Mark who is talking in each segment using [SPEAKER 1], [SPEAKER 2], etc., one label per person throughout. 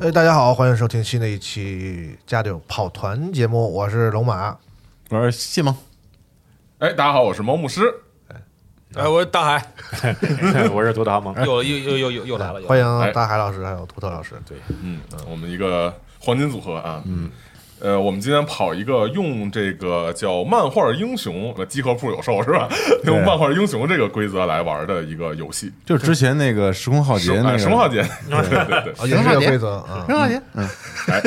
[SPEAKER 1] 哎，大家好，欢迎收听新的一期《家里有跑团》节目，我是龙马。
[SPEAKER 2] 我说谢吗？
[SPEAKER 3] 哎，大家好，我是毛牧师。
[SPEAKER 4] 哎，我是大海，
[SPEAKER 2] 我是多大吗？
[SPEAKER 4] 又又又又又又来了，又
[SPEAKER 1] 欢
[SPEAKER 4] 来了
[SPEAKER 1] 迎
[SPEAKER 3] 哎
[SPEAKER 1] 大海老师，还有图特老师。对，
[SPEAKER 3] 嗯，我们一个黄金组合啊。嗯，呃，我们今天跑一个用这个叫漫画英雄，呃集合铺有售是吧？用漫画英雄这个规则来玩的一个游戏。
[SPEAKER 2] 就是之前那个哎时空浩劫
[SPEAKER 3] 什
[SPEAKER 2] 那
[SPEAKER 3] 么
[SPEAKER 2] 个
[SPEAKER 3] 什么 浩劫？对对对。
[SPEAKER 1] 啊，也是
[SPEAKER 2] 行
[SPEAKER 1] 有
[SPEAKER 2] 了
[SPEAKER 1] 规则啊。
[SPEAKER 2] 时空浩劫，
[SPEAKER 3] 哎，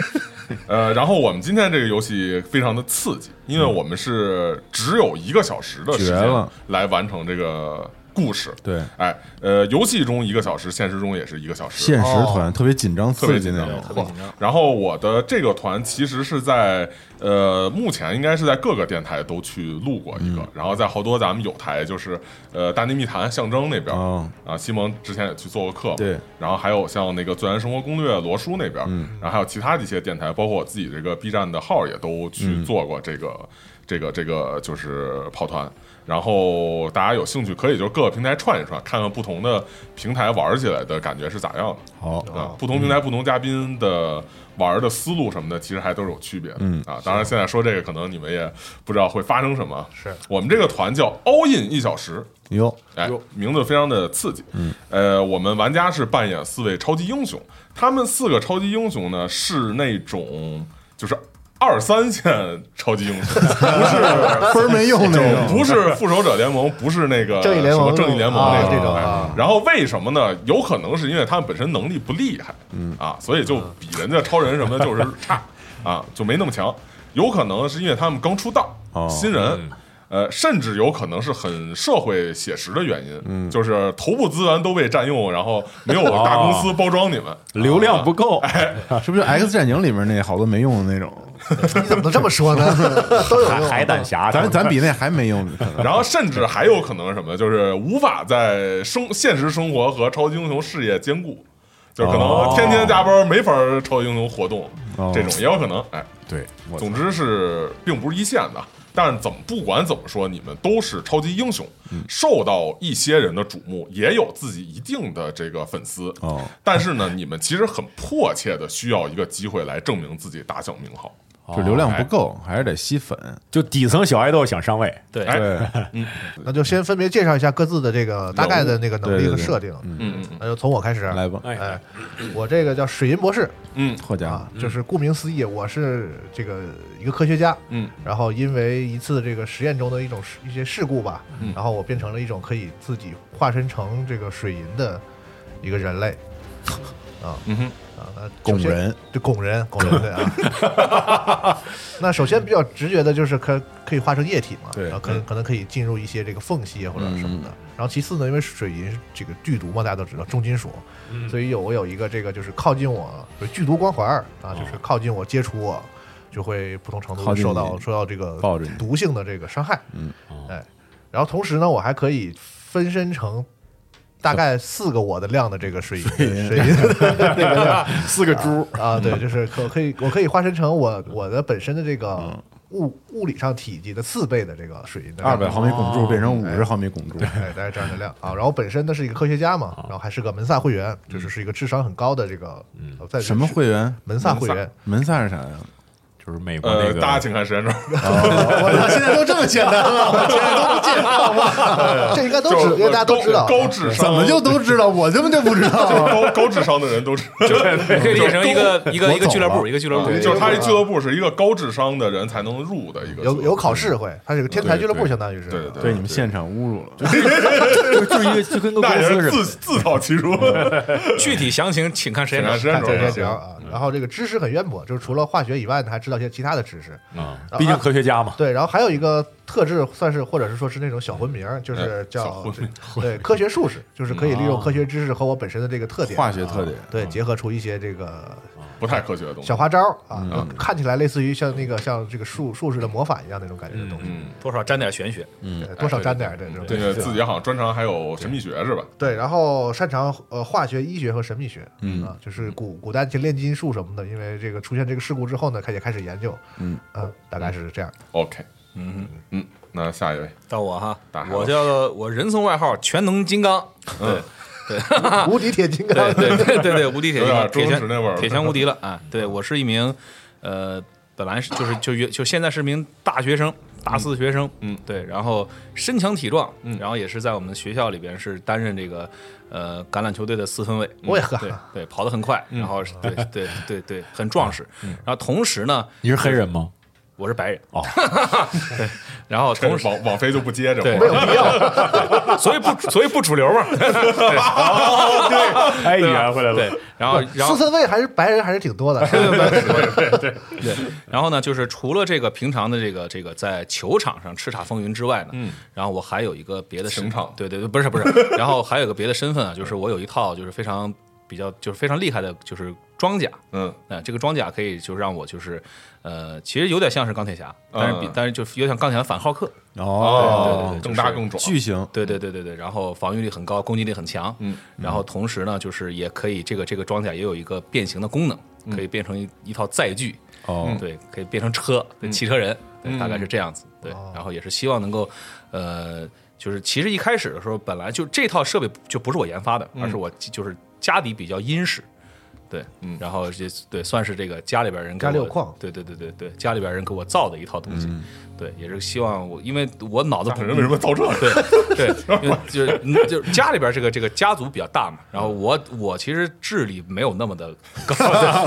[SPEAKER 3] 呃，然后我们今天这个游戏非常的刺激，因为我们是只有一个小时的时
[SPEAKER 2] 嗯绝
[SPEAKER 3] 间
[SPEAKER 2] 了
[SPEAKER 3] 来完成这个故事。
[SPEAKER 2] 对
[SPEAKER 3] 哎，呃，游戏中一个小时，现实中也是一个小时。
[SPEAKER 2] 现实团哦特别紧张
[SPEAKER 3] 特别
[SPEAKER 2] 刺激
[SPEAKER 3] 紧
[SPEAKER 2] 那
[SPEAKER 3] 张
[SPEAKER 2] 种，
[SPEAKER 3] 特别紧张。然后我的这个团其实是在呃，目前应该是在各个电台都去录过一个，然后在好多咱们有台就是呃大内密谈象征那边、
[SPEAKER 2] 哦
[SPEAKER 3] 啊，西蒙之前也去做过课，
[SPEAKER 2] 对。嗯
[SPEAKER 3] 然后还有像那个自然生活攻略罗叔那边，然后还有其他的一些电台，包括我自己这个 B 站的号也都去做过这个、
[SPEAKER 2] 嗯
[SPEAKER 3] 这个这个就是跑团。然后大家有兴趣可以就各个平台串一串，看看不同的平台玩起来的感觉是咋样的。
[SPEAKER 2] 好，
[SPEAKER 3] 啊，不同平台、不同嘉宾的玩的思路什么的，其实还都是有区别的。
[SPEAKER 2] 嗯
[SPEAKER 3] 啊，当然现在说这个，可能你们也不知道会发生什么。
[SPEAKER 1] 是
[SPEAKER 3] 我们这个团叫 All In 一小时，
[SPEAKER 2] 哟，
[SPEAKER 3] 哎，名字非常的刺激。嗯，呃，我们玩家是扮演四位超级英雄，他们四个超级英雄呢是那种就是二三线超级英 雄，不是
[SPEAKER 2] 分儿没用那种，
[SPEAKER 3] 不是复仇者联盟，不是那个
[SPEAKER 1] 正义联盟
[SPEAKER 3] 什么正义联盟
[SPEAKER 1] 啊
[SPEAKER 3] 那
[SPEAKER 1] 这种
[SPEAKER 3] 哎
[SPEAKER 1] 啊
[SPEAKER 3] 然后为什么呢？有可能是因为他们本身能力不厉害，嗯啊，所以就比人家超人什么的就是差啊，就没那么强。有可能是因为他们刚出道
[SPEAKER 2] 哦，
[SPEAKER 3] 新人。呃，甚至有可能是很社会写实的原因，嗯，就是头部资源都被占用，然后没有大公司包装你 们，
[SPEAKER 2] 哦
[SPEAKER 5] 流量不够，
[SPEAKER 2] 啊是不是《X 战警》里面那好多没用的那种？
[SPEAKER 1] 你怎么能这么说呢？都有用。
[SPEAKER 5] 海胆侠，
[SPEAKER 2] 咱咱比那还没用呢，可能
[SPEAKER 3] 然后甚至还有可能是什么，就是无法在生现实生活和超级英雄事业兼顾，就是可能天天加班没法儿超级英雄活动，
[SPEAKER 2] 哦
[SPEAKER 3] 这种也有可能。哎，
[SPEAKER 2] 对，我
[SPEAKER 3] 总之是并不是一线的，但怎么不管怎么说，你们都是超级英雄，受到一些人的瞩目，也有自己一定的这个粉丝。
[SPEAKER 2] 哦
[SPEAKER 3] 但是呢，你们其实很迫切的需要一个机会来证明自己，打响名号。
[SPEAKER 2] 就流量不够，还是得吸粉。
[SPEAKER 6] 就底层小爱豆想上位，
[SPEAKER 4] 对，
[SPEAKER 3] 哎
[SPEAKER 2] 对，
[SPEAKER 1] 那就先分别介绍一下各自的这个大概的那个能力和设定。嗯，
[SPEAKER 3] 嗯嗯
[SPEAKER 1] 那就从我开始。
[SPEAKER 2] 来吧，
[SPEAKER 4] 哎
[SPEAKER 1] 哎，我这个叫水银博士
[SPEAKER 3] 嗯
[SPEAKER 2] 好家伙
[SPEAKER 1] 啊，，就是顾名思义，我是这个一个科学家。
[SPEAKER 3] 嗯
[SPEAKER 1] 然后因为一次这个实验中的一种事一些事故吧，
[SPEAKER 3] 嗯
[SPEAKER 1] 然后我变成了一种可以自己化身成这个水银的一个人类
[SPEAKER 3] 嗯哼，
[SPEAKER 1] 啊。那
[SPEAKER 2] 拱
[SPEAKER 1] 首先
[SPEAKER 2] 人，
[SPEAKER 1] 对拱人，拱人对啊。 那首先比较直觉的就是可可以化成液体嘛，
[SPEAKER 2] 对嗯
[SPEAKER 1] 然后可能可能可以进入一些这个缝隙啊或者什么的。然后其次呢，因为水银是这个剧毒嘛，大家都知道重金属，
[SPEAKER 2] 嗯
[SPEAKER 1] 所以有我有一个这个就是靠近我就是剧毒光环儿啊，就是靠近我接触我。就会不同程度
[SPEAKER 2] 哦
[SPEAKER 1] 地
[SPEAKER 2] 靠近
[SPEAKER 1] 受
[SPEAKER 2] 你
[SPEAKER 1] 到受到这个
[SPEAKER 2] 抱着你
[SPEAKER 1] 毒性的这个伤害，
[SPEAKER 2] 嗯，
[SPEAKER 1] 哎，然后同时呢，我还可以分身成大概四个我的量的这个水银水银的那个量，
[SPEAKER 6] 四个猪，
[SPEAKER 1] 啊，对，就是可可以，我可以化身成我我的本身的这个物物理上体积的四倍的这个水银的
[SPEAKER 2] 二百毫米
[SPEAKER 1] 汞，
[SPEAKER 2] 汞柱变成五十毫米汞柱，
[SPEAKER 1] 哎，大概这样的量啊。然后本身呢是一个科学家嘛，然后还是个门萨会员，就是是一个智商很高的这个，呃在
[SPEAKER 2] 什么会员？
[SPEAKER 1] 门萨会员，
[SPEAKER 2] 门萨是啥呀？
[SPEAKER 6] 就是美国那
[SPEAKER 3] 呃，
[SPEAKER 6] 个
[SPEAKER 3] 大家请看实验照。
[SPEAKER 1] 哦我操，现在都这么简单了，我现在都不简单好吗？这应该都知，
[SPEAKER 3] 就
[SPEAKER 1] 道，因为大家都知道。
[SPEAKER 3] 高高智商
[SPEAKER 2] 怎么就都知道？我他妈就不知道。
[SPEAKER 3] 高高智商的人都是，就是
[SPEAKER 4] 可以理解成一个一个一个俱乐
[SPEAKER 2] 我走
[SPEAKER 4] 部，
[SPEAKER 2] 了
[SPEAKER 4] 一个俱乐部
[SPEAKER 1] 对。
[SPEAKER 3] 就是他这俱乐部是一个高智商的人才能入的一个
[SPEAKER 1] 有
[SPEAKER 3] 组
[SPEAKER 1] 有考试会，它是个天才俱乐部，相当于是。
[SPEAKER 3] 对对对
[SPEAKER 2] 对你们现场侮辱 了，
[SPEAKER 6] 就就是一个就跟个公
[SPEAKER 3] 那也
[SPEAKER 6] 司
[SPEAKER 3] 是
[SPEAKER 6] 似的，
[SPEAKER 3] 自自讨其辱。
[SPEAKER 4] 具体详情请看实验
[SPEAKER 3] 看
[SPEAKER 4] 室。
[SPEAKER 3] 实验
[SPEAKER 1] 看
[SPEAKER 3] 照
[SPEAKER 1] 这这行啊，然后这个知识很渊博，就是除了化学以外呢，还知道一些其他的知识。
[SPEAKER 6] 啊
[SPEAKER 1] 啊
[SPEAKER 6] 毕竟科学家嘛，
[SPEAKER 1] 对，然后还有一个特质，算是或者是说是那种小魂名儿，就是
[SPEAKER 3] 小
[SPEAKER 1] 叫
[SPEAKER 3] 魂名
[SPEAKER 1] 对科学术士，就是可以利用科学知识和我本身的这个特点，
[SPEAKER 2] 化学特点
[SPEAKER 1] 对结合出一些这个
[SPEAKER 3] 不太科学的东西
[SPEAKER 1] 小。花招儿啊，就看起来类似于像那个像这个术术士的魔法一样那种感觉的东西，
[SPEAKER 3] 嗯，
[SPEAKER 4] 多少沾点玄学，
[SPEAKER 1] 对多少沾点儿的这种。
[SPEAKER 3] 这个自己好像专长还有神秘学是吧？
[SPEAKER 1] 对，然后擅长呃化学、医学和神秘学，嗯啊，就是古古代去炼金术什么的，因为这个出现这个事故之后呢，开始开始研究，嗯大概是这样。
[SPEAKER 3] OK，嗯嗯，那下一位，
[SPEAKER 4] 到我哈
[SPEAKER 3] 大，海
[SPEAKER 4] 我叫我人送外号全能金刚，对
[SPEAKER 1] 无敌铁金刚
[SPEAKER 4] 对，对 对对对，无敌铁
[SPEAKER 3] 有点周
[SPEAKER 4] 拳，铁
[SPEAKER 3] 星驰
[SPEAKER 4] 拳
[SPEAKER 3] 那味儿了嗯
[SPEAKER 4] 铁拳无敌了啊！对我是一名呃，本来是就是就原就现在是名大学生，大四学生，
[SPEAKER 3] 嗯
[SPEAKER 4] 对，然后身强体壮，
[SPEAKER 3] 嗯
[SPEAKER 4] 然后也是在我们学校里边是担任这个呃橄榄球队的四分卫，
[SPEAKER 3] 嗯
[SPEAKER 1] 我也喝
[SPEAKER 4] 对对，跑得很快，然后是对对对对，很壮实，
[SPEAKER 3] 嗯
[SPEAKER 4] 然后同时呢，
[SPEAKER 6] 你是黑人吗？
[SPEAKER 4] 我是白人
[SPEAKER 6] 哦，
[SPEAKER 4] 对，然后
[SPEAKER 3] 这
[SPEAKER 4] 同时。
[SPEAKER 3] 网网飞就不接着
[SPEAKER 4] 对，
[SPEAKER 3] 了。
[SPEAKER 4] 必要， 所以不，所以不主流嘛。
[SPEAKER 6] 哎，圆回来了，
[SPEAKER 4] 对，然后， 然后
[SPEAKER 1] 四分卫还是白人还是挺多的，
[SPEAKER 4] 然后呢，就是除了这个平常的这个这个在球场上叱咤风云之外呢，嗯，然后我还有一个别的身
[SPEAKER 3] 情场
[SPEAKER 4] 对对对，不是不是，然后还有一个别的身份啊，就是我有一套就是非常比较就是非常厉害的，就是装甲。
[SPEAKER 3] 嗯，
[SPEAKER 4] 呃，这个装甲可以就让我就是，呃，其实有点像是钢铁侠，但是比、
[SPEAKER 3] 嗯
[SPEAKER 4] 但是就有点像钢铁侠反浩克，
[SPEAKER 2] 哦
[SPEAKER 3] 对对对对，更大更壮
[SPEAKER 2] 巨型，
[SPEAKER 4] 对对对对对，然后防御力很高，攻击力很强，
[SPEAKER 3] 嗯，
[SPEAKER 4] 然后同时呢，就是也可以这个这个装甲也有一个变形的功能，可
[SPEAKER 3] 嗯
[SPEAKER 4] 以变成一一套载具，
[SPEAKER 2] 哦，
[SPEAKER 4] 对，可以变成车，
[SPEAKER 3] 嗯
[SPEAKER 4] 对，汽车人，对，大概是这样子，对，
[SPEAKER 1] 哦
[SPEAKER 4] 然后也是希望能够，呃，就是其实一开始的时候，本来就这套设备就不是我研发的，
[SPEAKER 3] 嗯
[SPEAKER 4] 而是我就是家底比较殷实。对，嗯，然后这对算是这个家里边人给
[SPEAKER 1] 家里
[SPEAKER 4] 我
[SPEAKER 1] 有矿
[SPEAKER 4] 对对对对对，家里边人给我造的一套东西，对，也是希望我，因为我脑子
[SPEAKER 3] 大海嗯人为什么造这个？
[SPEAKER 4] 对对，因为就是嗯就是家里边这个这个家族比较大嘛，然后我我其实智力没有那么的高，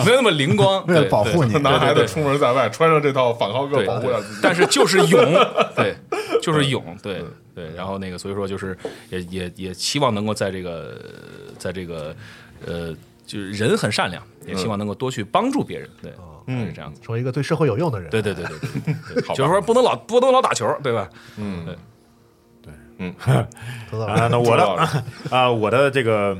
[SPEAKER 4] 没有那么灵光，
[SPEAKER 2] 为了
[SPEAKER 4] 对
[SPEAKER 2] 保护
[SPEAKER 4] 对
[SPEAKER 2] 你，
[SPEAKER 3] 男孩
[SPEAKER 4] 对
[SPEAKER 3] 子
[SPEAKER 4] 对
[SPEAKER 3] 出门在外，穿上这套反浩克
[SPEAKER 4] 对
[SPEAKER 3] 保护下自己。
[SPEAKER 4] 但是就是勇，对，就是勇，对对。然后那个，所以说就是也也也希望能够在这个在这个呃就是人很善良，也希望能够多去帮助别人，对，嗯，是这样子。
[SPEAKER 1] 成为一个对社会有用的人。
[SPEAKER 4] 对对对对对，
[SPEAKER 3] 好吧
[SPEAKER 4] 就是说不能老不能老打球，对吧？
[SPEAKER 1] 得到
[SPEAKER 6] 啊，
[SPEAKER 1] 了，
[SPEAKER 6] 那我
[SPEAKER 3] 知
[SPEAKER 6] 的
[SPEAKER 3] 道了
[SPEAKER 6] 啊，我的这个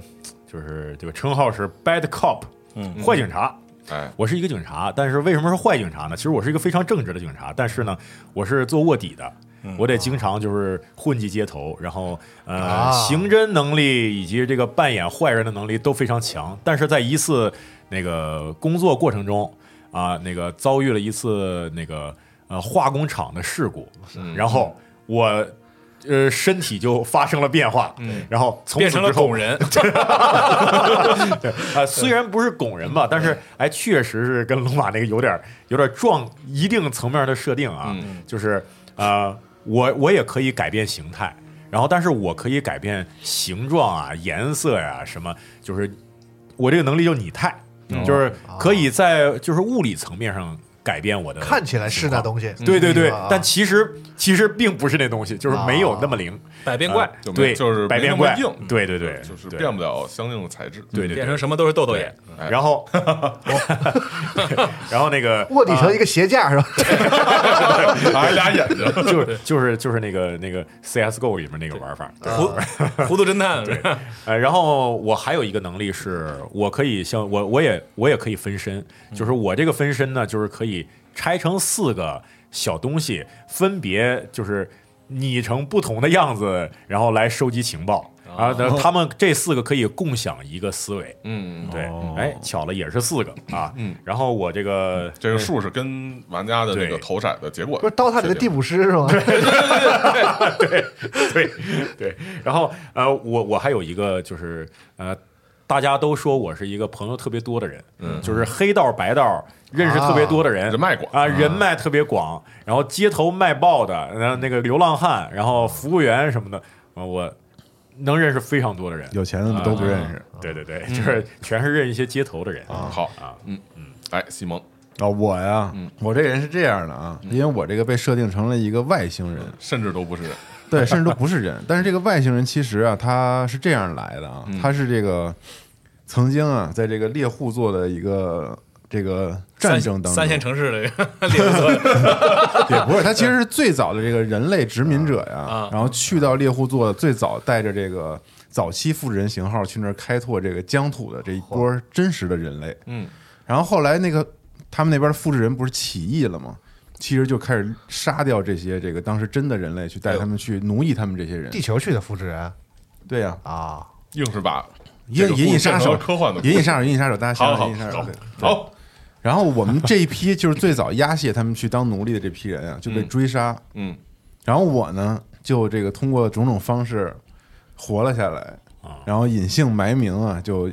[SPEAKER 6] 就是这个称号是 Bad Cop，
[SPEAKER 4] 嗯
[SPEAKER 6] 坏警察。
[SPEAKER 3] 哎，
[SPEAKER 6] 我是一个警察，但是为什么是坏警察呢？其实我是一个非常正直的警察，但是呢，我是做卧底的，
[SPEAKER 4] 嗯
[SPEAKER 6] 我
[SPEAKER 4] 啊
[SPEAKER 6] 得经常就是混迹街头，然后呃，
[SPEAKER 1] 啊
[SPEAKER 6] 刑侦能力以及这个扮演坏人的能力都非常强，但是在一次那个工作过程中啊、那个遭遇了一次那个呃化工厂的事故，然后
[SPEAKER 4] 嗯
[SPEAKER 6] 我。呃，身体就发生了变化，然后从
[SPEAKER 4] 嗯变
[SPEAKER 6] 此
[SPEAKER 4] 成了
[SPEAKER 6] 之后
[SPEAKER 4] 拱人，
[SPEAKER 6] 对，啊，虽然不是拱人吧，但
[SPEAKER 3] 嗯
[SPEAKER 6] 是哎，确实是跟龙马那个有点有点撞一定层面的设定啊，
[SPEAKER 3] 嗯
[SPEAKER 6] 就是呃，我我也可以改变形态，然后但是我可以改变形状啊、颜色呀、什么，就是我这个能力就是拟态，
[SPEAKER 3] 哦
[SPEAKER 6] 就是
[SPEAKER 1] 啊
[SPEAKER 6] 可以在就是物理层面上改变我的
[SPEAKER 1] 看起来是
[SPEAKER 6] 情
[SPEAKER 1] 那
[SPEAKER 6] 况
[SPEAKER 1] 东西，
[SPEAKER 6] 对对对
[SPEAKER 1] 啊，
[SPEAKER 6] 但其实其实并不是那东西，就是没有那么灵，
[SPEAKER 4] 百变怪
[SPEAKER 6] 啊
[SPEAKER 3] 就没
[SPEAKER 6] 对，
[SPEAKER 3] 就是
[SPEAKER 6] 百
[SPEAKER 3] 没那
[SPEAKER 6] 变
[SPEAKER 3] 么
[SPEAKER 6] 怪
[SPEAKER 3] 硬，
[SPEAKER 6] 对对对，
[SPEAKER 3] 就是
[SPEAKER 6] 对
[SPEAKER 3] 变不了相应的材质。
[SPEAKER 6] 对对对
[SPEAKER 4] 变成什么都是豆豆眼。
[SPEAKER 3] 哎
[SPEAKER 6] 然后， 然后那个
[SPEAKER 1] 卧底成一个鞋架是吧？
[SPEAKER 3] 还俩眼睛，
[SPEAKER 6] 就是就是就是那个那个 CSGO 里面那个玩法，对
[SPEAKER 4] 糊糊涂侦探，
[SPEAKER 6] 呃，然后我还有一个能力是，我可以像我我也我也可以分身，就是我这个分身呢，就是可以拆成四个小东西，分别就是拟成不同的样子，然后来收集情报。啊，那他们这四个可以共享一个思维，
[SPEAKER 3] 嗯，
[SPEAKER 6] 对，哎，巧了也是四个啊，然后我这个
[SPEAKER 3] 这个数是跟玩家的那个
[SPEAKER 6] 对
[SPEAKER 3] 投骰的结果
[SPEAKER 1] 不是《刀塔》里的地
[SPEAKER 3] 确定
[SPEAKER 1] 补师是吗？
[SPEAKER 6] 对对，然后呃，我我还有一个就是呃，大家都说我是一个朋友特别多的人，嗯，就是黑道白道认识特别多的人，
[SPEAKER 3] 人脉广
[SPEAKER 6] 啊，人脉特别广，然后街头卖报的，然后那个流浪汉，然后服务员什么的，呃我能认识非常多的人，啊
[SPEAKER 2] 有钱的都不
[SPEAKER 4] 啊
[SPEAKER 2] 认识
[SPEAKER 6] 对对对，就是全是认一些街头的人啊
[SPEAKER 3] 好，
[SPEAKER 6] 啊，
[SPEAKER 3] 哎，西蒙
[SPEAKER 2] 啊。我呀，
[SPEAKER 4] 嗯
[SPEAKER 2] 我这人是这样的啊，因为我这个被设定成了一个外星
[SPEAKER 4] 嗯
[SPEAKER 2] 人，
[SPEAKER 3] 甚至都不是人，
[SPEAKER 2] 对，甚至都不是人。但是这个外星人其实啊，他是这样来的啊，
[SPEAKER 4] 嗯
[SPEAKER 2] 他是这个曾经啊，在这个猎户座的一个这个战争当中，
[SPEAKER 4] 三线城市的猎户
[SPEAKER 2] 也不是，他其实是最早的这个人类殖民者
[SPEAKER 3] 啊
[SPEAKER 2] 呀，然后去到猎户座，最早带着这个早期复制人型号去那儿开拓这个疆土的这一波真实的人类，嗯，然后后来那个他们那边的复制人不是起义了吗？其实就开始杀掉这些这个当时真的人类，去
[SPEAKER 3] 哎
[SPEAKER 2] 带他们去奴役他们这些人
[SPEAKER 1] 地。球去的复制人
[SPEAKER 2] 对呀、
[SPEAKER 1] 啊，
[SPEAKER 3] 硬是把
[SPEAKER 2] 银
[SPEAKER 3] 这个
[SPEAKER 2] 银翼杀
[SPEAKER 3] 故事变成
[SPEAKER 2] 手
[SPEAKER 3] 了，科幻的故事
[SPEAKER 2] 银翼杀手，银翼杀手，大家
[SPEAKER 3] 好
[SPEAKER 2] 想想
[SPEAKER 3] 好
[SPEAKER 2] 银翼杀手。
[SPEAKER 3] 好
[SPEAKER 2] 对
[SPEAKER 3] 好，
[SPEAKER 2] 然后我们这一批就是最早押解他们去当奴隶的这批人啊，就被追杀。
[SPEAKER 3] 嗯，
[SPEAKER 2] 然后我呢，就这个通过种种方式活了下来，
[SPEAKER 6] 啊
[SPEAKER 2] 然后隐姓埋名啊，就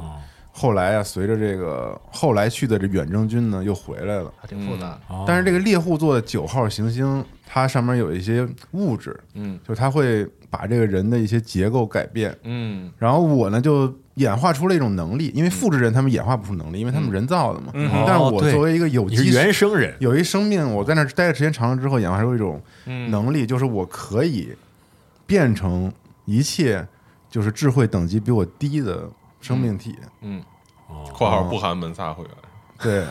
[SPEAKER 2] 后来啊，随着这个后来去的这远征军呢，又回来了。
[SPEAKER 1] 还啊挺复杂。
[SPEAKER 6] 嗯哦
[SPEAKER 2] 但是这个猎户座的九号行星，它上面有一些物质，嗯，就它会把这个人的一些结构改变，
[SPEAKER 3] 嗯，
[SPEAKER 2] 然后我呢就演化出了一种能力，因为复制
[SPEAKER 1] 嗯
[SPEAKER 2] 人他们演化不出能力，因为他们人造的嘛。但是
[SPEAKER 6] 哦
[SPEAKER 2] 我
[SPEAKER 6] 对
[SPEAKER 2] 作为一个有
[SPEAKER 6] 你是
[SPEAKER 2] 机
[SPEAKER 6] 原生人，
[SPEAKER 2] 有一生命，我在那儿待的时间长了之后，演化出一种能力，就是我可以变成一切就是智慧等级比我低的生命体。
[SPEAKER 3] 括
[SPEAKER 2] 嗯
[SPEAKER 3] 号嗯不含门萨会员，
[SPEAKER 2] 对，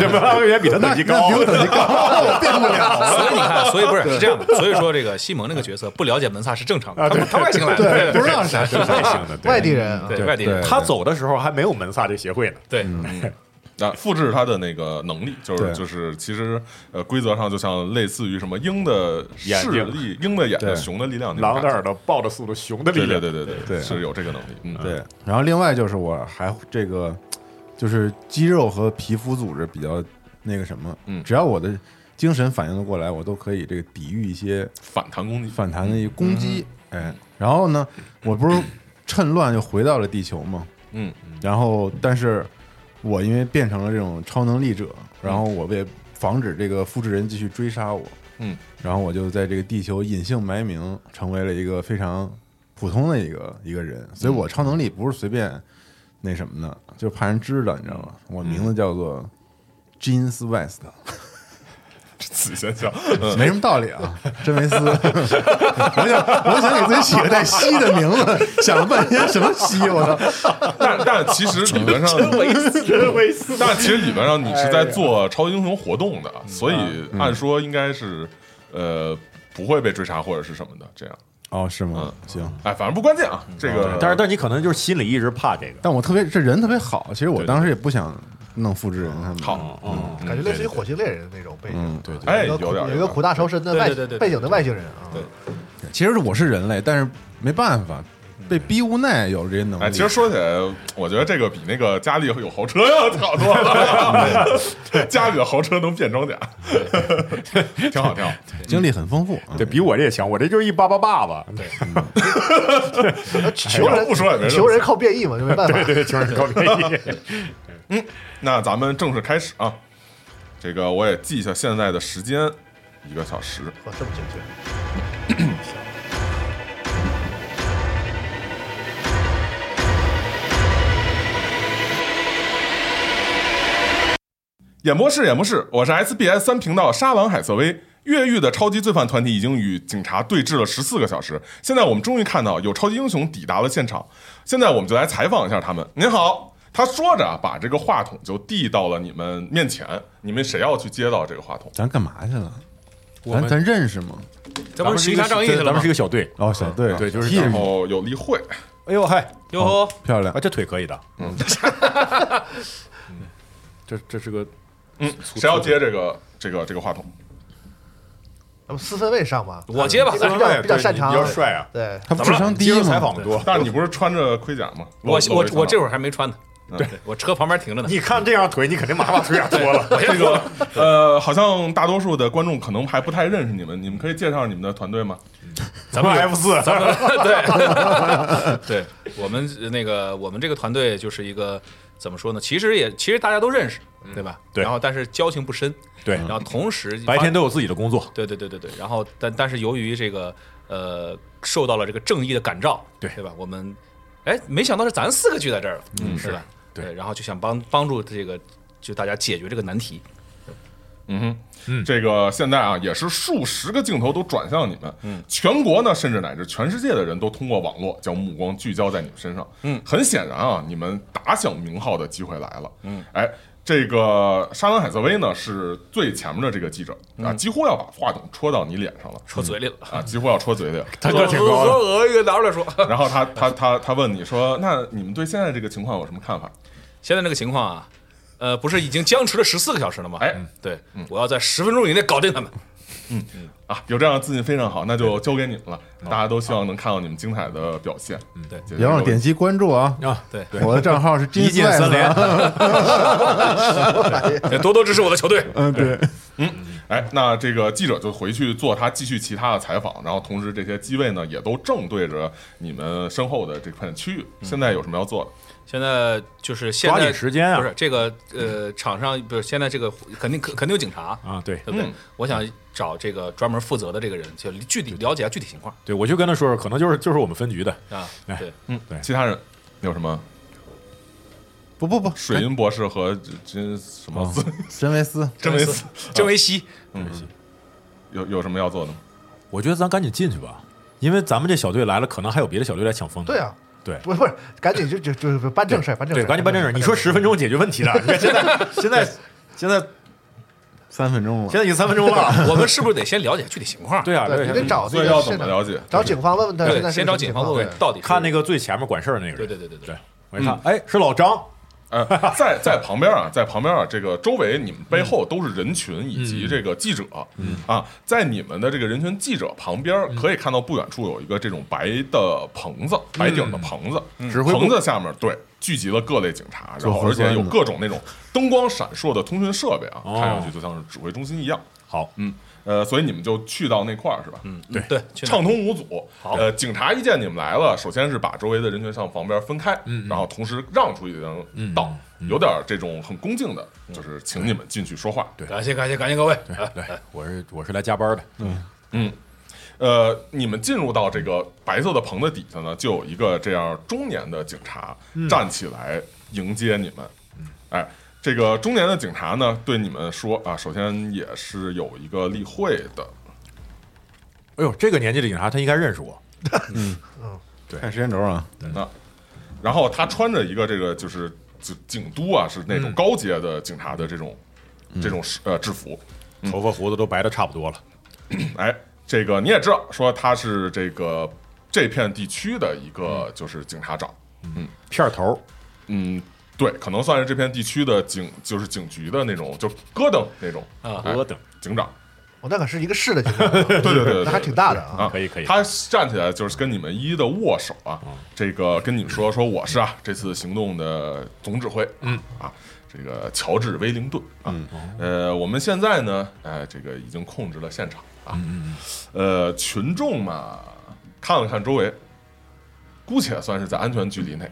[SPEAKER 6] 这不 会员比他等级高
[SPEAKER 2] 那，比我 等级高，我变不了。
[SPEAKER 4] 所以你看，所以不是是这样的，所以说这个西蒙那个角色不了解门萨是正常的，他他外星来
[SPEAKER 2] 对，
[SPEAKER 4] 的，
[SPEAKER 2] 不知道啥
[SPEAKER 6] 是外星的，对
[SPEAKER 1] 外地人啊，
[SPEAKER 4] 对外地人，
[SPEAKER 6] 他走的时候还没有门萨这协会呢，
[SPEAKER 4] 对
[SPEAKER 3] 那复制它的那个能力，就是
[SPEAKER 2] 对
[SPEAKER 3] 就是，其实呃，规则上就像类似于什么鹰的
[SPEAKER 6] 眼
[SPEAKER 3] 视
[SPEAKER 6] 睛
[SPEAKER 3] 力、鹰的眼睛、
[SPEAKER 2] 对
[SPEAKER 3] 熊的力量那种
[SPEAKER 6] 狼
[SPEAKER 3] 感
[SPEAKER 6] 的
[SPEAKER 3] 觉，
[SPEAKER 6] 耳朵抱着速度，熊的力
[SPEAKER 3] 嗯对
[SPEAKER 6] 量，
[SPEAKER 3] 对对对对
[SPEAKER 2] 对
[SPEAKER 3] 是有这个能力，嗯，
[SPEAKER 2] 对，然后另外就是我还这个就是肌肉和皮肤组织比较那个什么，
[SPEAKER 3] 嗯
[SPEAKER 2] 只要我的精神反应的过来，我都可以这个抵御一些
[SPEAKER 3] 反弹攻击，
[SPEAKER 2] 反弹的一个攻击，
[SPEAKER 3] 嗯
[SPEAKER 2] 哎，然后呢，我不是趁乱就回到了地球嘛，
[SPEAKER 3] 嗯，
[SPEAKER 2] 然后但是我因为变成了这种超能力者，然后我为防止这个复制人继续追杀我，
[SPEAKER 3] 嗯，
[SPEAKER 2] 然后我就在这个地球隐姓埋名，成为了一个非常普通的一个一个人，
[SPEAKER 3] 嗯
[SPEAKER 2] 所以我超能力不是随便那什么的，就怕
[SPEAKER 3] 嗯
[SPEAKER 2] 人知道，你知道吗？我名字叫做 Jeans West，
[SPEAKER 3] 死现象。嗯
[SPEAKER 2] 没什么道理啊， 真维斯。我想，我想给自己起个带“西”的名字， 想了半天什么“西”，我操！
[SPEAKER 3] 但但其实理论 上，
[SPEAKER 6] 真会死。
[SPEAKER 3] 但其实理论上你是在做超级英雄活动的，
[SPEAKER 2] 哎
[SPEAKER 3] 所
[SPEAKER 2] 嗯
[SPEAKER 3] 以按说应该是呃不会被追查或者是什么的这样。
[SPEAKER 2] 哦，是吗？行。
[SPEAKER 3] 哎，反正不关键啊，这个
[SPEAKER 6] 嗯但是，但是你可能就是心里一直怕这个。
[SPEAKER 2] 但我特别这人特别好，其实我当时也不想弄复制人他们。
[SPEAKER 3] 好，嗯，
[SPEAKER 1] 啊感觉类似于
[SPEAKER 3] 对
[SPEAKER 1] 火星猎人那种背景，
[SPEAKER 2] 嗯对对，
[SPEAKER 3] 哎，
[SPEAKER 1] 有
[SPEAKER 3] 有
[SPEAKER 1] 一个
[SPEAKER 3] 点儿
[SPEAKER 1] 有一个苦大仇深的外
[SPEAKER 4] 对对对对
[SPEAKER 1] 背景的外星人啊，
[SPEAKER 2] 其实我是人类，但是没办法，被逼无奈有这些能力。
[SPEAKER 3] 哎，其实说起来，我觉得这个比那个家里有豪车要好多了。 家里的豪车能变装甲，哎挺好，挺好。
[SPEAKER 2] 经历很丰富，啊
[SPEAKER 6] 对比我这强，我这就是一巴巴爸爸。对，
[SPEAKER 1] 那穷人
[SPEAKER 3] 不说也没事
[SPEAKER 1] 穷人靠变异嘛，就没办法。
[SPEAKER 6] 对，穷人高便宜。
[SPEAKER 3] 嗯那咱们正式开始啊。这个我也记一下现在的时间，一个小时。
[SPEAKER 1] 哇， 这么精确，
[SPEAKER 3] 演播室，演播室，我是 SBS 三频道沙朗海瑟薇。越狱的超级罪犯团体已经与警察对峙了十四个小时，现在我们终于看到有超级英雄抵达了现场。现在我们就来采访一下他们。您好，他说着啊把这个话筒就递到了你们面前，你们谁要去接到这个话筒？
[SPEAKER 2] 咱干嘛去了？
[SPEAKER 4] 我
[SPEAKER 2] 咱
[SPEAKER 4] 们
[SPEAKER 2] 咱认识吗？
[SPEAKER 4] 咱不是巡查仗义去
[SPEAKER 6] 咱
[SPEAKER 4] 了
[SPEAKER 6] 们
[SPEAKER 4] 吗
[SPEAKER 6] 是？个小队。
[SPEAKER 2] 哦，小队，
[SPEAKER 6] 对
[SPEAKER 4] 哎
[SPEAKER 6] 就是
[SPEAKER 2] 替
[SPEAKER 3] 然后有例会，
[SPEAKER 6] 哎呦嗨，
[SPEAKER 4] 哟呵，
[SPEAKER 2] 漂亮
[SPEAKER 6] 啊，，这腿可以的。嗯， 这这是 个
[SPEAKER 3] 嗯，谁要接这个这个这个话筒？
[SPEAKER 1] 那不四分卫上吗？
[SPEAKER 4] 我接吧
[SPEAKER 1] 这个比较比较擅长，
[SPEAKER 6] 哎比较帅啊。
[SPEAKER 1] 对，
[SPEAKER 2] 他智商低
[SPEAKER 6] 接受采
[SPEAKER 2] 吗
[SPEAKER 6] 访？的多。
[SPEAKER 3] 但是你不是穿着盔甲吗？
[SPEAKER 4] 我我我这会
[SPEAKER 3] 儿
[SPEAKER 4] 儿还没穿呢，对我车旁边停着 呢。
[SPEAKER 6] 你看这样腿，你肯定马上把腿给脱啊了。
[SPEAKER 3] 这个呃，好像大多数的观众可能还不太认识你们，你们可以介绍你们的团队吗？
[SPEAKER 6] 咱们 F 四，咱们
[SPEAKER 4] 对我们呃那个我们这个团队就是一个怎么说呢？其实也其实大家都认识，对吧？
[SPEAKER 6] 对
[SPEAKER 4] 然后但是交情不深，
[SPEAKER 6] 对
[SPEAKER 4] 然后同时
[SPEAKER 6] 白天
[SPEAKER 4] 都
[SPEAKER 6] 都有自己的工作。
[SPEAKER 4] 对对对对对。然后但但是由于这个呃受到了这个正义的感召，
[SPEAKER 6] 对
[SPEAKER 4] 对吧？我们哎没想到是咱四个聚在这儿了，嗯，是吧？
[SPEAKER 6] 对
[SPEAKER 4] 对，然后就想帮帮助这个就大家解决这个难题。
[SPEAKER 3] 这个现在啊，也是数十个镜头都转向你们，嗯，全国呢，甚至乃至全世界的人都通过网络将目光聚焦在你们身上，嗯，很显然啊，你们打响名号的机会来了，嗯，哎，这个沙朗海瑟薇呢是最前面的这个记者啊，几乎要把话筒戳到你脸上了，
[SPEAKER 4] 戳嘴里了，
[SPEAKER 3] 啊，几乎要戳嘴里了，
[SPEAKER 6] 嗯他个挺高的，
[SPEAKER 4] 鹅一个拿出来说，
[SPEAKER 3] 然后他他他他问你说，那你们对现在这个情况有什么看法？
[SPEAKER 4] 现在这个情况啊，呃，不是已经僵持了十四个小时了吗？嗯
[SPEAKER 3] 哎，
[SPEAKER 4] 对，我要在十分钟以内搞定他们。
[SPEAKER 3] 啊，有这样的自信非常好，那就交给你们了，大家都希望能看到你们精彩的表现，嗯，
[SPEAKER 4] 对
[SPEAKER 2] 别忘了点击关注啊！
[SPEAKER 6] 啊，
[SPEAKER 4] 对，
[SPEAKER 2] 我的账号是啊
[SPEAKER 6] 一键三连。
[SPEAKER 4] 对，多多支持我的球队。
[SPEAKER 2] 嗯，对，
[SPEAKER 3] 哎，那这个记者就回去做他继续其他的采访，然后同时这些机位呢也都正对着你们身后的这片区域。现在有什么要做的？
[SPEAKER 4] 现在就是现在
[SPEAKER 6] 抓紧时间啊
[SPEAKER 4] 不是这个呃，场上不是现在这个肯定肯定有警察，
[SPEAKER 6] 啊，对
[SPEAKER 4] 对不对？我想找这个专门负责的这个人，就具体了解下具体情况
[SPEAKER 6] 对，我就跟他说说，可能就是就是我们分局的。
[SPEAKER 4] 啊。
[SPEAKER 6] 哎
[SPEAKER 4] 对，
[SPEAKER 3] 嗯
[SPEAKER 6] 对
[SPEAKER 3] 其他人有什么？
[SPEAKER 2] 不不不，
[SPEAKER 3] 水银博士和这这什么斯
[SPEAKER 2] 真维斯，
[SPEAKER 3] 真维斯
[SPEAKER 4] 真维西，
[SPEAKER 3] 有有什么要做的吗？
[SPEAKER 6] 我觉得咱赶紧进去吧，因为咱们这小队来了，可能还有别的小队来抢风头。
[SPEAKER 1] 对啊，
[SPEAKER 6] 对
[SPEAKER 1] 不是不是，赶紧就就就就办正事儿，办正事
[SPEAKER 6] 对，
[SPEAKER 1] 儿，
[SPEAKER 6] 赶紧办正事儿。你说十分钟解决问题的，你看现在现在现在
[SPEAKER 2] 三分钟了
[SPEAKER 6] 现。在已经三分钟了。
[SPEAKER 4] 我们是不是得先了解具体情况？
[SPEAKER 6] 对啊，
[SPEAKER 1] 对，你
[SPEAKER 6] 对
[SPEAKER 1] 得找
[SPEAKER 3] 所
[SPEAKER 1] 那
[SPEAKER 3] 以
[SPEAKER 1] 个
[SPEAKER 3] 要怎么
[SPEAKER 1] 现场
[SPEAKER 3] 了解
[SPEAKER 1] 找警方问问他现在
[SPEAKER 4] 对，
[SPEAKER 1] 是什
[SPEAKER 4] 先找
[SPEAKER 1] 么
[SPEAKER 4] 警
[SPEAKER 1] 情
[SPEAKER 4] 方
[SPEAKER 1] 况
[SPEAKER 4] 问问到底是
[SPEAKER 6] 看那个最前面管事儿那个人。
[SPEAKER 4] 对对对对对
[SPEAKER 6] 对，我一看，哎，是老张。
[SPEAKER 3] 呃， 在在旁边啊，在旁边啊，这个周围你们背后都是人群以
[SPEAKER 2] 嗯
[SPEAKER 3] 及这个记者，啊，在你们的这个人群记者旁边
[SPEAKER 2] 嗯
[SPEAKER 3] 可以看到不远处有一个这种白的棚子，白顶的棚子，
[SPEAKER 2] 嗯指挥部
[SPEAKER 3] 棚子下面对聚集了各类警察，然
[SPEAKER 2] 做
[SPEAKER 3] 后而
[SPEAKER 2] 核酸
[SPEAKER 3] 且
[SPEAKER 2] 的
[SPEAKER 3] 有各种那种灯光闪烁的通讯设备啊，
[SPEAKER 6] 哦
[SPEAKER 3] 看上去就像是指挥中心一样，
[SPEAKER 6] 好，
[SPEAKER 3] 嗯，呃，所以你们就去到那块儿是吧？嗯，
[SPEAKER 4] 对对，去哪
[SPEAKER 3] 畅通无阻。呃，警察一见你们来了，首先是把周围的人群向旁边分开，然后同时让出一层道，有点这种很恭敬的，就是请你们进去说话。对，
[SPEAKER 4] 感谢感谢感谢各位。呃
[SPEAKER 6] 对对，我是我是来加班的。
[SPEAKER 3] 呃，你们进入到这个白色的棚子底下呢，就有一个这样中年的警察站起来迎接你们。哎，这个中年的警察呢，对你们说啊，首先也是有一个例会的，
[SPEAKER 6] 哎呦，这个年纪的警察他应该认识我，
[SPEAKER 2] 看时间轴啊，
[SPEAKER 3] 那，然后他穿着一个这个就是就警督啊，是那种高阶的警察的这种、这种呃制服。
[SPEAKER 6] 头发胡子都白的差不多了。
[SPEAKER 3] 哎，这个你也知道，说他是这个这片地区的一个就是警察长。
[SPEAKER 6] 片儿头，
[SPEAKER 3] 嗯，对，可能算是这片地区的警，就是警局的那种，就咯噔那种
[SPEAKER 4] 啊
[SPEAKER 3] 哎
[SPEAKER 6] 咯噔
[SPEAKER 3] 警长。
[SPEAKER 1] 我哦那可是一个市的警察，对
[SPEAKER 3] 对对对对
[SPEAKER 1] 那还挺大的啊。
[SPEAKER 3] 啊，
[SPEAKER 6] 可以可以
[SPEAKER 3] 他站起来就是跟你们一一的握手啊，这个跟你们说说我是啊这次行动的总指挥，嗯啊，这个乔治威灵顿啊，
[SPEAKER 6] 嗯
[SPEAKER 3] 呃，我们现在呢，哎，这个已经控制了现场
[SPEAKER 6] 嗯
[SPEAKER 3] 啊，呃，群众嘛看了看周围，姑且算是在安全距离内。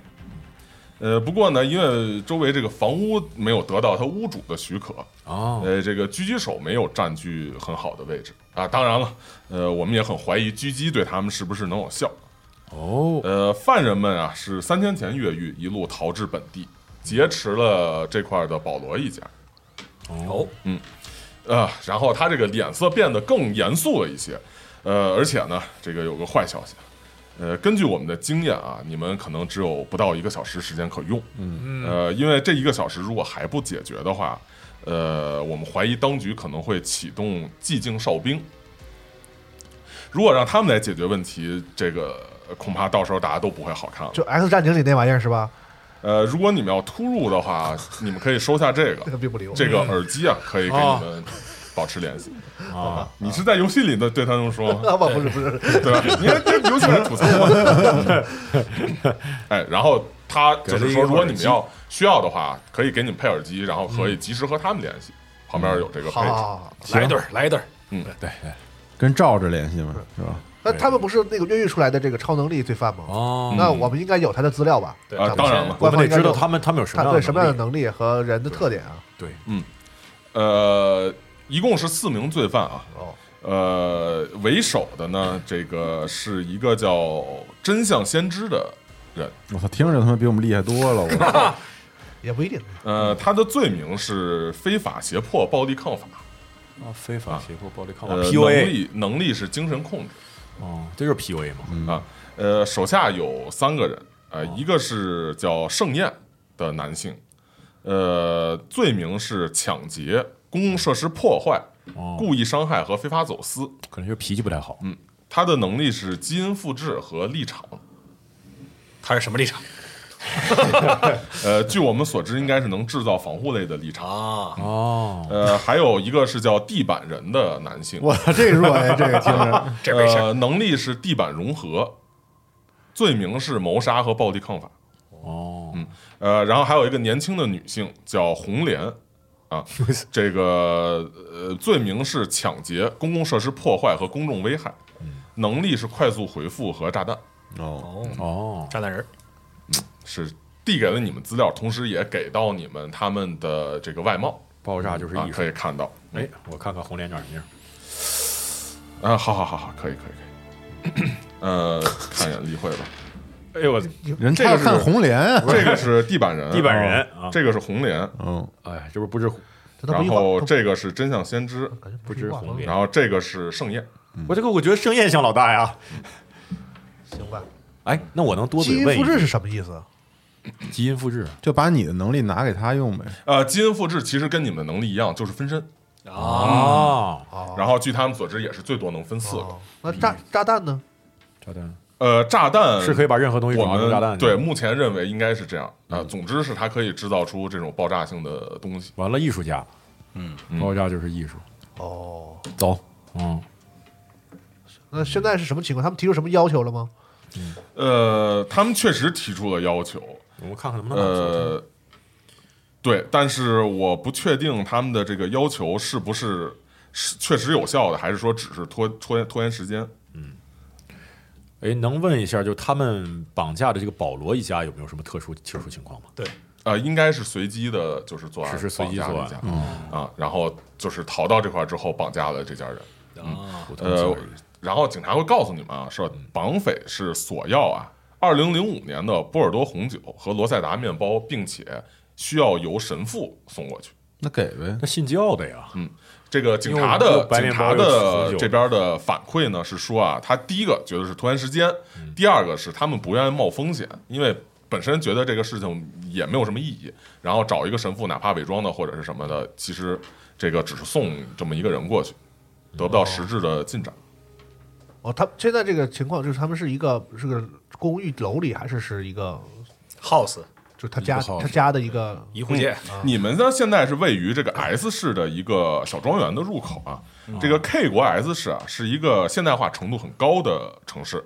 [SPEAKER 3] 呃，不过呢，因为周围这个房屋没有得到他屋主的许可，
[SPEAKER 6] 哦，
[SPEAKER 3] 呃，这个狙击手没有占据很好的位置啊。当然了，呃，我们也很怀疑狙击对他们是不是能有效。
[SPEAKER 6] 哦，
[SPEAKER 3] 呃，犯人们啊是三天前越狱，一路逃至本地，劫持了这块儿的保罗一家。
[SPEAKER 4] 哦，
[SPEAKER 3] 呃，然后他这个脸色变得更严肃了一些，呃，而且呢，这个有个坏消息，呃，根据我们的经验啊，你们可能只有不到一个小时时间可用，嗯，呃，因为这一个小时如果还不解决的话，呃，我们怀疑当局可能会启动寂静哨兵，如果让他们来解决问题，这个恐怕到时候大家都不会好看了。
[SPEAKER 1] 就 X 战警里那玩意儿是吧？
[SPEAKER 3] 呃，如果你们要突入的话，你们可以收下这个
[SPEAKER 1] 那，个并不理我。
[SPEAKER 3] 这个耳机啊，可以给你们保持联系啊。你是在游戏里的对他们说吗？
[SPEAKER 1] 啊 不不是不是，
[SPEAKER 3] 对吧？你看这游戏里吐槽嘛。 哎，然后他就是说，如果你们要需要的话，可以给你们配耳机，然后可以及时和他们联系。旁边有这个配
[SPEAKER 1] 嗯好好
[SPEAKER 3] 置，
[SPEAKER 1] 好好。
[SPEAKER 4] 来一对儿，来一对儿，
[SPEAKER 2] 跟罩着联系嘛，是吧？
[SPEAKER 1] 那他们不是那个越狱出来的这个超能力罪犯吗？
[SPEAKER 6] 哦，
[SPEAKER 1] 那我们应该有他的资料吧？
[SPEAKER 4] 对
[SPEAKER 3] 啊
[SPEAKER 1] 咱们
[SPEAKER 3] 当然
[SPEAKER 1] 先
[SPEAKER 3] 了
[SPEAKER 6] 我
[SPEAKER 1] 官
[SPEAKER 6] 们
[SPEAKER 1] 方
[SPEAKER 6] 得
[SPEAKER 1] 应该
[SPEAKER 6] 知道
[SPEAKER 1] 有
[SPEAKER 6] 他们他们有什么
[SPEAKER 1] 他
[SPEAKER 6] 样
[SPEAKER 1] 对
[SPEAKER 6] 的
[SPEAKER 1] 什么样的
[SPEAKER 6] 能力
[SPEAKER 1] 能力和人的特点啊？
[SPEAKER 6] 对，
[SPEAKER 3] 呃，一共是四名罪犯啊。
[SPEAKER 1] 哦，
[SPEAKER 3] 呃，为首的呢，这个是一个叫真相先知的人，
[SPEAKER 2] 我操，听着他妈比我们厉害多了，我
[SPEAKER 1] 也不一定。
[SPEAKER 3] 呃，他的罪名是非法胁迫、暴力抗法，
[SPEAKER 6] 啊，非法胁迫、暴力抗
[SPEAKER 1] 哦
[SPEAKER 3] 呃，能
[SPEAKER 6] PUA
[SPEAKER 3] 力能力是精神控制
[SPEAKER 6] 哦，这就是 PUA 嘛，
[SPEAKER 3] 啊。呃，手下有三个人，呃，一个是叫盛宴的男性，呃，罪名是抢劫、公共设施破坏、故意伤害和非法走私。
[SPEAKER 6] 可能就是脾气不太好。
[SPEAKER 3] 他的能力是基因复制和立场。
[SPEAKER 4] 他是什么立场
[SPEAKER 3] 呃，据我们所知，应该是能制造防护类的立场。
[SPEAKER 4] 啊？
[SPEAKER 6] 哦，
[SPEAKER 3] 呃，还有一个是叫地板人的男性，
[SPEAKER 2] 我操，这弱哎，这个听着，
[SPEAKER 4] 这没事儿，
[SPEAKER 3] 呃，能力是地板融合，罪名是谋杀和暴力抗法。
[SPEAKER 6] 哦，
[SPEAKER 3] 呃，然后还有一个年轻的女性叫红莲， 啊，这个呃罪名是抢劫、公共设施破坏和公众危害，
[SPEAKER 6] 嗯
[SPEAKER 3] 能力是快速回复和炸弹，
[SPEAKER 2] 哦，
[SPEAKER 6] 哦，
[SPEAKER 4] 炸弹人儿，
[SPEAKER 3] 是递给了你们资料，同时也给到你们他们的这个外貌
[SPEAKER 6] 爆炸就是
[SPEAKER 3] 啊
[SPEAKER 6] 艺，术
[SPEAKER 3] 可。以看到。
[SPEAKER 6] 哎，我看看红脸长什么样。
[SPEAKER 3] 啊，好好好好，可以可以可以。 呃，看一眼例会 吧，
[SPEAKER 6] 哎呦我
[SPEAKER 2] 人
[SPEAKER 3] 这个
[SPEAKER 2] 他
[SPEAKER 3] 是
[SPEAKER 2] 看红莲啊，
[SPEAKER 3] 这个是地板人，
[SPEAKER 6] 地板人啊，
[SPEAKER 3] 这个是红莲，
[SPEAKER 2] 嗯，
[SPEAKER 6] 哎，这不不是
[SPEAKER 1] 这他不
[SPEAKER 3] 然
[SPEAKER 1] 一块
[SPEAKER 3] 后这个是真相先知，
[SPEAKER 1] 感觉
[SPEAKER 6] 不
[SPEAKER 1] 一
[SPEAKER 6] 知
[SPEAKER 1] 块
[SPEAKER 6] 红脸，
[SPEAKER 3] 然后这个是盛宴。
[SPEAKER 6] 我这个我觉得盛宴像老大呀。
[SPEAKER 1] 行吧？
[SPEAKER 6] 哎，那我能多
[SPEAKER 1] 基
[SPEAKER 6] 嘴
[SPEAKER 1] 因
[SPEAKER 6] 问
[SPEAKER 1] 复
[SPEAKER 6] 一
[SPEAKER 1] 制
[SPEAKER 6] 句，
[SPEAKER 1] 是什么意思？啊
[SPEAKER 6] 基因复制
[SPEAKER 2] 就把你的能力拿给他用呗。
[SPEAKER 3] 呃，基因复制其实跟你们的能力一样，就是分身。
[SPEAKER 6] 啊，
[SPEAKER 1] 哦
[SPEAKER 3] 然后据他们所知，也是最多能分四个
[SPEAKER 1] 哦。那炸炸弹呢？
[SPEAKER 6] 炸弹
[SPEAKER 3] 呃，炸弹
[SPEAKER 6] 是可以把任何东西
[SPEAKER 3] 我
[SPEAKER 6] 转化成炸
[SPEAKER 3] 们
[SPEAKER 6] 弹。嗯
[SPEAKER 3] 对，目前认为应该是这样。呃，总之是它可以制造出这种爆炸性的东西。
[SPEAKER 6] 完了，艺术家，嗯，爆炸就是艺术。
[SPEAKER 1] 哦，
[SPEAKER 2] 走，
[SPEAKER 6] 嗯，
[SPEAKER 1] 那现在是什么情况？他们提出什么要求了吗？
[SPEAKER 3] 呃，他们确实提出了要求，
[SPEAKER 6] 我们看看能不能把它做成
[SPEAKER 3] 呃，对，但是我不确定他们的这个要求是不是是确实有效的，还是说只是拖拖延拖延时间。
[SPEAKER 6] 哎，能问一下，就他们绑架的这个保罗一家有没有什么特殊特殊情况吗？
[SPEAKER 4] 对，
[SPEAKER 3] 呃，应该是随机的，就是作案，
[SPEAKER 6] 只是随机
[SPEAKER 3] 绑架
[SPEAKER 6] 作
[SPEAKER 3] 了一
[SPEAKER 6] 案嗯
[SPEAKER 3] 家啊，然后就是逃到这块儿之后绑架了这家人。
[SPEAKER 4] 啊，
[SPEAKER 6] 普通嗯小
[SPEAKER 3] 呃
[SPEAKER 6] 人，
[SPEAKER 3] 然后警察会告诉你们啊，说绑匪是索要啊，二零零五年的波尔多红酒和罗塞达面包，并且需要由神父送过去。
[SPEAKER 2] 那给呗，
[SPEAKER 6] 那信教的呀，
[SPEAKER 3] 这个警察
[SPEAKER 6] 因为我
[SPEAKER 3] 的
[SPEAKER 6] 白
[SPEAKER 3] 警
[SPEAKER 6] 面
[SPEAKER 3] 察
[SPEAKER 6] 包有
[SPEAKER 3] 的
[SPEAKER 6] 持久
[SPEAKER 3] 这边的反馈呢是说啊，他第一个觉得是拖延时间，
[SPEAKER 6] 嗯
[SPEAKER 3] 第二个是他们不愿意冒风险，因为本身觉得这个事情也没有什么意义，然后找一个神父，哪怕伪装的或者是什么的，其实这个只是送这么一个人过去，得不到实质的进展。
[SPEAKER 1] 哦，他现在这个情况就是他们是一个是个公寓楼里，还是是一个
[SPEAKER 4] house
[SPEAKER 1] 就是他家
[SPEAKER 2] 一个 house
[SPEAKER 1] 他家的一个
[SPEAKER 4] 一户
[SPEAKER 6] 嗯
[SPEAKER 4] 建，
[SPEAKER 3] 嗯你们呢现在是位于这个 S 市的一个小庄园的入口啊。这个 K 国 S 市啊，是一个现代化程度很高的城市。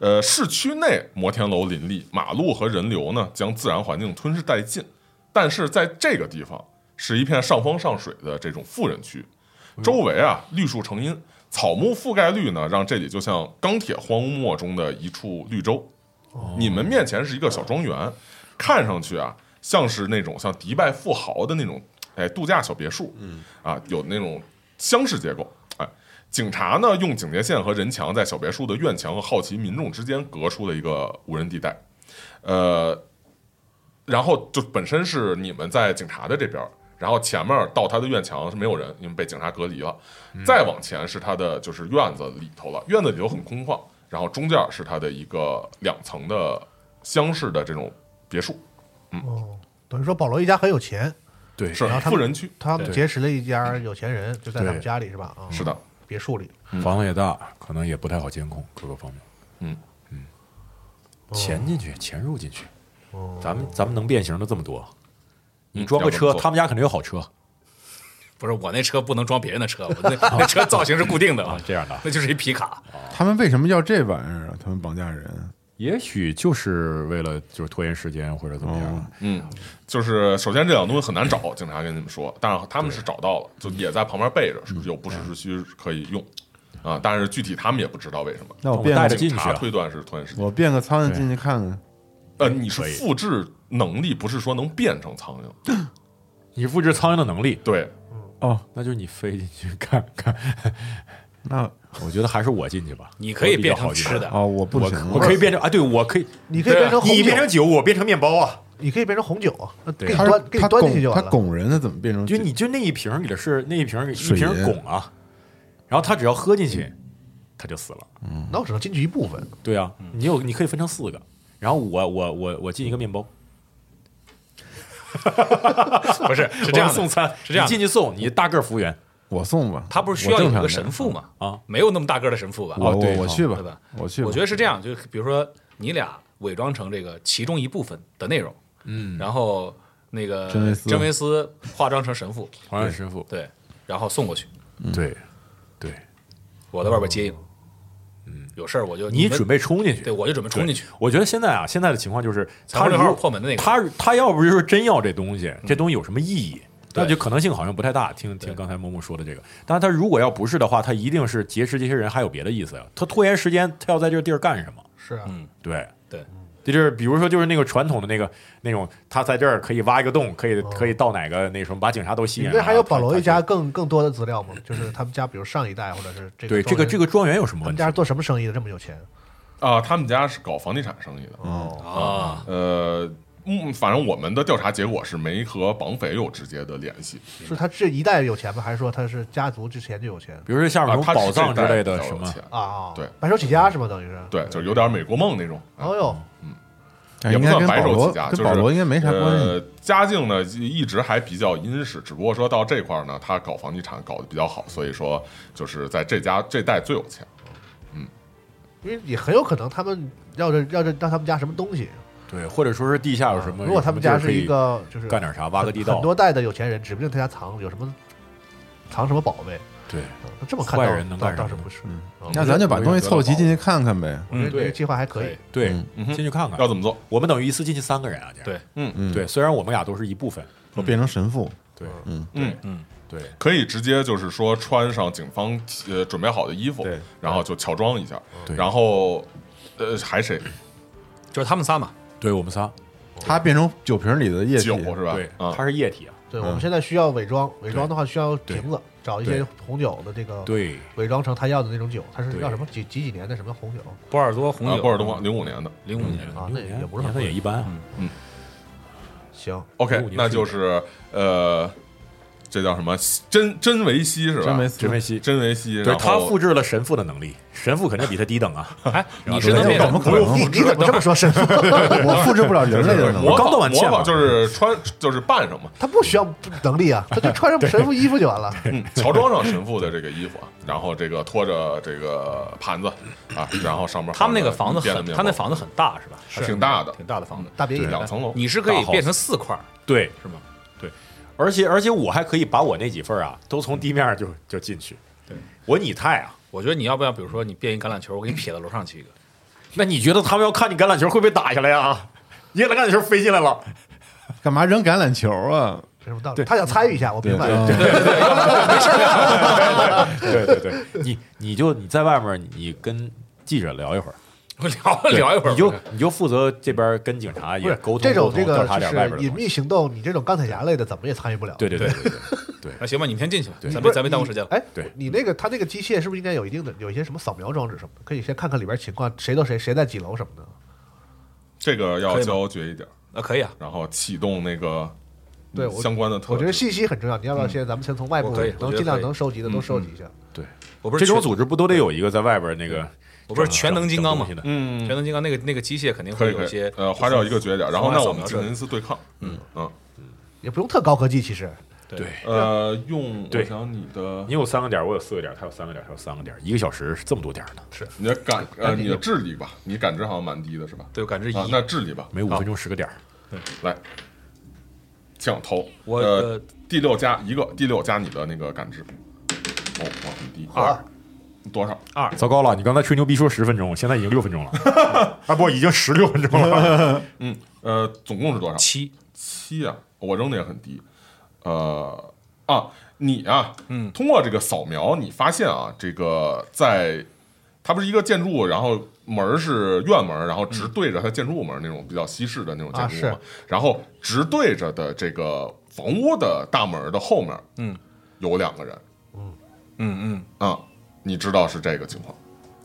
[SPEAKER 3] 呃，市区内摩天楼林立，马路和人流呢将自然环境吞噬殆尽。但是在这个地方，是一片上风上水的这种富人区，周围啊绿树成荫，草木覆盖率呢让这里就像钢铁荒漠中的一处绿洲。你们面前是一个小庄园，看上去啊像是那种像迪拜富豪的那种哎度假小别墅，嗯啊有那种厢式结构，哎，警察呢用警戒线和人墙在小别墅的院墙和好奇民众之间隔出了一个无人地带，呃，然后就本身是你们在警察的这边儿。然后前面到他的院墙是没有人，因为被警察隔离了。再往前是他的就是院子里头了，院子里头很空旷。然后中间是他的一个两层的厢式的这种别墅，
[SPEAKER 1] 哦，等于说保罗一家很有钱，
[SPEAKER 2] 对
[SPEAKER 3] 是
[SPEAKER 1] 然后他
[SPEAKER 3] 富
[SPEAKER 1] 们
[SPEAKER 3] 人区，
[SPEAKER 1] 他们结识了一家有钱人，就在他们
[SPEAKER 6] 对
[SPEAKER 1] 家里是吧？啊，
[SPEAKER 3] 是的，
[SPEAKER 1] 别墅里。
[SPEAKER 6] 房子也大，可能也不太好监控各个方面。
[SPEAKER 3] 嗯
[SPEAKER 2] 哦
[SPEAKER 6] 嗯，潜进去，潜入进去，咱们咱们能变形的这么多，你
[SPEAKER 3] 嗯
[SPEAKER 6] 装个
[SPEAKER 3] 要
[SPEAKER 6] 车，
[SPEAKER 3] 不然不错
[SPEAKER 6] 他们家肯定有好车
[SPEAKER 4] 不是我那车不能装别人的车，我那 那车造型是固定的
[SPEAKER 6] 啊，这样的。
[SPEAKER 4] 那就是一皮卡。
[SPEAKER 2] 他们为什么要这玩意儿啊？他们绑架人，
[SPEAKER 6] 也许就是为了就是拖延时间或者怎么
[SPEAKER 2] 哦
[SPEAKER 6] 样，
[SPEAKER 3] 嗯，就是首先这两东西很难
[SPEAKER 6] 嗯
[SPEAKER 3] 找，警察跟你们说，但是他们是找到了，就也在旁边备着，
[SPEAKER 6] 嗯
[SPEAKER 3] 是不是有不时之需可以用啊？但是具体他们也不知道为什么。
[SPEAKER 2] 那我
[SPEAKER 6] 我
[SPEAKER 2] 变
[SPEAKER 6] 带
[SPEAKER 2] 个
[SPEAKER 6] 着进
[SPEAKER 3] 警
[SPEAKER 6] 去啊
[SPEAKER 3] 察推断是拖延时间，
[SPEAKER 2] 我变个苍蝇进去看看，
[SPEAKER 3] 呃，你是
[SPEAKER 6] 可以
[SPEAKER 3] 复制能力，不是说能变成苍蝇。
[SPEAKER 6] 你复制苍蝇的能力，
[SPEAKER 3] 对，
[SPEAKER 2] 哦
[SPEAKER 6] 那就是你飞进去看看。
[SPEAKER 2] 那
[SPEAKER 6] 我觉得还是我进去吧，
[SPEAKER 4] 你可
[SPEAKER 6] 我
[SPEAKER 4] 以
[SPEAKER 6] 比较
[SPEAKER 4] 变成
[SPEAKER 6] 好进去
[SPEAKER 4] 吃的
[SPEAKER 2] 哦，我不
[SPEAKER 6] 我
[SPEAKER 2] 行
[SPEAKER 6] 我
[SPEAKER 2] 了。
[SPEAKER 6] 可以变成啊，对我可以，
[SPEAKER 1] 你可以变成红
[SPEAKER 6] 你
[SPEAKER 1] 酒
[SPEAKER 6] 变，成酒，我变成面包啊。
[SPEAKER 1] 你可以变成红酒啊，那给你
[SPEAKER 2] 他
[SPEAKER 1] 端给你
[SPEAKER 2] 他
[SPEAKER 1] 端进去
[SPEAKER 2] 拱
[SPEAKER 1] 就
[SPEAKER 2] 他
[SPEAKER 1] 完了。
[SPEAKER 2] 拱人，他怎么变
[SPEAKER 4] 嗯
[SPEAKER 2] 成
[SPEAKER 6] 就你就那一瓶里的是那一瓶儿一
[SPEAKER 2] 水
[SPEAKER 6] 瓶
[SPEAKER 2] 银
[SPEAKER 6] 汞啊，然后他只要喝进去，他就死了。
[SPEAKER 1] 那我只能进去一部分。
[SPEAKER 6] 对啊，你有你可以分成四个，然后我我我我进一个面包，
[SPEAKER 4] 不是是
[SPEAKER 6] 是
[SPEAKER 4] 这样的
[SPEAKER 6] 送餐，
[SPEAKER 4] 是这样
[SPEAKER 6] 你
[SPEAKER 4] 的。
[SPEAKER 6] 进去送，你大个儿服务员
[SPEAKER 2] 我送吧？
[SPEAKER 4] 他不是需要有一
[SPEAKER 2] 我正
[SPEAKER 4] 个
[SPEAKER 2] 常
[SPEAKER 4] 神父吗？
[SPEAKER 6] 啊，
[SPEAKER 4] 没有那么大个儿的神父吧？
[SPEAKER 2] 我
[SPEAKER 6] 哦对
[SPEAKER 2] 我我去吧，
[SPEAKER 4] 对吧
[SPEAKER 2] 我去吧。
[SPEAKER 4] 我觉得是这样，就比如说你俩伪装成这个其中一部分的内容，嗯，然后那个
[SPEAKER 2] 真维斯
[SPEAKER 4] 真维斯化妆成神父，
[SPEAKER 6] 黄山师傅，
[SPEAKER 4] 对，嗯然后送过去，
[SPEAKER 6] 对对，
[SPEAKER 4] 我在外边接应，嗯，有事儿我就
[SPEAKER 6] 你
[SPEAKER 4] 们
[SPEAKER 6] 准备冲进去
[SPEAKER 4] 对，我就准备冲进去，
[SPEAKER 6] 我觉得现在啊，现在的情况就是他
[SPEAKER 4] 他
[SPEAKER 6] 如
[SPEAKER 4] 六号破门的那个，嗯
[SPEAKER 6] 他他要不就是真要这东西，这东西有什么意义？
[SPEAKER 4] 对
[SPEAKER 6] 那就可能性好像不太大。听听刚才默默说的这个，但是他如果要不是的话，他一定是劫持这些人还有别的意思呀。啊他拖延时间，他要在这个地儿干什么？
[SPEAKER 1] 是啊，
[SPEAKER 6] 对
[SPEAKER 4] 对，
[SPEAKER 6] 这就是比如说就是那个传统的那个那种，他在这儿可以挖一个洞，可以可以到哪个那什么，把警察都吸
[SPEAKER 1] 你
[SPEAKER 6] 引。
[SPEAKER 1] 哦那还有
[SPEAKER 6] 然后
[SPEAKER 1] 保罗一
[SPEAKER 6] 他
[SPEAKER 1] 家更更多的资料吗？就是他们家，比如上一代或者是
[SPEAKER 6] 他
[SPEAKER 1] 这个
[SPEAKER 6] 对这个这
[SPEAKER 1] 个，
[SPEAKER 6] 个庄园有什么
[SPEAKER 1] 他
[SPEAKER 6] 问
[SPEAKER 1] 们
[SPEAKER 6] 题
[SPEAKER 1] 家？是做什么生意的这么有钱？
[SPEAKER 3] 啊，他们家是搞房地产生意的，
[SPEAKER 4] 啊啊，
[SPEAKER 3] 呃，嗯，反正我们的调查结果是没和绑匪有直接的联系，
[SPEAKER 1] 是他这一代有钱吗？还是说他是家族之前就有钱
[SPEAKER 6] 比如说像
[SPEAKER 3] 啊
[SPEAKER 6] 什，么
[SPEAKER 3] 他是
[SPEAKER 6] 宝藏
[SPEAKER 3] 这
[SPEAKER 6] 之
[SPEAKER 3] 代
[SPEAKER 6] 类
[SPEAKER 3] 比
[SPEAKER 6] 的
[SPEAKER 3] 较有
[SPEAKER 6] 什么，
[SPEAKER 3] 钱
[SPEAKER 1] 啊？
[SPEAKER 3] 对
[SPEAKER 1] 白手起家是吗？等于是。
[SPEAKER 3] 对，就是有点美国梦那种，
[SPEAKER 1] 哦
[SPEAKER 6] 嗯
[SPEAKER 1] 呦，
[SPEAKER 2] 哎
[SPEAKER 3] 也
[SPEAKER 2] 应
[SPEAKER 3] 不
[SPEAKER 2] 该
[SPEAKER 3] 算
[SPEAKER 2] 跟
[SPEAKER 3] 白
[SPEAKER 2] 保
[SPEAKER 3] 手
[SPEAKER 2] 罗
[SPEAKER 3] 起家，就
[SPEAKER 2] 跟
[SPEAKER 3] 是
[SPEAKER 2] 保罗应该没啥关系。
[SPEAKER 3] 呃，家境呢一直还比较殷实，只不过说到这块儿呢，他搞房地产搞得比较好，所以说就是在这家这代最有钱。
[SPEAKER 1] 因为也很有可能他们要这要这让他们家什么东西。啊
[SPEAKER 6] 对，或者说是地下有什么？
[SPEAKER 1] 如果他们家
[SPEAKER 6] 有什么
[SPEAKER 1] 是
[SPEAKER 6] 地儿可以
[SPEAKER 1] 一个就是
[SPEAKER 6] 干点啥，挖个地道
[SPEAKER 1] 很，多代的有钱人，指不定他家藏有什么藏什么宝贝。
[SPEAKER 6] 对，
[SPEAKER 1] 嗯那这么看倒，
[SPEAKER 6] 坏人能
[SPEAKER 1] 倒
[SPEAKER 6] 干什
[SPEAKER 1] 倒
[SPEAKER 6] 么嗯
[SPEAKER 1] 是不是？嗯
[SPEAKER 2] 那咱就把东西凑齐进去看看呗。
[SPEAKER 1] 我觉得这
[SPEAKER 6] 对
[SPEAKER 1] 个计划还可以
[SPEAKER 4] 对。
[SPEAKER 6] 对，
[SPEAKER 3] 嗯
[SPEAKER 6] 进去看看
[SPEAKER 3] 要。怎么做？
[SPEAKER 6] 我们等于一次进去三个人啊，这样
[SPEAKER 4] 对
[SPEAKER 2] 嗯，
[SPEAKER 6] 对，，虽然我们俩都是一部分，
[SPEAKER 2] 我变成神父，
[SPEAKER 6] 对
[SPEAKER 3] 嗯，
[SPEAKER 6] 对，
[SPEAKER 3] 可以直接就是说穿上警方呃准备好的衣服
[SPEAKER 2] 对，
[SPEAKER 3] 然后就乔装一下，
[SPEAKER 6] 对
[SPEAKER 3] 然后呃还谁
[SPEAKER 4] 就是他们仨嘛，
[SPEAKER 6] 对我们仨，
[SPEAKER 2] 他变成酒瓶里的液体
[SPEAKER 3] 嗯酒，是吧
[SPEAKER 6] 对，？
[SPEAKER 3] 啊
[SPEAKER 6] 它，是液体啊，
[SPEAKER 1] 对，我们现在需要伪装，伪装的话需要
[SPEAKER 6] 对
[SPEAKER 1] 瓶子，找一些红酒的这个，
[SPEAKER 6] 对，
[SPEAKER 1] 伪装成他要的那种酒，他是
[SPEAKER 6] 对
[SPEAKER 1] 要什么几几几年的什么红酒
[SPEAKER 4] 波尔多红
[SPEAKER 3] 啊
[SPEAKER 4] 酒，
[SPEAKER 3] 波尔多零五年的，
[SPEAKER 4] 零五年的
[SPEAKER 1] 啊？那也不
[SPEAKER 6] 年
[SPEAKER 1] 是很
[SPEAKER 6] 份也
[SPEAKER 1] 贵，
[SPEAKER 6] 一般啊，
[SPEAKER 3] 嗯，
[SPEAKER 1] 行，
[SPEAKER 3] OK，那就是呃，这叫什么？真真维西是吧？
[SPEAKER 2] 真维
[SPEAKER 6] 真梅西，
[SPEAKER 3] 真维西，
[SPEAKER 6] 对
[SPEAKER 3] 然
[SPEAKER 6] 他
[SPEAKER 3] 后
[SPEAKER 6] 复制了神父的能力，神父肯定比他低等 啊。
[SPEAKER 4] 哎，你是能变
[SPEAKER 2] 怎
[SPEAKER 4] 成
[SPEAKER 2] 么可能？
[SPEAKER 1] 你你怎么这么说神父？
[SPEAKER 2] 我复制不了人类的能力
[SPEAKER 3] 模。
[SPEAKER 6] 刚
[SPEAKER 3] 仿
[SPEAKER 6] 到晚
[SPEAKER 3] 模
[SPEAKER 6] 倩嘛
[SPEAKER 3] 仿就是穿就是扮上嘛，
[SPEAKER 1] 他不需要能力啊，他就穿上神父衣服就完了。
[SPEAKER 3] 嗯，乔装上神父的这个衣服啊，然后这个拖着这个盘子啊，然后上面
[SPEAKER 4] 他们那个
[SPEAKER 3] 放
[SPEAKER 4] 房
[SPEAKER 3] 着
[SPEAKER 4] 子
[SPEAKER 3] 一边的
[SPEAKER 4] 很，
[SPEAKER 3] 面
[SPEAKER 4] 他那
[SPEAKER 3] 包
[SPEAKER 4] 房子很大是吧？
[SPEAKER 3] 是挺大的
[SPEAKER 4] 挺大的房子。
[SPEAKER 1] 大别野，
[SPEAKER 3] 两层楼，
[SPEAKER 4] 你是可
[SPEAKER 6] 大
[SPEAKER 4] 以
[SPEAKER 6] house
[SPEAKER 4] 变成四块儿，
[SPEAKER 6] 对，
[SPEAKER 4] 是吗？
[SPEAKER 6] 而且而且我还可以把我那几份儿啊，都从地面儿就就进去。
[SPEAKER 4] 对，
[SPEAKER 6] 我拟态啊。
[SPEAKER 4] 我觉得你要不要，比如说你变一橄榄球，我给你撇到楼上去一个，
[SPEAKER 6] 那你觉得他们要看你橄榄球会被打下来啊？你橄榄球飞进来了，
[SPEAKER 2] 干嘛扔橄榄球啊？
[SPEAKER 1] 什么道理？他想参与一下，我明白。
[SPEAKER 6] 对对对，你你就你在外面儿，你跟记者聊一会儿，
[SPEAKER 4] 我聊聊一会儿。
[SPEAKER 6] 你就你就负责这边儿跟警察
[SPEAKER 1] 不
[SPEAKER 6] 也
[SPEAKER 1] 是
[SPEAKER 6] 沟通，
[SPEAKER 1] 这种
[SPEAKER 6] 沟通
[SPEAKER 1] 这
[SPEAKER 6] 调
[SPEAKER 1] 个
[SPEAKER 6] 查点外边
[SPEAKER 1] 就
[SPEAKER 6] 儿
[SPEAKER 1] 是
[SPEAKER 6] 的
[SPEAKER 1] 隐
[SPEAKER 6] 东西。
[SPEAKER 1] 秘行动，你这种钢铁侠类的怎么也参与不了。
[SPEAKER 6] 对对对对对，
[SPEAKER 4] 那行吧，你先进去吧，咱
[SPEAKER 1] 不
[SPEAKER 4] 别
[SPEAKER 1] 是，
[SPEAKER 4] 咱别耽误时间了。
[SPEAKER 1] 你哎，
[SPEAKER 6] 对
[SPEAKER 1] 你那个他那个机械是不是应该有一定的有一些什么扫描装置什么的？可以先看看里边情况，谁到谁谁在几楼什么的。
[SPEAKER 3] 这个
[SPEAKER 4] 可
[SPEAKER 3] 要
[SPEAKER 4] 以吗
[SPEAKER 3] 胶决一点，
[SPEAKER 4] 啊，可以啊，
[SPEAKER 3] 然后启动那个
[SPEAKER 1] 对我
[SPEAKER 3] 相关的
[SPEAKER 1] 我
[SPEAKER 3] 特
[SPEAKER 1] 觉得
[SPEAKER 3] 质。
[SPEAKER 1] 信息很重要，你要不要先咱们先从外部
[SPEAKER 4] 我可以我觉
[SPEAKER 1] 能
[SPEAKER 4] 得
[SPEAKER 1] 尽量
[SPEAKER 4] 可以嗯
[SPEAKER 1] 能收集的都收集一下？
[SPEAKER 4] 我不是
[SPEAKER 6] 这种
[SPEAKER 4] 全
[SPEAKER 6] 组织不都得有一个在外边儿那个？
[SPEAKER 4] 我不是全能金刚嘛
[SPEAKER 6] 整东西的
[SPEAKER 3] 嗯
[SPEAKER 4] 全，能金刚那个那个机械肯定
[SPEAKER 3] 可
[SPEAKER 4] 会
[SPEAKER 3] 以可
[SPEAKER 4] 有一
[SPEAKER 3] 以
[SPEAKER 4] 些，
[SPEAKER 3] 呃，花掉一个绝点，然后那我
[SPEAKER 4] 从
[SPEAKER 3] 们
[SPEAKER 4] 外扫
[SPEAKER 3] 进
[SPEAKER 4] 描
[SPEAKER 3] 行一次对抗。嗯嗯，
[SPEAKER 1] 也不用特高科技，其实
[SPEAKER 4] 对
[SPEAKER 3] 呃，用我
[SPEAKER 6] 对
[SPEAKER 3] 想你的
[SPEAKER 6] 你有三个点儿，我有四个点儿，他有三个点儿，他有三个点儿，一个小时是这么多点儿呢，
[SPEAKER 3] 你的感呃
[SPEAKER 1] 赶紧
[SPEAKER 3] 你的
[SPEAKER 1] 用
[SPEAKER 3] 智力吧，你感知好像蛮低的是吧？
[SPEAKER 4] 对我感知一
[SPEAKER 3] 啊，那智力吧，
[SPEAKER 6] 每五分钟十个点儿。
[SPEAKER 3] 来，抢头，
[SPEAKER 4] 我
[SPEAKER 3] 呃
[SPEAKER 4] 呃
[SPEAKER 3] 第六加一个，第六加你的那个感知，哦，哇，很低，二多少？
[SPEAKER 6] 糟糕了，你刚才吹牛逼说十分钟，现在已经六分 钟了，啊不，已经十六分钟了。
[SPEAKER 3] 嗯，呃，总共是多少？
[SPEAKER 4] 七，
[SPEAKER 3] 七啊，我扔的也很低，呃啊，你啊，嗯，通过这个扫描，你发现啊，这个在它不是一个建筑，然后门儿是院门儿，然后
[SPEAKER 4] 嗯
[SPEAKER 3] 直对着它建筑门儿那种比较西式的那种建筑物嘛，
[SPEAKER 1] 啊
[SPEAKER 3] 然后直对着的这个房屋的大门儿的后面，
[SPEAKER 4] 嗯，
[SPEAKER 3] 有两个人，
[SPEAKER 4] 嗯嗯，
[SPEAKER 3] 啊、你知道是这个情况，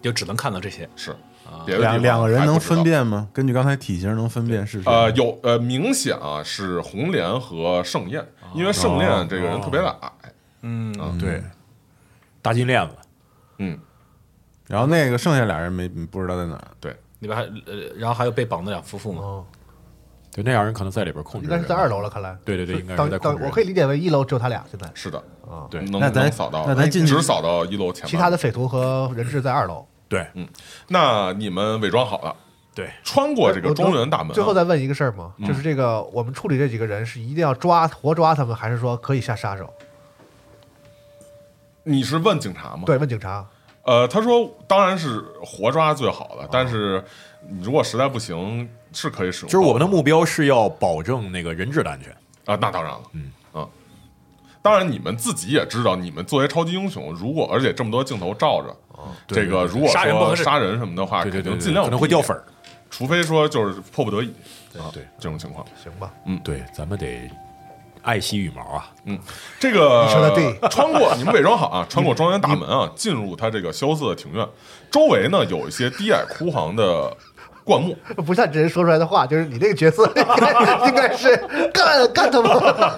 [SPEAKER 4] 就只能看到这些。
[SPEAKER 3] 是
[SPEAKER 4] 啊
[SPEAKER 3] 别的
[SPEAKER 2] 两
[SPEAKER 3] 地方
[SPEAKER 2] 两个人
[SPEAKER 3] 还不
[SPEAKER 2] 能
[SPEAKER 3] 知道
[SPEAKER 2] 分？辨吗？根据刚才体型能分辨是谁？
[SPEAKER 3] 呃，有呃，明显啊是红莲和盛宴，因为
[SPEAKER 1] 哦
[SPEAKER 3] 盛宴这个人特别的矮，
[SPEAKER 6] 对，大金链子，
[SPEAKER 3] 嗯，
[SPEAKER 2] 然后那个剩下俩人没不知道在哪儿。
[SPEAKER 3] 对，
[SPEAKER 4] 里边还呃，然后还有被绑的俩夫妇嘛，
[SPEAKER 6] 对，那两人可能在里边控制
[SPEAKER 1] 哦应
[SPEAKER 6] 着。
[SPEAKER 1] 该是在二楼了，看来。
[SPEAKER 6] 对对对应该是
[SPEAKER 1] 当
[SPEAKER 6] 在控
[SPEAKER 1] 当
[SPEAKER 6] 制
[SPEAKER 1] 我可以理解为一楼只有他俩现在，
[SPEAKER 3] 是的，
[SPEAKER 1] 哦
[SPEAKER 6] 对
[SPEAKER 3] 能
[SPEAKER 2] 那咱
[SPEAKER 3] 能扫到，哎
[SPEAKER 2] 那咱进去
[SPEAKER 3] 只扫到一楼前半
[SPEAKER 1] 其他的匪徒和人质在二楼。
[SPEAKER 6] 对
[SPEAKER 3] 嗯那你们伪装好了，
[SPEAKER 6] 对，
[SPEAKER 3] 穿过这个
[SPEAKER 1] 我
[SPEAKER 3] 庄园
[SPEAKER 4] 嗯
[SPEAKER 3] 大门啊，
[SPEAKER 1] 最后再问一个事儿嘛，就是这个我们处理这几个人是一定要抓活抓他们，还是说可以下杀手？
[SPEAKER 4] 嗯
[SPEAKER 3] 你是问警察吗？
[SPEAKER 1] 对，问警察。
[SPEAKER 3] 呃，他说当然是活抓最好
[SPEAKER 1] 哦
[SPEAKER 3] 了，但是你如果实在不行，是可以使用
[SPEAKER 6] 就是
[SPEAKER 3] 刀的，
[SPEAKER 6] 我们的目标是要保证那个人质的安全。
[SPEAKER 3] 嗯啊，那当然了，嗯啊，当然你们自己也知道，你们作为超级英雄，如果而且这么多镜头照着，
[SPEAKER 6] 哦
[SPEAKER 3] 这个如果
[SPEAKER 4] 杀人不合
[SPEAKER 3] 说
[SPEAKER 4] 适
[SPEAKER 3] 杀人什么的话，
[SPEAKER 6] 对对对，
[SPEAKER 3] 肯定
[SPEAKER 6] 对
[SPEAKER 3] 尽量
[SPEAKER 6] 可能会
[SPEAKER 3] 避免
[SPEAKER 6] 掉粉，儿。
[SPEAKER 3] 除非说就是迫不得已，对
[SPEAKER 6] 对
[SPEAKER 3] 这种情况，
[SPEAKER 1] 行吧，
[SPEAKER 6] 对，咱们得爱惜羽毛 啊。
[SPEAKER 3] 这个
[SPEAKER 1] 你说得对
[SPEAKER 3] 穿过你们伪装好啊，穿过庄园大门
[SPEAKER 6] 嗯
[SPEAKER 3] 啊，进入它这个萧瑟的庭院，周围呢有一些低矮枯黄的灌木，
[SPEAKER 1] 不像这人说出来的话，就是你这个角色 应该应该是干干他 们。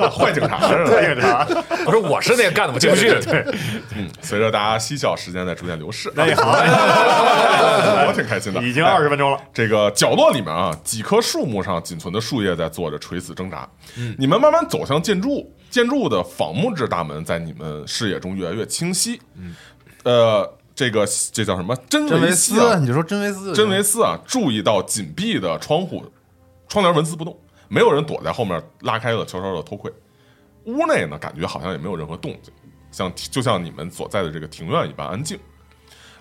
[SPEAKER 3] 坏警察 是吧？
[SPEAKER 4] 我说我是那个干的，我进不去。
[SPEAKER 3] 嗯，随着大家嬉笑，时间在逐渐流逝，
[SPEAKER 6] 那也好，
[SPEAKER 3] 我挺开心的，
[SPEAKER 6] 已经二十分钟了。
[SPEAKER 3] 这个角落里面啊，几棵树木上仅存的树叶在做着垂死挣扎。你们慢慢走向建筑物，建筑物的仿木质大门在你们视野中越来越清晰。嗯，呃，这个这叫什么？真
[SPEAKER 2] 真维
[SPEAKER 3] 斯
[SPEAKER 2] 斯，
[SPEAKER 3] 啊，
[SPEAKER 2] 你就说真维斯，
[SPEAKER 3] 真维斯啊，注意到紧闭的窗户，窗帘纹丝不动，没有人躲在后面拉开了悄悄的偷窥。屋内呢，感觉好像也没有任何动静，像就像你们所在的这个庭院一般安静。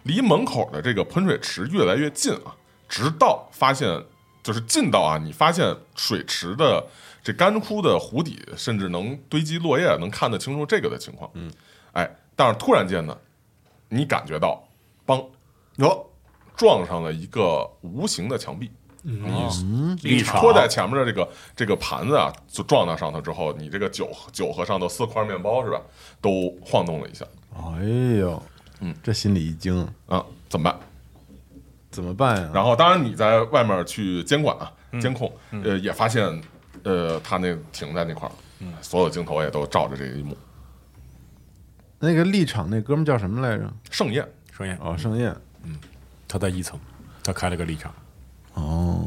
[SPEAKER 3] 离门口的这个喷水池越来越近啊，直到发现就是近到啊，你发现水池的这干枯的湖底，甚至能堆积落叶，能看得清楚这个的情况。嗯，哎，但是突然间呢，你感觉到，梆，
[SPEAKER 2] 哟，
[SPEAKER 3] 撞上了一个无形的墙壁。你
[SPEAKER 6] 嗯立
[SPEAKER 3] 你
[SPEAKER 6] 场
[SPEAKER 3] 哦拖在前面的这个这个盘子啊，就撞到上头之后，你这个酒酒盒上头四块面包是吧，都晃动了一下
[SPEAKER 2] 哎呦，嗯，这心里一惊，
[SPEAKER 3] 啊，怎么办？
[SPEAKER 2] 怎么办呀？
[SPEAKER 3] 然后当然你在外面去监管啊，监控，呃，也发现呃，他那停在那块儿，所有镜头也都照着这一幕。
[SPEAKER 2] 那个立场那哥们叫什么来着？
[SPEAKER 3] 盛宴，
[SPEAKER 6] 盛宴，
[SPEAKER 2] 哦，盛宴。
[SPEAKER 6] 他在一层，他开了个立场，
[SPEAKER 2] 哦，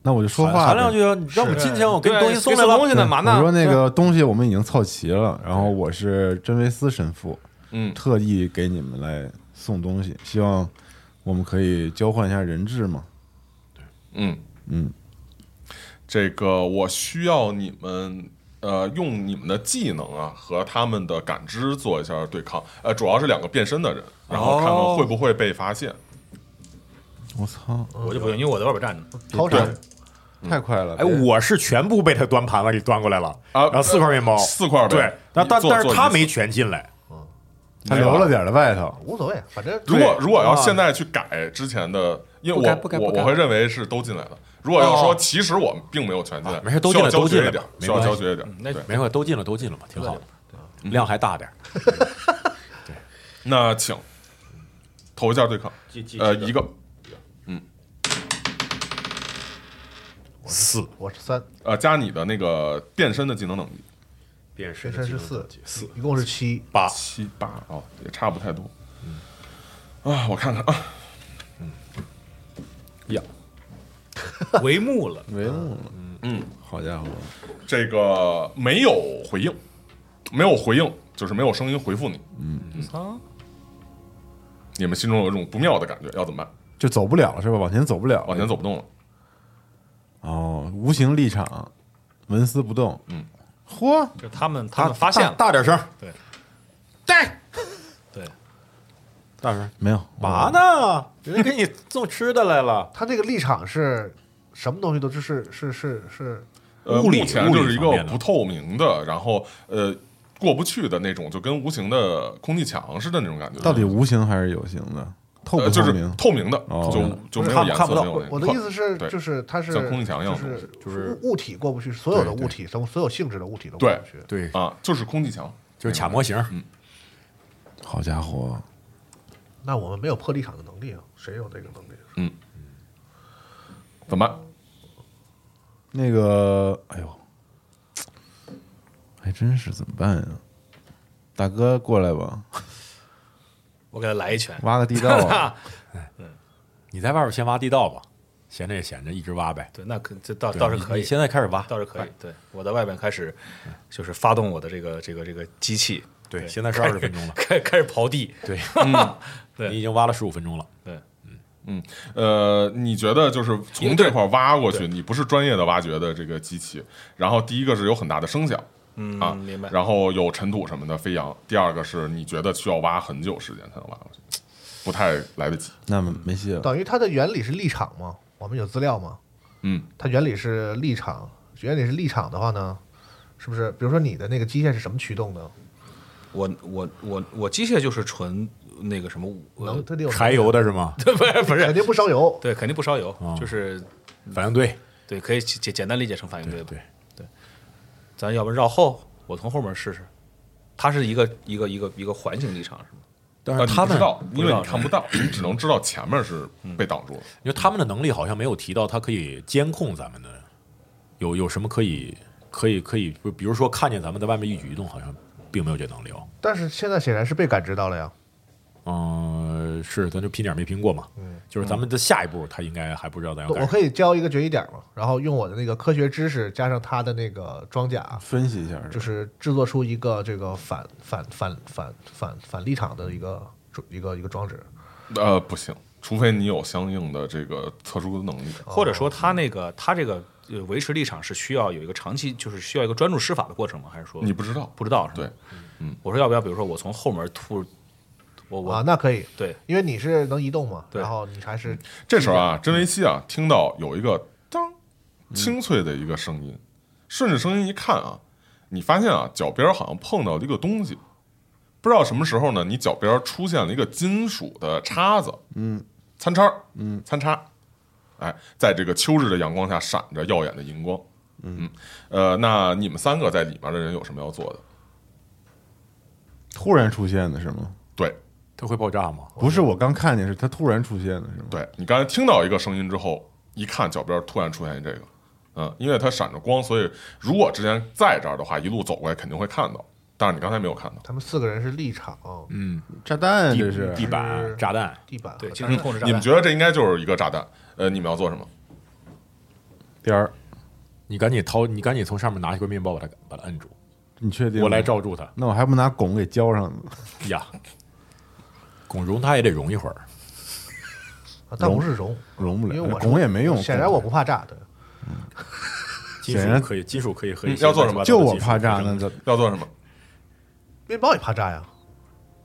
[SPEAKER 2] 那我就说话呗。
[SPEAKER 6] 喊两句，你让我进去，我给你东西送来
[SPEAKER 4] 东
[SPEAKER 6] 了。
[SPEAKER 4] 西呢，嘛
[SPEAKER 2] 我说
[SPEAKER 4] 呢？
[SPEAKER 2] 那个东西我们已经凑齐了，然后我是真维斯神父，
[SPEAKER 3] 嗯
[SPEAKER 2] 特意给你们来送东西，希望我们可以交换一下人质嘛。
[SPEAKER 3] 嗯
[SPEAKER 2] 嗯，
[SPEAKER 3] 这个我需要你们呃用你们的技能啊和他们的感知做一下对抗，呃，主要是两个变身的人，然后看看会不会被发现。
[SPEAKER 2] 我操，
[SPEAKER 4] 我就不用，因为我在外边站着。
[SPEAKER 1] 掏出来
[SPEAKER 2] 太快了！
[SPEAKER 6] 哎，我是全部被他端盘子给端过来了，
[SPEAKER 3] 啊
[SPEAKER 6] 然后四块面包，
[SPEAKER 3] 四块呗
[SPEAKER 6] 对，但但
[SPEAKER 3] 你做
[SPEAKER 6] 但是
[SPEAKER 3] 做
[SPEAKER 6] 他
[SPEAKER 3] 一次
[SPEAKER 6] 没全进来，
[SPEAKER 2] 他留啊了点儿在外头，
[SPEAKER 1] 无所谓，反正
[SPEAKER 3] 如果如果要
[SPEAKER 6] 啊
[SPEAKER 3] 现在去改之前的，因为
[SPEAKER 4] 不改
[SPEAKER 3] 我
[SPEAKER 4] 不改
[SPEAKER 3] 我
[SPEAKER 4] 不改
[SPEAKER 3] 我会认为是都进来了。如果要说其实我们并没有全进来，
[SPEAKER 6] 哦啊没事都进来
[SPEAKER 3] 需要
[SPEAKER 6] 都进来
[SPEAKER 3] 交学一点
[SPEAKER 6] 吧，
[SPEAKER 3] 需要
[SPEAKER 6] 没关
[SPEAKER 3] 交
[SPEAKER 6] 系嗯
[SPEAKER 3] 学一点。
[SPEAKER 4] 那
[SPEAKER 3] 对
[SPEAKER 6] 没关系，都进了，都进了嘛，挺好的，嗯量还大点儿，
[SPEAKER 3] 那请投一下对抗，呃，一个
[SPEAKER 6] 四
[SPEAKER 1] 我是三，
[SPEAKER 3] 呃加你的那个变身的技能等级
[SPEAKER 6] 变身
[SPEAKER 1] 变身是四，一共是七，
[SPEAKER 6] 八，
[SPEAKER 3] 七八哦，也差不太多。啊，我看看啊，
[SPEAKER 6] 呀，
[SPEAKER 4] 帷幕了，
[SPEAKER 2] 没用了。嗯，好家伙，
[SPEAKER 3] 这个没有回应，没有回应，就是没有声音回复你。
[SPEAKER 4] 操！
[SPEAKER 3] 你们心中有一种不妙的感觉，要怎么办？
[SPEAKER 2] 就走不了了是吧？往前走不了了，
[SPEAKER 3] 往前走不动了。
[SPEAKER 2] 哦，无形立场，纹丝不动。嗯，嚯，
[SPEAKER 4] 就他们他们发现了，
[SPEAKER 6] 大点声，
[SPEAKER 4] 对，
[SPEAKER 6] 对，
[SPEAKER 4] 对，
[SPEAKER 6] 大声，
[SPEAKER 2] 没有
[SPEAKER 6] 嘛？呢？人家给你送吃的来了，
[SPEAKER 1] 他这个立场是什么东西都就是是是是
[SPEAKER 3] 呃，
[SPEAKER 6] 物理
[SPEAKER 3] 目前就是一
[SPEAKER 6] 物理方
[SPEAKER 3] 个
[SPEAKER 6] 面的
[SPEAKER 3] 不透明的，然后呃过不去的那种，就跟无形的空气墙似的那种感觉。
[SPEAKER 2] 到底无形还是有形的？透不
[SPEAKER 3] 呃就
[SPEAKER 2] 透
[SPEAKER 3] 是
[SPEAKER 2] 明？
[SPEAKER 3] 透明的，
[SPEAKER 2] 哦
[SPEAKER 3] 就就
[SPEAKER 6] 不是
[SPEAKER 3] 没有
[SPEAKER 6] 看
[SPEAKER 3] 颜
[SPEAKER 6] 看
[SPEAKER 3] 色，
[SPEAKER 6] 不到
[SPEAKER 3] 没有那个
[SPEAKER 1] 我的意思是，
[SPEAKER 3] 对
[SPEAKER 1] 就是它是
[SPEAKER 3] 像空气墙一样的
[SPEAKER 1] 就是就是物体过不去，所有的物体都所有性质的物体都过
[SPEAKER 3] 对
[SPEAKER 1] 不去。
[SPEAKER 6] 对，
[SPEAKER 3] 啊，就是空气墙。
[SPEAKER 6] 就是卡模型，
[SPEAKER 3] 嗯
[SPEAKER 2] 好家伙，
[SPEAKER 1] 那我们没有破立场的能力啊，谁有这个能力？
[SPEAKER 3] 怎么办？
[SPEAKER 2] 那个，哎呦，还真是怎么办呀？大哥过来吧，
[SPEAKER 4] 我给他来一拳。
[SPEAKER 2] 挖个地道 啊！
[SPEAKER 6] 你在外边先挖地道吧，闲着也闲着，一直挖呗，
[SPEAKER 4] 对，那可这倒倒是
[SPEAKER 6] 啊你
[SPEAKER 4] 可
[SPEAKER 6] 你
[SPEAKER 4] 以，
[SPEAKER 6] 现在开始挖，
[SPEAKER 4] 倒是可以。对，我在外边开始就是发动我的这个这个这个机器，
[SPEAKER 6] 对，现在是二十分钟了，
[SPEAKER 4] 开开始刨地。
[SPEAKER 6] 对，
[SPEAKER 4] 对
[SPEAKER 6] 你已经挖了十五分钟了，
[SPEAKER 4] 对，
[SPEAKER 3] 嗯，呃，你觉得就是从这块挖过去，你不是专业的挖掘的这个机器，然后第一个是有很大的声响，
[SPEAKER 4] 嗯
[SPEAKER 3] 啊，
[SPEAKER 4] 明白。
[SPEAKER 3] 然后有尘土什么的飞扬；第二个是你觉得需要挖很久时间才能挖过去，不太来得及。
[SPEAKER 2] 那么没戏了，
[SPEAKER 1] 等于它的原理是立场吗？我们有资料吗？
[SPEAKER 3] 嗯，
[SPEAKER 1] 它原理是立场，原理是立场的话呢，是不是？比如说你的那个机械是什么驱动的？
[SPEAKER 4] 我我我我机械就是纯那个什么，
[SPEAKER 1] 能，
[SPEAKER 4] 呃，
[SPEAKER 1] 它得有
[SPEAKER 6] 柴油的是吗？
[SPEAKER 4] 不是不
[SPEAKER 1] 肯
[SPEAKER 4] 是，
[SPEAKER 1] 定不烧油。
[SPEAKER 4] 对，肯定不烧油，就是
[SPEAKER 6] 反应堆，
[SPEAKER 4] 对，可以简简单理解成反应堆吧。
[SPEAKER 6] 对
[SPEAKER 4] 咱要不绕后，我从后面试试。它是一个一个一个一个环形立场是吗？
[SPEAKER 6] 但
[SPEAKER 3] 呃，
[SPEAKER 6] 是
[SPEAKER 3] 你
[SPEAKER 6] 他
[SPEAKER 3] 不
[SPEAKER 6] 们
[SPEAKER 3] 知道，因为你看不到， 你只能知道前面是被挡住了。
[SPEAKER 6] 因为他们的能力好像没有提到，他可以监控咱们的，有有什么可以可以可以，就比如说看见咱们在外面一举一动，好像并没有这能力哦。
[SPEAKER 1] 但是现在显然是被感知到了呀。
[SPEAKER 6] 嗯、是，咱就拼点没拼过嘛。嗯，就是咱们的下一步，他应该还不知道咱要干
[SPEAKER 1] 我
[SPEAKER 6] 什么。
[SPEAKER 1] 可以教一个决疑点嘛，然后用我的那个科学知识加上他的那个装甲，
[SPEAKER 2] 分析一下吧，
[SPEAKER 1] 就是制作出一个这个反反反反反反立场的一个一个一个装置。
[SPEAKER 3] 呃，不行，除非你有相应的这个特殊的能力。
[SPEAKER 4] 或者说它那个它这个呃维持立场是需要有一个长期，就是需要一个专注施法的过程吗？还是说
[SPEAKER 3] 你不知道，
[SPEAKER 4] 不知道是
[SPEAKER 3] 对
[SPEAKER 4] 吗？，我说要不要，比如说我从后门突，我我、
[SPEAKER 1] 啊，那可以，
[SPEAKER 4] 对
[SPEAKER 1] 因为你是能移动嘛，
[SPEAKER 4] 对
[SPEAKER 1] 然后你还是
[SPEAKER 3] 这时候啊，真维西啊，听到有一个当清脆的一个声音，顺着声音一看啊，你发现啊，脚边好像碰到了一个东西，不知道什么时候呢，你脚边出现了一个金属的叉子，嗯，餐叉，嗯，餐叉，哎，在这个秋日的阳光下闪着耀眼的银光，嗯，呃，那你们三个在里面的人有什么要做的？
[SPEAKER 2] 突然出现的是吗？
[SPEAKER 3] 对，
[SPEAKER 6] 他会爆炸吗？
[SPEAKER 2] 不是我刚看见，是他突然出现的是吗？
[SPEAKER 3] 对你刚才听到一个声音之后，一看脚边突然出现这个，嗯，因为它闪着光，所以如果之前在这儿的话，一路走过来肯定会看到。但是你刚才没有看到，
[SPEAKER 1] 他们四个人是立场、
[SPEAKER 2] 炸弹这
[SPEAKER 6] 地
[SPEAKER 2] 是
[SPEAKER 6] 地板炸弹，
[SPEAKER 1] 地板和
[SPEAKER 4] 对，精
[SPEAKER 1] 炸
[SPEAKER 4] 神
[SPEAKER 1] 弹
[SPEAKER 4] 控制炸
[SPEAKER 3] 你们
[SPEAKER 4] 弹。
[SPEAKER 3] 觉得这应该就是一个炸弹？呃，你们要做什么？
[SPEAKER 2] 点儿，
[SPEAKER 6] 你赶紧掏，你赶紧从上面拿一块面包把它把它摁住，
[SPEAKER 2] 你确定？
[SPEAKER 6] 我来，罩住它
[SPEAKER 2] 那我还不拿拱给浇上呢？
[SPEAKER 6] 呀。拱融它也得融一会儿，
[SPEAKER 1] 啊但不是熔，
[SPEAKER 2] 融不
[SPEAKER 1] 因为
[SPEAKER 2] 了，
[SPEAKER 1] 我
[SPEAKER 2] 拱也没用。
[SPEAKER 1] 显然
[SPEAKER 2] 拱
[SPEAKER 1] 我不怕炸的。
[SPEAKER 6] 金
[SPEAKER 2] 显然
[SPEAKER 6] 属可以，金属可以和一
[SPEAKER 3] 嗯
[SPEAKER 6] 些
[SPEAKER 3] 要做什么
[SPEAKER 2] 就我怕炸那个，
[SPEAKER 3] 要做什
[SPEAKER 4] 呃
[SPEAKER 3] 么？
[SPEAKER 1] 面包也怕炸呀，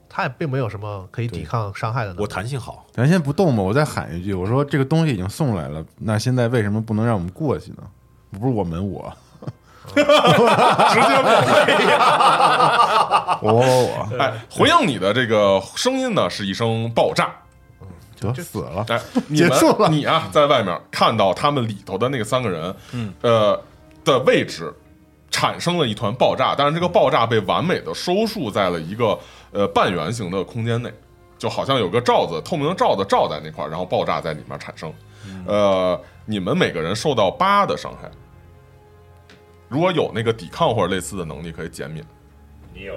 [SPEAKER 1] 它也并没有什么可以抵抗伤害的能力。
[SPEAKER 6] 我弹性好，
[SPEAKER 2] 咱先不动吧，我再喊一句，我说这个东西已经送来了，那现在为什么不能让我们过去呢？不是我们我，直接我我我
[SPEAKER 3] 哎，回应你的这个声音呢，是一声爆炸。
[SPEAKER 2] 得死了，
[SPEAKER 3] 哎，你们
[SPEAKER 2] 结束了
[SPEAKER 3] 你啊，在外面看到他们里头的那个三个人，嗯，呃的位置产生了一团爆炸，但是这个爆炸被完美的收束在了一个呃半圆形的空间内，就好像有个罩子，透明的罩子罩在那块儿，然后爆炸在里面产生。
[SPEAKER 2] 嗯
[SPEAKER 3] 呃，你们每个人受到八的伤害，如果有那个抵抗或者类似的能力，可以减免。
[SPEAKER 6] 你有？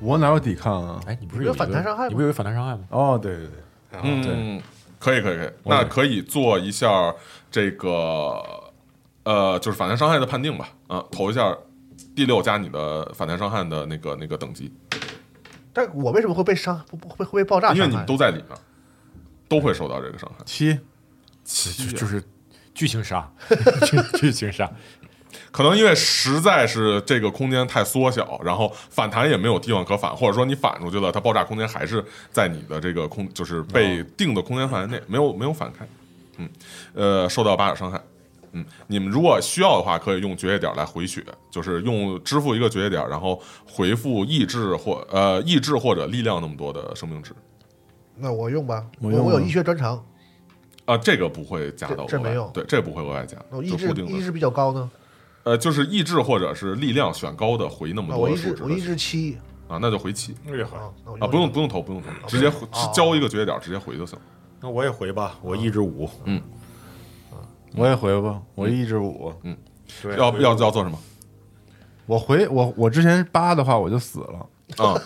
[SPEAKER 2] 我哪有抵抗啊？
[SPEAKER 6] 哎，你不
[SPEAKER 1] 你不
[SPEAKER 6] 是有
[SPEAKER 1] 是有
[SPEAKER 6] 一个
[SPEAKER 1] 反弹伤害吗
[SPEAKER 6] 你不是有一个反弹伤害吗？
[SPEAKER 2] 哦，对对对，
[SPEAKER 1] 啊
[SPEAKER 3] 嗯，可以可以可以，
[SPEAKER 6] 我也
[SPEAKER 3] 那可以做一下这个呃，就是反弹伤害的判定吧，啊，投一下第六加你的反弹伤害的那个那个等级，
[SPEAKER 1] 但我为什么会被伤？不不会会被爆炸
[SPEAKER 3] 因为
[SPEAKER 1] 伤
[SPEAKER 3] 你们
[SPEAKER 1] 害？
[SPEAKER 3] 都在里面，都会受到这个伤害。
[SPEAKER 2] 七
[SPEAKER 6] 就就是剧情杀，剧情杀，
[SPEAKER 3] 可能因为实在是这个空间太缩小，然后反弹也没有地方可反，或者说你反出去了，它爆炸空间还是在你的这个空，就是被定的空间范围内，没有没有反开。嗯，呃，受到八点伤害。嗯，你们如果需要的话，可以用绝业点来回血，就是用支付一个绝业点，然后回复意志或呃意志或者力量那么多的生命值
[SPEAKER 1] 那我用吧，
[SPEAKER 2] 我
[SPEAKER 1] 我
[SPEAKER 2] 用吧
[SPEAKER 1] 我有医学专长，
[SPEAKER 3] 啊、这个不会加到额外，
[SPEAKER 1] 这这没有哦
[SPEAKER 3] 对，这不会额外加，
[SPEAKER 1] 那我
[SPEAKER 3] 就
[SPEAKER 1] 意志
[SPEAKER 3] 固定
[SPEAKER 1] 意
[SPEAKER 3] 的，
[SPEAKER 1] 志比较高呢。
[SPEAKER 3] 呃，就是意志或者是力量选高的回那么
[SPEAKER 1] 啊，
[SPEAKER 3] 多
[SPEAKER 1] 我
[SPEAKER 3] 的
[SPEAKER 1] 意
[SPEAKER 3] 数
[SPEAKER 1] 志
[SPEAKER 3] 值
[SPEAKER 1] 我
[SPEAKER 3] 的
[SPEAKER 1] 意志七
[SPEAKER 3] 啊，那就回七。
[SPEAKER 6] 那就好
[SPEAKER 1] 啊，那我
[SPEAKER 3] 啊，
[SPEAKER 1] 就
[SPEAKER 3] 不用不用投，不用投，直接回
[SPEAKER 1] 哦
[SPEAKER 3] 交一个绝点，直接回就行。
[SPEAKER 6] 那我也回吧，我一至五，
[SPEAKER 2] 我也回吧，我一至五，
[SPEAKER 6] 对
[SPEAKER 3] 要要要做什么？
[SPEAKER 2] 我回我我之前八的话我就死了，
[SPEAKER 3] 啊，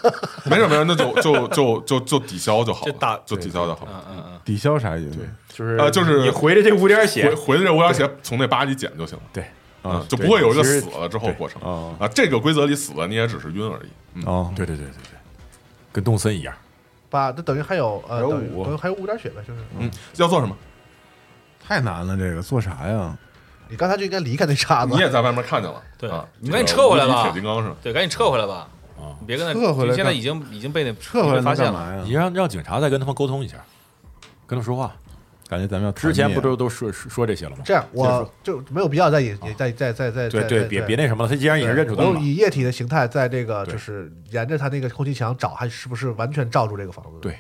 [SPEAKER 3] 没事没事，那就就就就就抵消就好
[SPEAKER 4] 就打
[SPEAKER 3] 了，就抵消就好了。
[SPEAKER 2] 抵消啥意思？
[SPEAKER 6] 啊就是
[SPEAKER 3] 呃就是
[SPEAKER 6] 你回的这五点血
[SPEAKER 3] 回，回的这无聊鞋从那八里减就行了。
[SPEAKER 6] 对
[SPEAKER 3] 啊，就不会有一
[SPEAKER 6] 对
[SPEAKER 3] 个
[SPEAKER 6] 其实
[SPEAKER 3] 死了之后过程
[SPEAKER 2] 哦
[SPEAKER 3] 啊。这个规则里死了你也只是晕而已。嗯，
[SPEAKER 2] 哦，
[SPEAKER 6] 对对对对对，跟动森一样，
[SPEAKER 1] 八，那等于还有呃，
[SPEAKER 2] 还有
[SPEAKER 1] 等于
[SPEAKER 2] 五
[SPEAKER 1] 等于还有五点血呗，就是
[SPEAKER 6] 嗯
[SPEAKER 3] 嗯要做什么？
[SPEAKER 2] 太难了，这个做啥呀？
[SPEAKER 1] 你刚才就应该离开那叉子
[SPEAKER 3] 你。也在外面看见了。
[SPEAKER 4] 对
[SPEAKER 3] 啊
[SPEAKER 4] 你赶紧撤回来吧
[SPEAKER 3] 这个无敌铁金刚是吧？
[SPEAKER 4] 对，赶紧撤回来吧，你别跟他
[SPEAKER 2] 撤回来
[SPEAKER 4] 你现在
[SPEAKER 2] 干
[SPEAKER 4] 已经已经被那
[SPEAKER 2] 撤回来
[SPEAKER 4] 已经被发
[SPEAKER 2] 能
[SPEAKER 4] 现
[SPEAKER 2] 干
[SPEAKER 4] 了。
[SPEAKER 2] 嘛
[SPEAKER 6] 你
[SPEAKER 2] 呀？
[SPEAKER 6] 让让警察再跟他们沟通一下，跟他们说话。
[SPEAKER 2] 感觉咱们要团
[SPEAKER 6] 之前
[SPEAKER 2] 灭
[SPEAKER 6] 不都都说说说这些了吗？
[SPEAKER 1] 这样，
[SPEAKER 6] 接着
[SPEAKER 1] 我
[SPEAKER 6] 说
[SPEAKER 1] 就没有必要再以也再再再再
[SPEAKER 6] 啊对
[SPEAKER 1] 再
[SPEAKER 6] 对，
[SPEAKER 1] 再
[SPEAKER 6] 别
[SPEAKER 1] 再
[SPEAKER 6] 别那什么了，他既然已经认出他
[SPEAKER 1] 我
[SPEAKER 6] 了
[SPEAKER 1] 用
[SPEAKER 6] 嘛，
[SPEAKER 1] 以液体的形态在这个
[SPEAKER 6] 对
[SPEAKER 1] 就是沿着它那个空气墙找，还是不是完全罩住这个房子？
[SPEAKER 6] 对，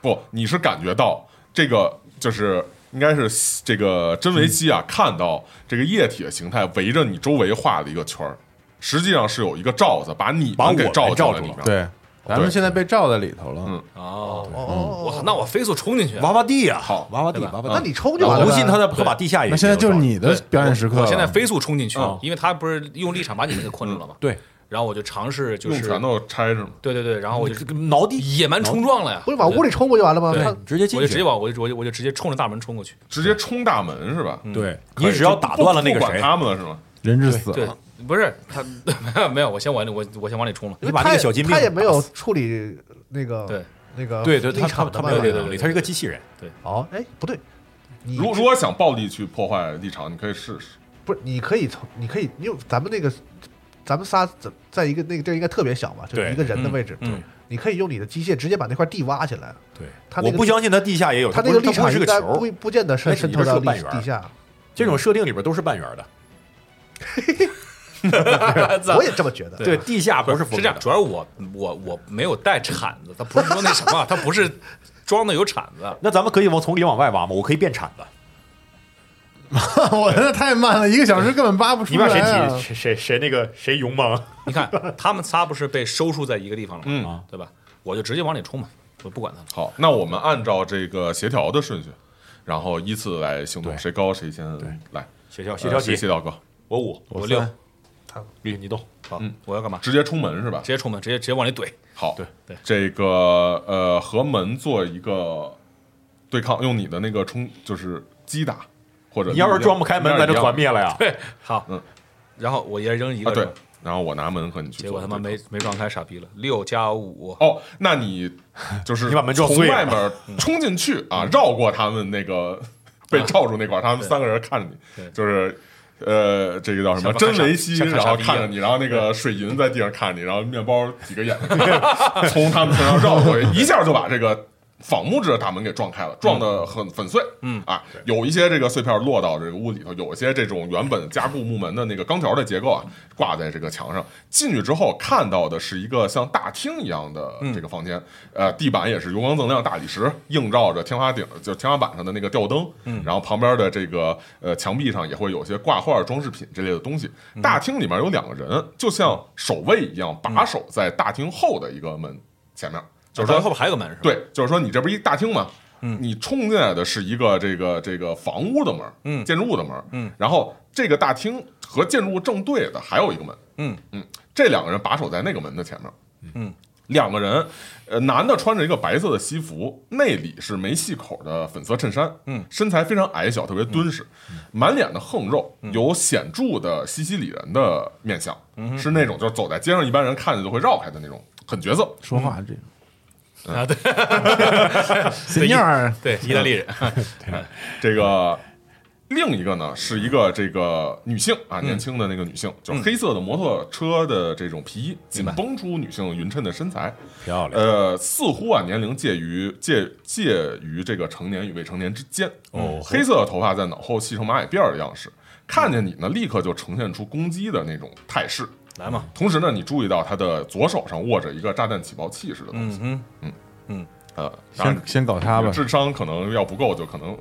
[SPEAKER 3] 不，你是感觉到这个就是应该是这个真
[SPEAKER 6] 嗯
[SPEAKER 3] 维基啊，看到这个液体的形态围着你周围画了一个圈儿，实际上是有一个罩子把你
[SPEAKER 6] 把我
[SPEAKER 3] 们给罩
[SPEAKER 6] 给
[SPEAKER 3] 进
[SPEAKER 6] 罩
[SPEAKER 3] 了
[SPEAKER 6] 住
[SPEAKER 3] 里
[SPEAKER 6] 了
[SPEAKER 3] 面。
[SPEAKER 2] 对，咱们现在被罩在里头了。
[SPEAKER 3] 嗯
[SPEAKER 4] 哦，
[SPEAKER 1] 哦哦，
[SPEAKER 4] 我
[SPEAKER 1] 哦
[SPEAKER 4] 操，那我飞速冲进去。啊
[SPEAKER 6] 挖挖地呀，
[SPEAKER 3] 好
[SPEAKER 6] 挖挖地，
[SPEAKER 4] 对吧
[SPEAKER 6] 挖
[SPEAKER 1] 那
[SPEAKER 6] 挖地。
[SPEAKER 1] 你冲就完
[SPEAKER 6] 啊我
[SPEAKER 1] 了
[SPEAKER 6] 不
[SPEAKER 1] 呗。
[SPEAKER 6] 信他的，他把地下也。
[SPEAKER 2] 那现在就是你的表演时刻了。
[SPEAKER 4] 我现在飞速冲进去
[SPEAKER 3] 嗯，
[SPEAKER 4] 因为他不是用立场把你们给困住了嘛。
[SPEAKER 6] 对，
[SPEAKER 4] 然后我就尝试就
[SPEAKER 3] 用
[SPEAKER 4] 是
[SPEAKER 3] 拳头拆着嘛。
[SPEAKER 4] 对对对，然后我就
[SPEAKER 6] 挠地，
[SPEAKER 4] 野蛮冲撞了呀，
[SPEAKER 1] 不是往屋里冲不就完了吗？
[SPEAKER 4] 对
[SPEAKER 1] 他
[SPEAKER 6] 直接
[SPEAKER 4] 我
[SPEAKER 6] 进
[SPEAKER 4] 就直接
[SPEAKER 6] 去。
[SPEAKER 4] 往我就我就我就直接冲着大门冲过去。
[SPEAKER 3] 直接冲大门是吧？
[SPEAKER 4] 嗯
[SPEAKER 6] 对
[SPEAKER 3] 可
[SPEAKER 6] 嗯
[SPEAKER 3] 以
[SPEAKER 6] 你只要打断了那个
[SPEAKER 3] 就不不管
[SPEAKER 6] 谁，
[SPEAKER 3] 他们了是吗？
[SPEAKER 2] 人质死
[SPEAKER 4] 对
[SPEAKER 6] 啊
[SPEAKER 2] 了，，
[SPEAKER 4] 不是他没有没有，我先往里我我先往里冲了。
[SPEAKER 6] 你
[SPEAKER 1] 因为
[SPEAKER 6] 把那
[SPEAKER 1] 他
[SPEAKER 6] 个
[SPEAKER 1] 也
[SPEAKER 6] 小金
[SPEAKER 1] 他
[SPEAKER 6] 币
[SPEAKER 1] 也没有
[SPEAKER 6] 打死
[SPEAKER 1] 处理那个
[SPEAKER 4] 对
[SPEAKER 1] 那个
[SPEAKER 6] 对对，
[SPEAKER 1] 立
[SPEAKER 6] 他他
[SPEAKER 1] 场的
[SPEAKER 6] 他
[SPEAKER 1] 嘛
[SPEAKER 6] 没有这个
[SPEAKER 4] 对对
[SPEAKER 6] 能力，
[SPEAKER 4] 对
[SPEAKER 6] 他是个机器人。
[SPEAKER 1] 哦，哎，不对，你
[SPEAKER 3] 如如果想暴力去破坏立场，你可以试试。
[SPEAKER 1] 不是你可以从你可以因为咱们那个咱们仨在在一个那个地儿应该特别小嘛，就
[SPEAKER 6] 对
[SPEAKER 1] 一个人的位置，
[SPEAKER 4] 嗯嗯
[SPEAKER 1] 你可以用你的机械直接把那块地挖起来。
[SPEAKER 6] 对，
[SPEAKER 1] 他那
[SPEAKER 6] 我
[SPEAKER 1] 个
[SPEAKER 6] 不相信他地下也有，
[SPEAKER 1] 他
[SPEAKER 6] 不
[SPEAKER 1] 那个
[SPEAKER 6] 是不
[SPEAKER 1] 立场
[SPEAKER 6] 是
[SPEAKER 1] 应
[SPEAKER 6] 个
[SPEAKER 1] 该
[SPEAKER 6] 球
[SPEAKER 1] 不
[SPEAKER 6] 儿，
[SPEAKER 1] 会不见得
[SPEAKER 6] 那
[SPEAKER 1] 渗
[SPEAKER 6] 是
[SPEAKER 1] 渗
[SPEAKER 6] 一
[SPEAKER 1] 透
[SPEAKER 6] 个
[SPEAKER 1] 到
[SPEAKER 6] 半
[SPEAKER 1] 地
[SPEAKER 6] 圆儿
[SPEAKER 1] 地 下。
[SPEAKER 6] 这种设定里边都是半圆的。
[SPEAKER 1] 我也这么觉得。
[SPEAKER 6] 对，地下不是
[SPEAKER 4] 是
[SPEAKER 6] 封
[SPEAKER 4] 这样，
[SPEAKER 6] 的。
[SPEAKER 4] 主要是我我我没有带铲子，他不是说那什么，他不是装的有铲子。
[SPEAKER 6] 那咱们可以往从里往外挖吗？我可以变铲子。
[SPEAKER 2] 我那太慢了，一个小时根本扒不出
[SPEAKER 6] 你把
[SPEAKER 2] 来
[SPEAKER 6] 谁提
[SPEAKER 2] 啊。
[SPEAKER 6] 谁谁谁那个谁勇猛？
[SPEAKER 4] 你看他们仨不是被收束在一个地方了
[SPEAKER 3] 嗯
[SPEAKER 4] 嘛，对吧？我就直接往里冲嘛，我不管他了。
[SPEAKER 3] 好，那我们按照这个协调的顺序，然后依次来行动，
[SPEAKER 6] 对
[SPEAKER 3] 谁高谁先来。呃
[SPEAKER 6] 雪橇，雪橇
[SPEAKER 3] 谢谢
[SPEAKER 6] 几？
[SPEAKER 3] 老哥，
[SPEAKER 4] 我五，
[SPEAKER 2] 我
[SPEAKER 4] 我六
[SPEAKER 2] 三，
[SPEAKER 4] 绿你动，好，
[SPEAKER 6] 嗯
[SPEAKER 4] 我要干嘛？直
[SPEAKER 3] 直接出门是吧？
[SPEAKER 4] 接冲门，直接直接往里怼，
[SPEAKER 3] 好，
[SPEAKER 4] 对对，
[SPEAKER 3] 这个呃和门做一个对抗，用你的那个冲就是击打，或者
[SPEAKER 6] 你要是撞不开门，咱就团灭了呀！
[SPEAKER 4] 好，
[SPEAKER 3] 嗯，
[SPEAKER 4] 然后我也扔一
[SPEAKER 3] 啊
[SPEAKER 4] 个，
[SPEAKER 3] 对
[SPEAKER 4] 是吧，
[SPEAKER 3] 然后我拿门和你去
[SPEAKER 4] 结
[SPEAKER 3] 做
[SPEAKER 4] 果他
[SPEAKER 3] 对
[SPEAKER 4] 妈
[SPEAKER 3] 抗，
[SPEAKER 4] 没没撞开，傻逼了，六加五，
[SPEAKER 3] 哦，那你就 是
[SPEAKER 6] 你把门撞
[SPEAKER 3] 从
[SPEAKER 6] 碎了嗯
[SPEAKER 3] 外面冲进去啊，绕过他们那个被
[SPEAKER 6] 啊
[SPEAKER 3] 罩住那块儿，他们三个人看着你
[SPEAKER 4] 对，
[SPEAKER 3] 就是。呃，这个叫什么？
[SPEAKER 4] 像看
[SPEAKER 3] 真
[SPEAKER 4] 傻
[SPEAKER 3] 维西，
[SPEAKER 4] 像看
[SPEAKER 3] 然
[SPEAKER 4] 傻
[SPEAKER 3] 后
[SPEAKER 4] 逼一
[SPEAKER 3] 看着
[SPEAKER 4] 样
[SPEAKER 3] 你，然后那个水银在地上看着你，然后面包几个眼睛从他们身上绕过去，一下就把这个仿木质的大门给撞开了，撞得很粉碎。嗯啊，有一些这个碎片落到这个屋里头，有一些这种原本加固木门的那个钢条的结构啊，挂在这个墙上。进去之后看到的是一个像大厅一样的
[SPEAKER 4] 嗯
[SPEAKER 3] 这个房间，呃，地板也是油光锃亮大理石，映照着天花顶，就天花板上的那个吊灯。嗯，然后旁边的这个呃墙壁上也会有些挂画、装饰品之类的东西。大厅里面有两个人，就像守卫一样把守在大厅后的一个门前面。就是说
[SPEAKER 4] 后边还有个门是吧？
[SPEAKER 3] 对，就是说你这不是一大厅吗？嗯，你冲进来的是一个这个这个房屋的门，嗯，建筑物的门，嗯，然后这个大厅和建筑物正对的还有一个门，
[SPEAKER 4] 嗯
[SPEAKER 3] 嗯，这两个人把守在那个门的前面，嗯，两个人，呃，男的穿着一个白色的西服，内里是没系口的粉色衬衫，嗯，身材非常矮小，特别敦实，满脸的横肉，有显著的西西里人的面相，是那种就是走在街上一般人看着就会绕开的那种狠角色，
[SPEAKER 2] 说话这种
[SPEAKER 3] 嗯
[SPEAKER 4] 啊，对
[SPEAKER 2] 怎样儿？
[SPEAKER 4] 对，嗯意大利人，
[SPEAKER 3] 这个另一个呢是一个这个女性啊，年轻的那个女性，就是黑色的摩托车的这种皮衣，紧绷出女性匀称的身材，
[SPEAKER 6] 漂亮，
[SPEAKER 3] 呃，似乎啊年龄介于介介于这个成年与未成年之间。哦，黑色的头发在脑后系成马尾辫儿的样式，看见你呢立刻就呈现出攻击的那种态势。
[SPEAKER 4] 来嘛，
[SPEAKER 3] 同时呢，你注意到他的左手上握着一个炸弹起爆器似的东西。
[SPEAKER 4] 嗯
[SPEAKER 3] 呃，当然
[SPEAKER 2] 先先搞他吧。
[SPEAKER 3] 智商可能要不够，就可能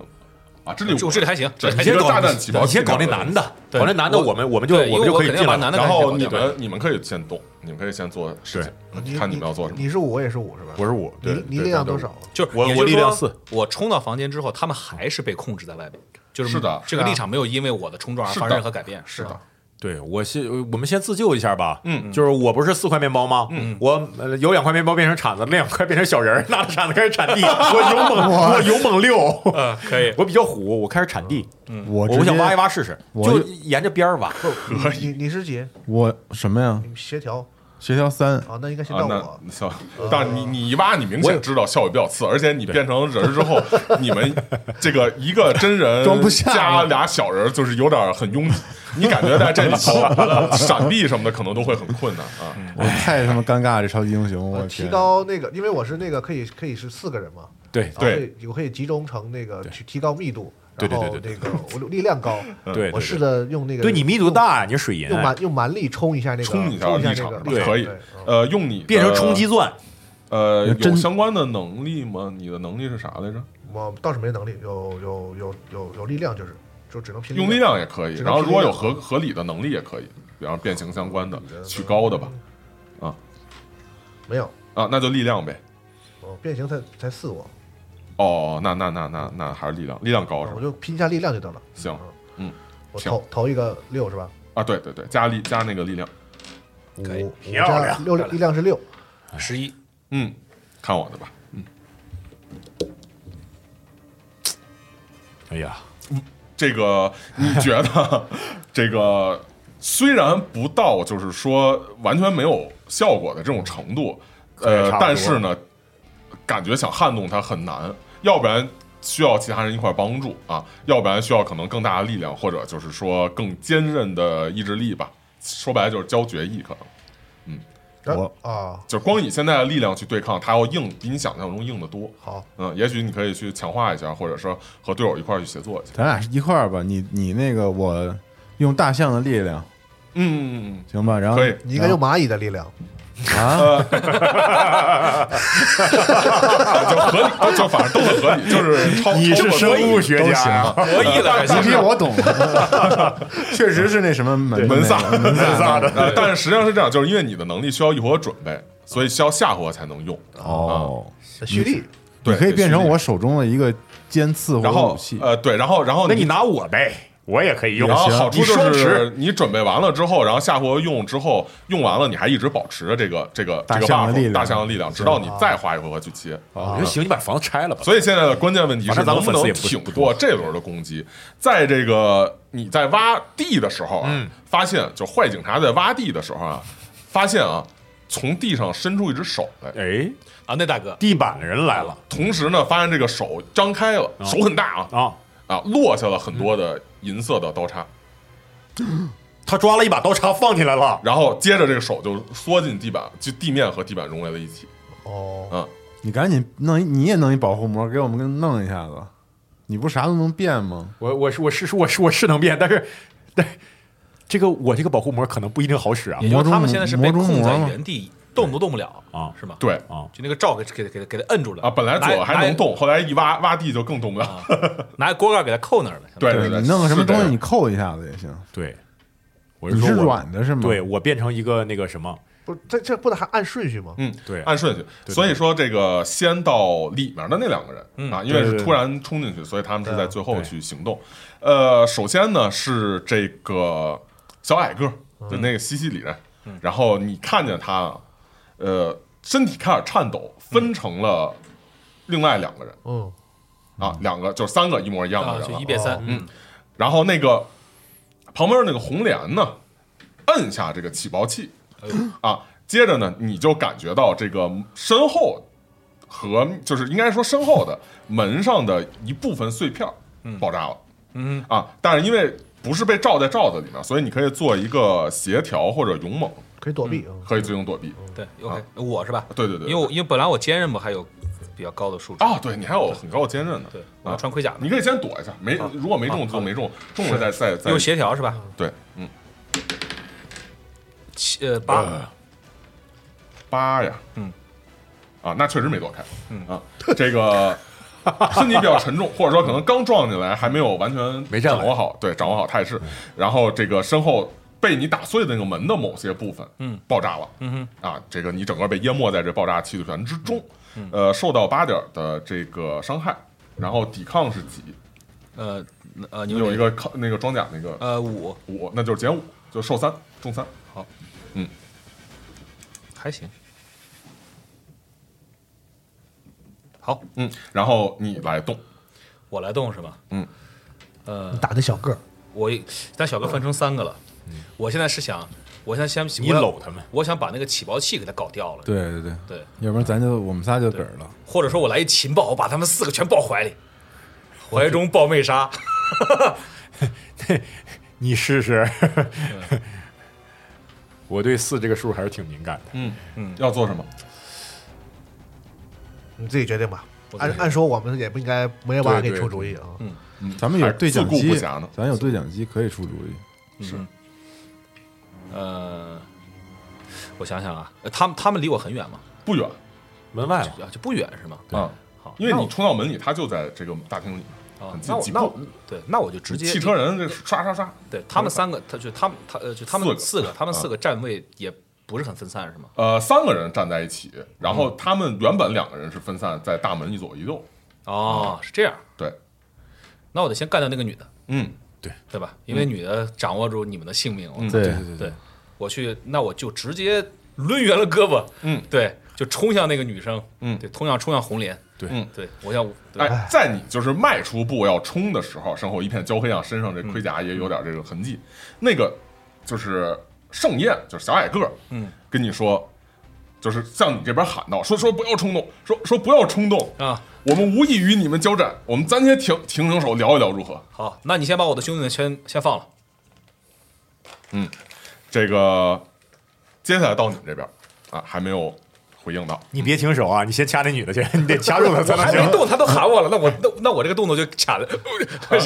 [SPEAKER 3] 啊智力
[SPEAKER 4] 哼，
[SPEAKER 3] 不
[SPEAKER 4] 就
[SPEAKER 3] 够
[SPEAKER 4] 这里还行，这
[SPEAKER 3] 对
[SPEAKER 4] 里还
[SPEAKER 6] 你
[SPEAKER 3] 一
[SPEAKER 6] 先
[SPEAKER 4] 行
[SPEAKER 3] 个
[SPEAKER 6] 搞
[SPEAKER 3] 炸弹起爆
[SPEAKER 6] 你先
[SPEAKER 3] 器
[SPEAKER 6] 搞那
[SPEAKER 3] 两个
[SPEAKER 6] 男
[SPEAKER 3] 人
[SPEAKER 6] 的，
[SPEAKER 4] 对
[SPEAKER 6] 搞那男的，
[SPEAKER 4] 我
[SPEAKER 6] 我们我们就
[SPEAKER 4] 对因为
[SPEAKER 6] 我们就
[SPEAKER 4] 我
[SPEAKER 6] 可以
[SPEAKER 4] 肯定
[SPEAKER 6] 进
[SPEAKER 4] 把
[SPEAKER 6] 来
[SPEAKER 4] 男
[SPEAKER 6] 了。
[SPEAKER 4] 的
[SPEAKER 6] 然
[SPEAKER 3] 然
[SPEAKER 4] 干
[SPEAKER 6] 后
[SPEAKER 3] 后
[SPEAKER 4] 掉
[SPEAKER 3] 你
[SPEAKER 4] 对吧
[SPEAKER 3] 们你们可以先动，你们可以先做事情，嗯
[SPEAKER 1] 啊你
[SPEAKER 3] 看你们要做什么。
[SPEAKER 1] 你是五，我也是五，是吧？
[SPEAKER 6] 我是五，对
[SPEAKER 1] 你你
[SPEAKER 3] 对
[SPEAKER 1] 力量
[SPEAKER 3] 对
[SPEAKER 1] 多
[SPEAKER 3] 对
[SPEAKER 1] 少？
[SPEAKER 4] 就是
[SPEAKER 6] 我
[SPEAKER 4] 也
[SPEAKER 6] 我
[SPEAKER 4] 就是
[SPEAKER 6] 力量
[SPEAKER 4] 说
[SPEAKER 6] 四，
[SPEAKER 4] 我冲到房间之后，他们还是被控制在外面，就是
[SPEAKER 3] 是的啊
[SPEAKER 4] 这个立场没有因为我的冲撞而
[SPEAKER 3] 是
[SPEAKER 4] 发生
[SPEAKER 3] 的
[SPEAKER 4] 任何改变，啊
[SPEAKER 3] 是的，
[SPEAKER 6] 对我先，我们先自救一下吧。
[SPEAKER 3] 嗯
[SPEAKER 6] 就是我不是四块面包吗？嗯，我呃有两块面包变成铲子，另两块变成小人儿，拿着铲子开始铲地。 我勇猛，我勇猛 六，呃
[SPEAKER 4] 嗯，可以，
[SPEAKER 3] 哎
[SPEAKER 6] 我比较虎，我开始铲地。
[SPEAKER 2] 我
[SPEAKER 6] 我
[SPEAKER 2] 直
[SPEAKER 6] 想
[SPEAKER 2] 接
[SPEAKER 6] 挖一挖试试，
[SPEAKER 2] 我
[SPEAKER 6] 就沿着边儿挖。
[SPEAKER 1] 不，你你你是几？
[SPEAKER 2] 我什么呀
[SPEAKER 1] 你？们协调
[SPEAKER 2] 协调三，
[SPEAKER 1] 啊，那应该先
[SPEAKER 3] 啊
[SPEAKER 1] 到，我。
[SPEAKER 3] 那笑，但是你你一挖，你明显知道效果比较次，而且你变成人儿之后，你们这个一个真人
[SPEAKER 2] 装不下
[SPEAKER 3] 加
[SPEAKER 2] 了
[SPEAKER 3] 俩小人儿，就是有点很拥挤，你感觉在这里头闪避什么的可能都会很困难啊。
[SPEAKER 2] 我太他妈尴尬了，这超级英雄，我
[SPEAKER 1] 呃，
[SPEAKER 2] 天
[SPEAKER 1] 提高那个，因为我是那个可以可以是四个人嘛，
[SPEAKER 6] 对
[SPEAKER 1] 啊
[SPEAKER 3] 对，
[SPEAKER 1] 可以我可以集中成那个去提高密度，
[SPEAKER 6] 对对
[SPEAKER 1] 然后
[SPEAKER 6] 对对嗯
[SPEAKER 1] 那个我力量高，
[SPEAKER 6] 对
[SPEAKER 1] 我试着用那个，
[SPEAKER 6] 对你密度，大，哎你是水银，
[SPEAKER 1] 用蛮用蛮力冲一下那个，
[SPEAKER 3] 冲
[SPEAKER 1] 冲
[SPEAKER 3] 一下
[SPEAKER 1] 下
[SPEAKER 3] 立
[SPEAKER 1] 那
[SPEAKER 3] 场
[SPEAKER 1] 个，
[SPEAKER 6] 对
[SPEAKER 3] 可以
[SPEAKER 1] 对，嗯
[SPEAKER 3] 呃，用你的
[SPEAKER 6] 变成冲击钻。
[SPEAKER 3] 呃有
[SPEAKER 2] 真
[SPEAKER 3] 相关的能力吗？你的能力是啥来着？
[SPEAKER 1] 我倒是没能力，有有有有有力量，就是就只能拼
[SPEAKER 3] 用力量也可以，
[SPEAKER 1] 只能
[SPEAKER 3] 然后如
[SPEAKER 1] 拼
[SPEAKER 3] 果
[SPEAKER 1] 力
[SPEAKER 3] 有
[SPEAKER 1] 量
[SPEAKER 3] 合合理的能力也可以，比方说变形相关的，取高的吧，
[SPEAKER 1] 没有，
[SPEAKER 3] 啊，那就力量呗。
[SPEAKER 1] 我变形才才四我，
[SPEAKER 3] 哦，那那那那那还是力量，力量
[SPEAKER 6] 哦
[SPEAKER 3] 高是
[SPEAKER 1] 我
[SPEAKER 3] 吧？
[SPEAKER 1] 就拼一下力哦量就得了。
[SPEAKER 3] 行，嗯，
[SPEAKER 1] 我
[SPEAKER 3] 行
[SPEAKER 1] 投投一个六是吧？
[SPEAKER 3] 啊，对对对，加力加那个力量，
[SPEAKER 1] 五
[SPEAKER 4] 可以
[SPEAKER 1] 五
[SPEAKER 6] 漂
[SPEAKER 1] 加
[SPEAKER 6] 亮
[SPEAKER 1] 六力量是六，
[SPEAKER 4] 十一，
[SPEAKER 3] 嗯，看我的吧，
[SPEAKER 6] 哎呀，
[SPEAKER 3] 这个你觉得这个虽然不到就是说完全没有效果的这种程度，
[SPEAKER 6] 也
[SPEAKER 3] 呃
[SPEAKER 6] 差不多，
[SPEAKER 3] 但是呢，感觉想撼动它很难，要不然需要其他人一块儿帮助啊，要不然需要可能更大的力量，或者就是说更坚韧的意志力吧。说白了就是交决议，可能
[SPEAKER 1] 然
[SPEAKER 2] 我
[SPEAKER 1] 啊
[SPEAKER 3] 就光以现在的力量去对抗，它要硬，比你想象中硬得多。
[SPEAKER 1] 好，
[SPEAKER 3] 嗯，也许你可以去强化一下，或者说和队友一块儿去协作一下。
[SPEAKER 2] 咱俩一块儿吧，你你那个我用大象的力量
[SPEAKER 3] 嗯，嗯
[SPEAKER 2] 行吧，然后
[SPEAKER 3] 可以
[SPEAKER 1] 你应该用蚂蚁的力量，
[SPEAKER 2] 啊，
[SPEAKER 3] 嗯就合理，就反正都很合理，就是超
[SPEAKER 6] 你
[SPEAKER 3] 超
[SPEAKER 6] 是
[SPEAKER 3] 过
[SPEAKER 6] 生物学
[SPEAKER 2] 都
[SPEAKER 6] 家
[SPEAKER 2] 行
[SPEAKER 6] 呀？
[SPEAKER 4] 博弈
[SPEAKER 3] 哎
[SPEAKER 4] 了，还
[SPEAKER 2] 这
[SPEAKER 4] 行
[SPEAKER 2] 些。我 懂，确实是那什么门
[SPEAKER 3] 门萨
[SPEAKER 2] 萨门萨的
[SPEAKER 3] 呃，但是实际上是这样，就是因为你的能力需要一回合准备，所以需要下回合才能用。
[SPEAKER 2] 哦，
[SPEAKER 1] 蓄力
[SPEAKER 2] 你
[SPEAKER 3] 啊对，
[SPEAKER 2] 可以变成
[SPEAKER 3] 得蓄力
[SPEAKER 2] 我手中的一个尖刺或
[SPEAKER 3] 然
[SPEAKER 2] 者武
[SPEAKER 3] 后呃
[SPEAKER 2] 器，
[SPEAKER 3] 呃，对，然后然后
[SPEAKER 6] 那你拿我呗，我也可以用。
[SPEAKER 3] 然后好处
[SPEAKER 6] 你双
[SPEAKER 3] 就
[SPEAKER 6] 持
[SPEAKER 3] 是你准备完了之后，然后下回用之后用完了，你还一直保持着这个这个这
[SPEAKER 2] 大
[SPEAKER 3] 个
[SPEAKER 2] 象的力
[SPEAKER 3] buff
[SPEAKER 2] 量哦
[SPEAKER 3] 大象的力量，直到你再花一回合去切。
[SPEAKER 6] 我说行，你把房子拆了吧。
[SPEAKER 3] 所以现在的关键问题
[SPEAKER 6] 反
[SPEAKER 3] 是
[SPEAKER 6] 正咱们
[SPEAKER 3] 能
[SPEAKER 6] 粉丝
[SPEAKER 3] 能
[SPEAKER 6] 也不
[SPEAKER 3] 挺过这轮的攻击。在这个你在挖地的时候啊，
[SPEAKER 6] 嗯
[SPEAKER 3] 发现就坏警察在挖地的时候啊，发现啊，从地上伸出一只手来，
[SPEAKER 6] 哎，
[SPEAKER 4] 啊，那大哥
[SPEAKER 6] 地板的人来了
[SPEAKER 3] 同时呢，发现这个手张开了，手很大啊
[SPEAKER 6] 啊，
[SPEAKER 3] 啊，落下了很多的银色的刀叉，
[SPEAKER 6] 嗯他抓了一把刀叉放进来了。
[SPEAKER 3] 然后接着这个手就缩进地板，就地面和地板融为了一体。
[SPEAKER 1] 哦，
[SPEAKER 3] 嗯，
[SPEAKER 2] 你赶紧弄一，你也弄一保护膜给我们弄一下子。你不是啥都能变吗？
[SPEAKER 6] 我我是我是我是我是能变，但是但这个我这个保护膜可能不一定好使啊
[SPEAKER 2] 也。
[SPEAKER 4] 就是
[SPEAKER 2] 魔中
[SPEAKER 4] 他们现在是被
[SPEAKER 2] 魔中
[SPEAKER 4] 控在
[SPEAKER 2] 魔嘛
[SPEAKER 4] 原地，动都动不了
[SPEAKER 6] 啊
[SPEAKER 4] 是吗？，
[SPEAKER 3] 对
[SPEAKER 6] 啊
[SPEAKER 4] 就那个罩给给给给他摁住了
[SPEAKER 3] 啊，本来左还能，动，后来一挖挖地就更动不了。
[SPEAKER 6] 哦
[SPEAKER 4] 拿拿拿锅盖给他扣那儿了。
[SPEAKER 3] 对对对，
[SPEAKER 2] 你弄个什么
[SPEAKER 3] 是这
[SPEAKER 2] 东
[SPEAKER 3] 样
[SPEAKER 2] 西，你扣一下子也行。
[SPEAKER 6] 对，我
[SPEAKER 2] 你
[SPEAKER 6] 说
[SPEAKER 2] 是
[SPEAKER 6] 我
[SPEAKER 2] 软的是吗？
[SPEAKER 6] 对，我变成一个那个什么，
[SPEAKER 1] 不，这这不得还按顺序吗？
[SPEAKER 3] 嗯，
[SPEAKER 6] 对
[SPEAKER 3] 按顺序。所以说这个先到里面的那两个人啊，因为
[SPEAKER 2] 对
[SPEAKER 3] 是
[SPEAKER 2] 对对
[SPEAKER 3] 突然冲进去，所以他们是在最后
[SPEAKER 6] 对
[SPEAKER 3] 去行动。呃，首先呢是这个小矮个儿的那个西西里人，然后你看见他啊，呃，身体开始颤抖，分成了另外两个人
[SPEAKER 1] 嗯，
[SPEAKER 3] 啊，两个就是三个一模一样的
[SPEAKER 4] 啊，
[SPEAKER 3] 人
[SPEAKER 4] 就
[SPEAKER 3] 了
[SPEAKER 4] 一变三，嗯，
[SPEAKER 3] 然后那个旁边那个红莲呢，摁下这个起爆器，
[SPEAKER 4] 哎
[SPEAKER 3] 啊，接着呢，你就感觉到这个身后和就是应该说身后的门上的一部分碎片儿爆炸了，嗯啊，但是因为不是被罩在罩子里面，所以你可以做一个协调或者勇猛，
[SPEAKER 1] 可以躲避。嗯
[SPEAKER 3] 可以最终躲避。
[SPEAKER 4] 对，OK，我啊是吧？
[SPEAKER 3] 对对对，
[SPEAKER 4] 因为我因为本来我坚韧不还有比较高的数值，
[SPEAKER 3] 啊，对你还有很高的坚韧呢，
[SPEAKER 4] 对，我
[SPEAKER 3] 啊，
[SPEAKER 4] 穿啊盔甲
[SPEAKER 3] 你
[SPEAKER 4] 呢，
[SPEAKER 3] 可以先躲一下，没如果没中就没中，中了再再再
[SPEAKER 4] 又协调是吧？
[SPEAKER 3] 对，嗯，
[SPEAKER 4] 七呃八，
[SPEAKER 3] 八呀，
[SPEAKER 4] 嗯，
[SPEAKER 3] 啊，那确实没躲开，嗯啊，这 个身体比较沉重，或者说可能刚撞进来，还没嗯有完全
[SPEAKER 6] 没站稳
[SPEAKER 3] 掌握好，对，掌握好态势，然后这个身后被你打碎的那个门的某些部分，嗯，爆炸了，嗯哼，啊，这个你整个被淹没在这爆炸气旋之中，呃，受到八点的这个伤害，然后抵抗是几？
[SPEAKER 4] 呃呃，你
[SPEAKER 3] 你
[SPEAKER 4] 们
[SPEAKER 3] 有一个嗯抗那个装甲那个
[SPEAKER 4] 呃五
[SPEAKER 3] 五，那就是减五，就受三，中三，好，
[SPEAKER 4] 还行，好，
[SPEAKER 3] 嗯，然后你来动，
[SPEAKER 4] 我来动是吧？
[SPEAKER 3] 嗯，
[SPEAKER 4] 呃
[SPEAKER 1] 你，打的小个儿，
[SPEAKER 4] 我但小哥分成三个了，我现在是想，我现在先
[SPEAKER 6] 你搂他们，
[SPEAKER 4] 我想把那个起爆器给他搞掉了，
[SPEAKER 2] 对对对，
[SPEAKER 4] 对，
[SPEAKER 2] 要不然咱就我们仨就嗝儿了。
[SPEAKER 4] 或者说我来一情报，我把他们四个全抱怀里，怀中抱妹杀，
[SPEAKER 6] 你试试。 我对四这个数还是挺敏感的。
[SPEAKER 3] 嗯嗯，要做什么？
[SPEAKER 1] 你自己决定吧。
[SPEAKER 4] 我自
[SPEAKER 1] 按
[SPEAKER 4] 己决定
[SPEAKER 1] 按说我们也不应该没有办法
[SPEAKER 6] 对
[SPEAKER 1] 给你
[SPEAKER 6] 对
[SPEAKER 1] 出主意啊。嗯，
[SPEAKER 2] 咱们有
[SPEAKER 3] 还
[SPEAKER 2] 对讲
[SPEAKER 3] 自顾
[SPEAKER 2] 机
[SPEAKER 3] 不暇呢，
[SPEAKER 2] 咱有对讲机可以出主意。
[SPEAKER 4] 呃，我想想啊，呃他们他们离我很远吗？
[SPEAKER 3] 不远
[SPEAKER 6] 门外了，
[SPEAKER 4] 啊，就不远是吗？
[SPEAKER 3] 啊，
[SPEAKER 4] 好，
[SPEAKER 3] 因为
[SPEAKER 4] 那
[SPEAKER 3] 你
[SPEAKER 4] 我
[SPEAKER 3] 冲到门里，他就在这个大厅里，
[SPEAKER 4] 啊
[SPEAKER 3] 很，近
[SPEAKER 4] 那我
[SPEAKER 3] 几步
[SPEAKER 4] 那我对，那我就直接
[SPEAKER 3] 汽车人这刷刷刷，
[SPEAKER 4] 对他们三个，他就他们他呃就他们
[SPEAKER 3] 四
[SPEAKER 4] 四个，他们四个站位也不是很分散是吗？
[SPEAKER 3] 呃，三个人站在一起，然
[SPEAKER 4] 嗯
[SPEAKER 3] 后他们原本两个人是分散在大门一左一右，
[SPEAKER 4] 哦，是这样，
[SPEAKER 3] 对，
[SPEAKER 4] 那我得先干掉那个女的，
[SPEAKER 3] 嗯，
[SPEAKER 4] 对吧？因为女的掌握住你们的性命了。
[SPEAKER 2] 对
[SPEAKER 6] 对对
[SPEAKER 4] 对，我去，那我就直接抡圆了胳膊，
[SPEAKER 3] 嗯，
[SPEAKER 4] 对，就冲向那个女生，
[SPEAKER 3] 嗯
[SPEAKER 4] 对，冲向冲向红莲，
[SPEAKER 6] 对
[SPEAKER 3] 嗯
[SPEAKER 4] 对，我要，对
[SPEAKER 3] 哎，在你就是迈出步要冲的时候，身后一片焦黑啊，身上这
[SPEAKER 4] 嗯
[SPEAKER 3] 盔甲也有点这个痕迹，那个就是盛宴，就是小矮个，
[SPEAKER 4] 嗯，
[SPEAKER 3] 跟你说，就是向你这边喊道，说说不要冲动，说说不要冲动，
[SPEAKER 4] 啊，
[SPEAKER 3] 我们无意与你们交战，我们暂且停停停手聊一聊如何？
[SPEAKER 4] 好，那你先把我的兄弟们先先放了，
[SPEAKER 3] 这个接下来到你这边啊，还没有回 应到。
[SPEAKER 6] 你别停手啊！你先掐那女的去，你得掐住她才
[SPEAKER 4] 我
[SPEAKER 6] 能
[SPEAKER 4] 还没
[SPEAKER 6] 行。
[SPEAKER 4] 动，他都喊我了， 那我那那我这个动作就卡了，是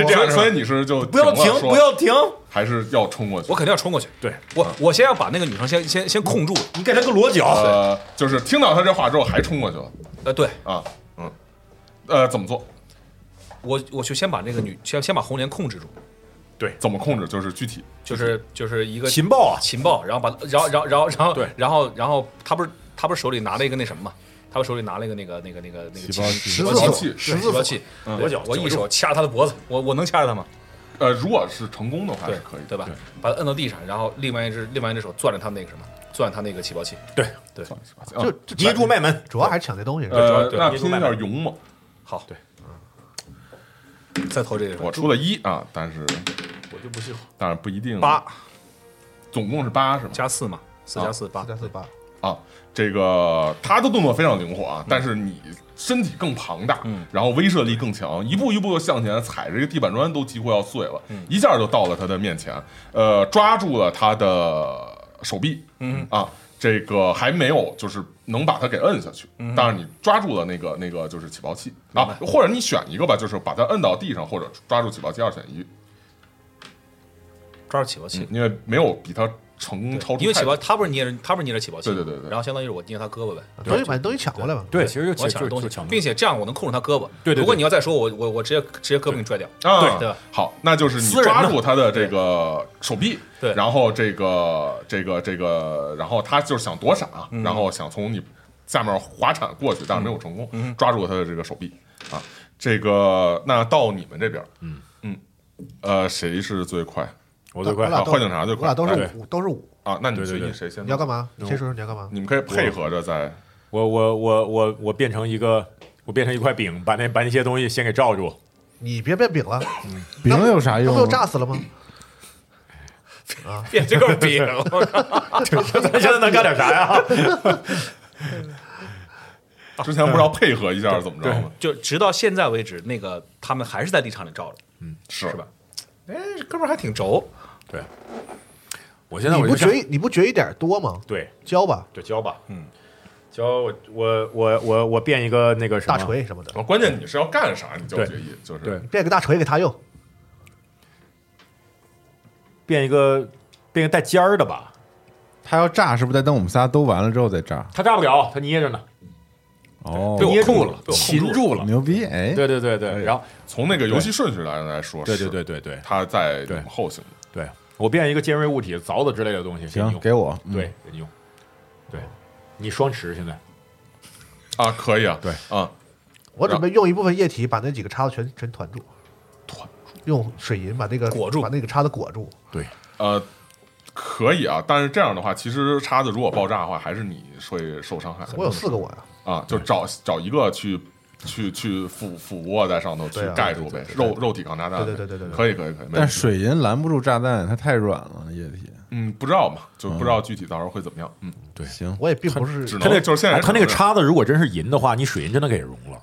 [SPEAKER 4] 这样是吧
[SPEAKER 3] 所以你啊是就
[SPEAKER 6] 不要停
[SPEAKER 3] 了，说
[SPEAKER 6] 不要停！
[SPEAKER 3] 还是要冲过去
[SPEAKER 4] 我。肯定要冲过去，
[SPEAKER 6] 对
[SPEAKER 4] 我我先要把那个女生先先先控住，
[SPEAKER 6] 你给她个裸脚，
[SPEAKER 3] 呃，就是听到他这话之后还冲过去了
[SPEAKER 4] 呃，对
[SPEAKER 3] 啊，嗯，呃，怎么做？
[SPEAKER 4] 我我就先把那个女先先把红莲控制住，
[SPEAKER 3] 怎么控制？就是具体
[SPEAKER 4] 就是就是一个
[SPEAKER 6] 情报啊！
[SPEAKER 4] 情报，然后把，然后，然后，然后，然后，
[SPEAKER 6] 对
[SPEAKER 4] 然后，然后他不是他不是手里拿了一个那什么嘛？他不是手里拿了一个那个那个那个那个
[SPEAKER 2] 起爆器
[SPEAKER 4] 十
[SPEAKER 3] 十字嗯
[SPEAKER 4] 字
[SPEAKER 3] 器
[SPEAKER 4] 十字器，对
[SPEAKER 6] 我脚
[SPEAKER 4] 我
[SPEAKER 6] 脚
[SPEAKER 4] 一
[SPEAKER 6] 住
[SPEAKER 4] 手掐着他的脖子，我我能掐着他吗？
[SPEAKER 3] 呃，如果是成功的话是哎可以的，
[SPEAKER 4] 对吧？把它摁到地上，然后另外一只另外一只手攥着他那个什么，攥着他那个起爆器。
[SPEAKER 6] 对，
[SPEAKER 4] 对，
[SPEAKER 3] 啊
[SPEAKER 1] 就就
[SPEAKER 6] 捏住脉门，
[SPEAKER 1] 主要还是抢这东西。是吧
[SPEAKER 3] 呃，
[SPEAKER 4] 对
[SPEAKER 3] 那
[SPEAKER 4] 捏住
[SPEAKER 3] 拼
[SPEAKER 4] 脉
[SPEAKER 3] 一下勇猛，
[SPEAKER 4] 好，对，再投这个，
[SPEAKER 3] 我出了一啊，但是
[SPEAKER 4] 我就不信了，
[SPEAKER 3] 但是不一定
[SPEAKER 4] 八，
[SPEAKER 3] 总共是八是吗？
[SPEAKER 4] 加四嘛，四加四八
[SPEAKER 1] 四，加四八，
[SPEAKER 3] 啊，这个他的动作非常灵活啊，但是你身体更庞大，
[SPEAKER 4] 嗯
[SPEAKER 3] 然后威慑力更强，一步一步的向前踩，这个地板砖都几乎要碎了，
[SPEAKER 4] 嗯
[SPEAKER 3] 一下就到了他的面前，呃，抓住了他的手臂，嗯啊。这个还没有，就是能把他给摁下去。
[SPEAKER 4] 嗯
[SPEAKER 3] 但是你抓住了那个那个就是起爆器啊，或者你选一个吧，就是把他摁到地上，或者抓住起爆器，二选一，
[SPEAKER 4] 抓住起爆器。
[SPEAKER 3] 因为没有比他成嗯超出太多。
[SPEAKER 4] 嗯因为起爆，他不是捏着，他不是捏着起爆器，
[SPEAKER 3] 对对对对
[SPEAKER 4] 然后相当于是我捏他胳膊呗，
[SPEAKER 1] 东西把东西抢过来嘛。
[SPEAKER 6] 对，其实就就
[SPEAKER 4] 我抢
[SPEAKER 6] 就
[SPEAKER 4] 着东
[SPEAKER 6] 就
[SPEAKER 4] 西
[SPEAKER 6] 抢，，
[SPEAKER 4] 并且这样我能控制他胳膊。
[SPEAKER 6] 对对对
[SPEAKER 4] 如果你要再说我我我直接直接胳膊给你拽掉，
[SPEAKER 3] 啊，
[SPEAKER 4] 对吧？
[SPEAKER 3] 好，那就是你
[SPEAKER 4] 私人的
[SPEAKER 3] 抓住他的这个手臂，
[SPEAKER 4] 对
[SPEAKER 3] 然后这个这个这个，然后他就是想躲闪
[SPEAKER 6] 嗯
[SPEAKER 3] 啊，然后想从你下面滑铲过去，但是没有成功，
[SPEAKER 6] 嗯
[SPEAKER 3] 抓住了他的这个手臂啊。这个那到你们这边，嗯嗯，呃，谁是最快
[SPEAKER 6] 我最
[SPEAKER 1] 我
[SPEAKER 6] 快
[SPEAKER 1] 俩
[SPEAKER 3] 啊
[SPEAKER 1] 都
[SPEAKER 3] 换警察最
[SPEAKER 1] 我
[SPEAKER 3] 快
[SPEAKER 1] 俩都
[SPEAKER 3] 对
[SPEAKER 1] 是五，都是五。
[SPEAKER 3] 啊？那你们
[SPEAKER 6] 对对
[SPEAKER 3] 随意
[SPEAKER 6] 对
[SPEAKER 3] 谁先？
[SPEAKER 1] 你要干？嘛？你先说说你要干嘛？
[SPEAKER 3] 你们可以配合着在
[SPEAKER 6] 我我我我我变成一个，我变成一块饼，把那把那些东西先给罩住。
[SPEAKER 1] 你别变饼了，
[SPEAKER 2] 饼有啥
[SPEAKER 1] 那
[SPEAKER 2] 用
[SPEAKER 1] 不
[SPEAKER 2] 啊？
[SPEAKER 1] 就炸死了吗？
[SPEAKER 4] 变这个饼，我靠
[SPEAKER 6] 咱现在能干点啥呀？
[SPEAKER 3] 之前不是要配合一下怎么着吗？
[SPEAKER 4] 就直到现在为止，那个他们还是在立场里罩着，
[SPEAKER 3] 是
[SPEAKER 4] 是吧？哎，这哥们儿还挺轴，
[SPEAKER 6] 对，我现在
[SPEAKER 1] 你
[SPEAKER 6] 我
[SPEAKER 1] 不
[SPEAKER 6] 就
[SPEAKER 1] 觉
[SPEAKER 6] 想
[SPEAKER 1] 一你不觉一点多吗？
[SPEAKER 6] 对，
[SPEAKER 1] 交吧，
[SPEAKER 6] 就教吧，嗯，教我我我我我变一个那个什么
[SPEAKER 1] 大，锤什么的，
[SPEAKER 3] 啊关键你是要干啥？你就
[SPEAKER 6] 对
[SPEAKER 3] 决议就是
[SPEAKER 6] 对
[SPEAKER 1] 变个大锤给他用。
[SPEAKER 6] 变一个变一个带尖儿的吧，
[SPEAKER 2] 他要炸是不是得等我们仨都完了之后再炸？
[SPEAKER 6] 他炸不了，他捏着呢，
[SPEAKER 2] 哦
[SPEAKER 6] 被，我
[SPEAKER 4] 捏
[SPEAKER 6] 控
[SPEAKER 4] 住
[SPEAKER 6] 制
[SPEAKER 4] 了被我控
[SPEAKER 6] 擒
[SPEAKER 4] 住
[SPEAKER 6] 住了，
[SPEAKER 2] 牛逼！哎，
[SPEAKER 6] 对对对对，然后
[SPEAKER 3] 从那个游戏顺序来来说，
[SPEAKER 6] 对对
[SPEAKER 3] 是
[SPEAKER 6] 对对对
[SPEAKER 3] 他在你们
[SPEAKER 6] 对
[SPEAKER 3] 后行。
[SPEAKER 6] 对，我变一个尖锐物体，凿子之类的东西，给你
[SPEAKER 2] 行，
[SPEAKER 6] 用
[SPEAKER 2] 给我。嗯
[SPEAKER 6] 对，给你用，对你双持现在，
[SPEAKER 3] 啊，可以啊，
[SPEAKER 6] 对
[SPEAKER 3] 啊，
[SPEAKER 1] 我准备用一部分液体把那几个叉子全全团住，团住，用水银把那个
[SPEAKER 4] 裹住
[SPEAKER 1] 把那个叉子裹住。
[SPEAKER 6] 对，
[SPEAKER 3] 呃，可以啊，但是这样的话，其实叉子如果爆炸的话，还是你会受伤害
[SPEAKER 1] 我有四个我呀，
[SPEAKER 3] 啊，就找找一个去去去俯俯卧在上头去
[SPEAKER 1] 对啊
[SPEAKER 3] 盖住呗，肉肉体抗炸弹呗，
[SPEAKER 1] 对对对对对对
[SPEAKER 3] 可以可以可以，没
[SPEAKER 2] 但
[SPEAKER 3] 问题
[SPEAKER 2] 水银拦不住炸弹，它太软了，那液体。
[SPEAKER 3] 嗯，不知道嘛，就不知道具体到时候会怎么样，嗯，
[SPEAKER 2] 对，行，
[SPEAKER 1] 我也并不是
[SPEAKER 3] 只
[SPEAKER 6] 他那
[SPEAKER 3] 能就是现在
[SPEAKER 6] 他那个
[SPEAKER 3] 只能这样
[SPEAKER 6] 叉子如果真是银的话，你水银真的给融了，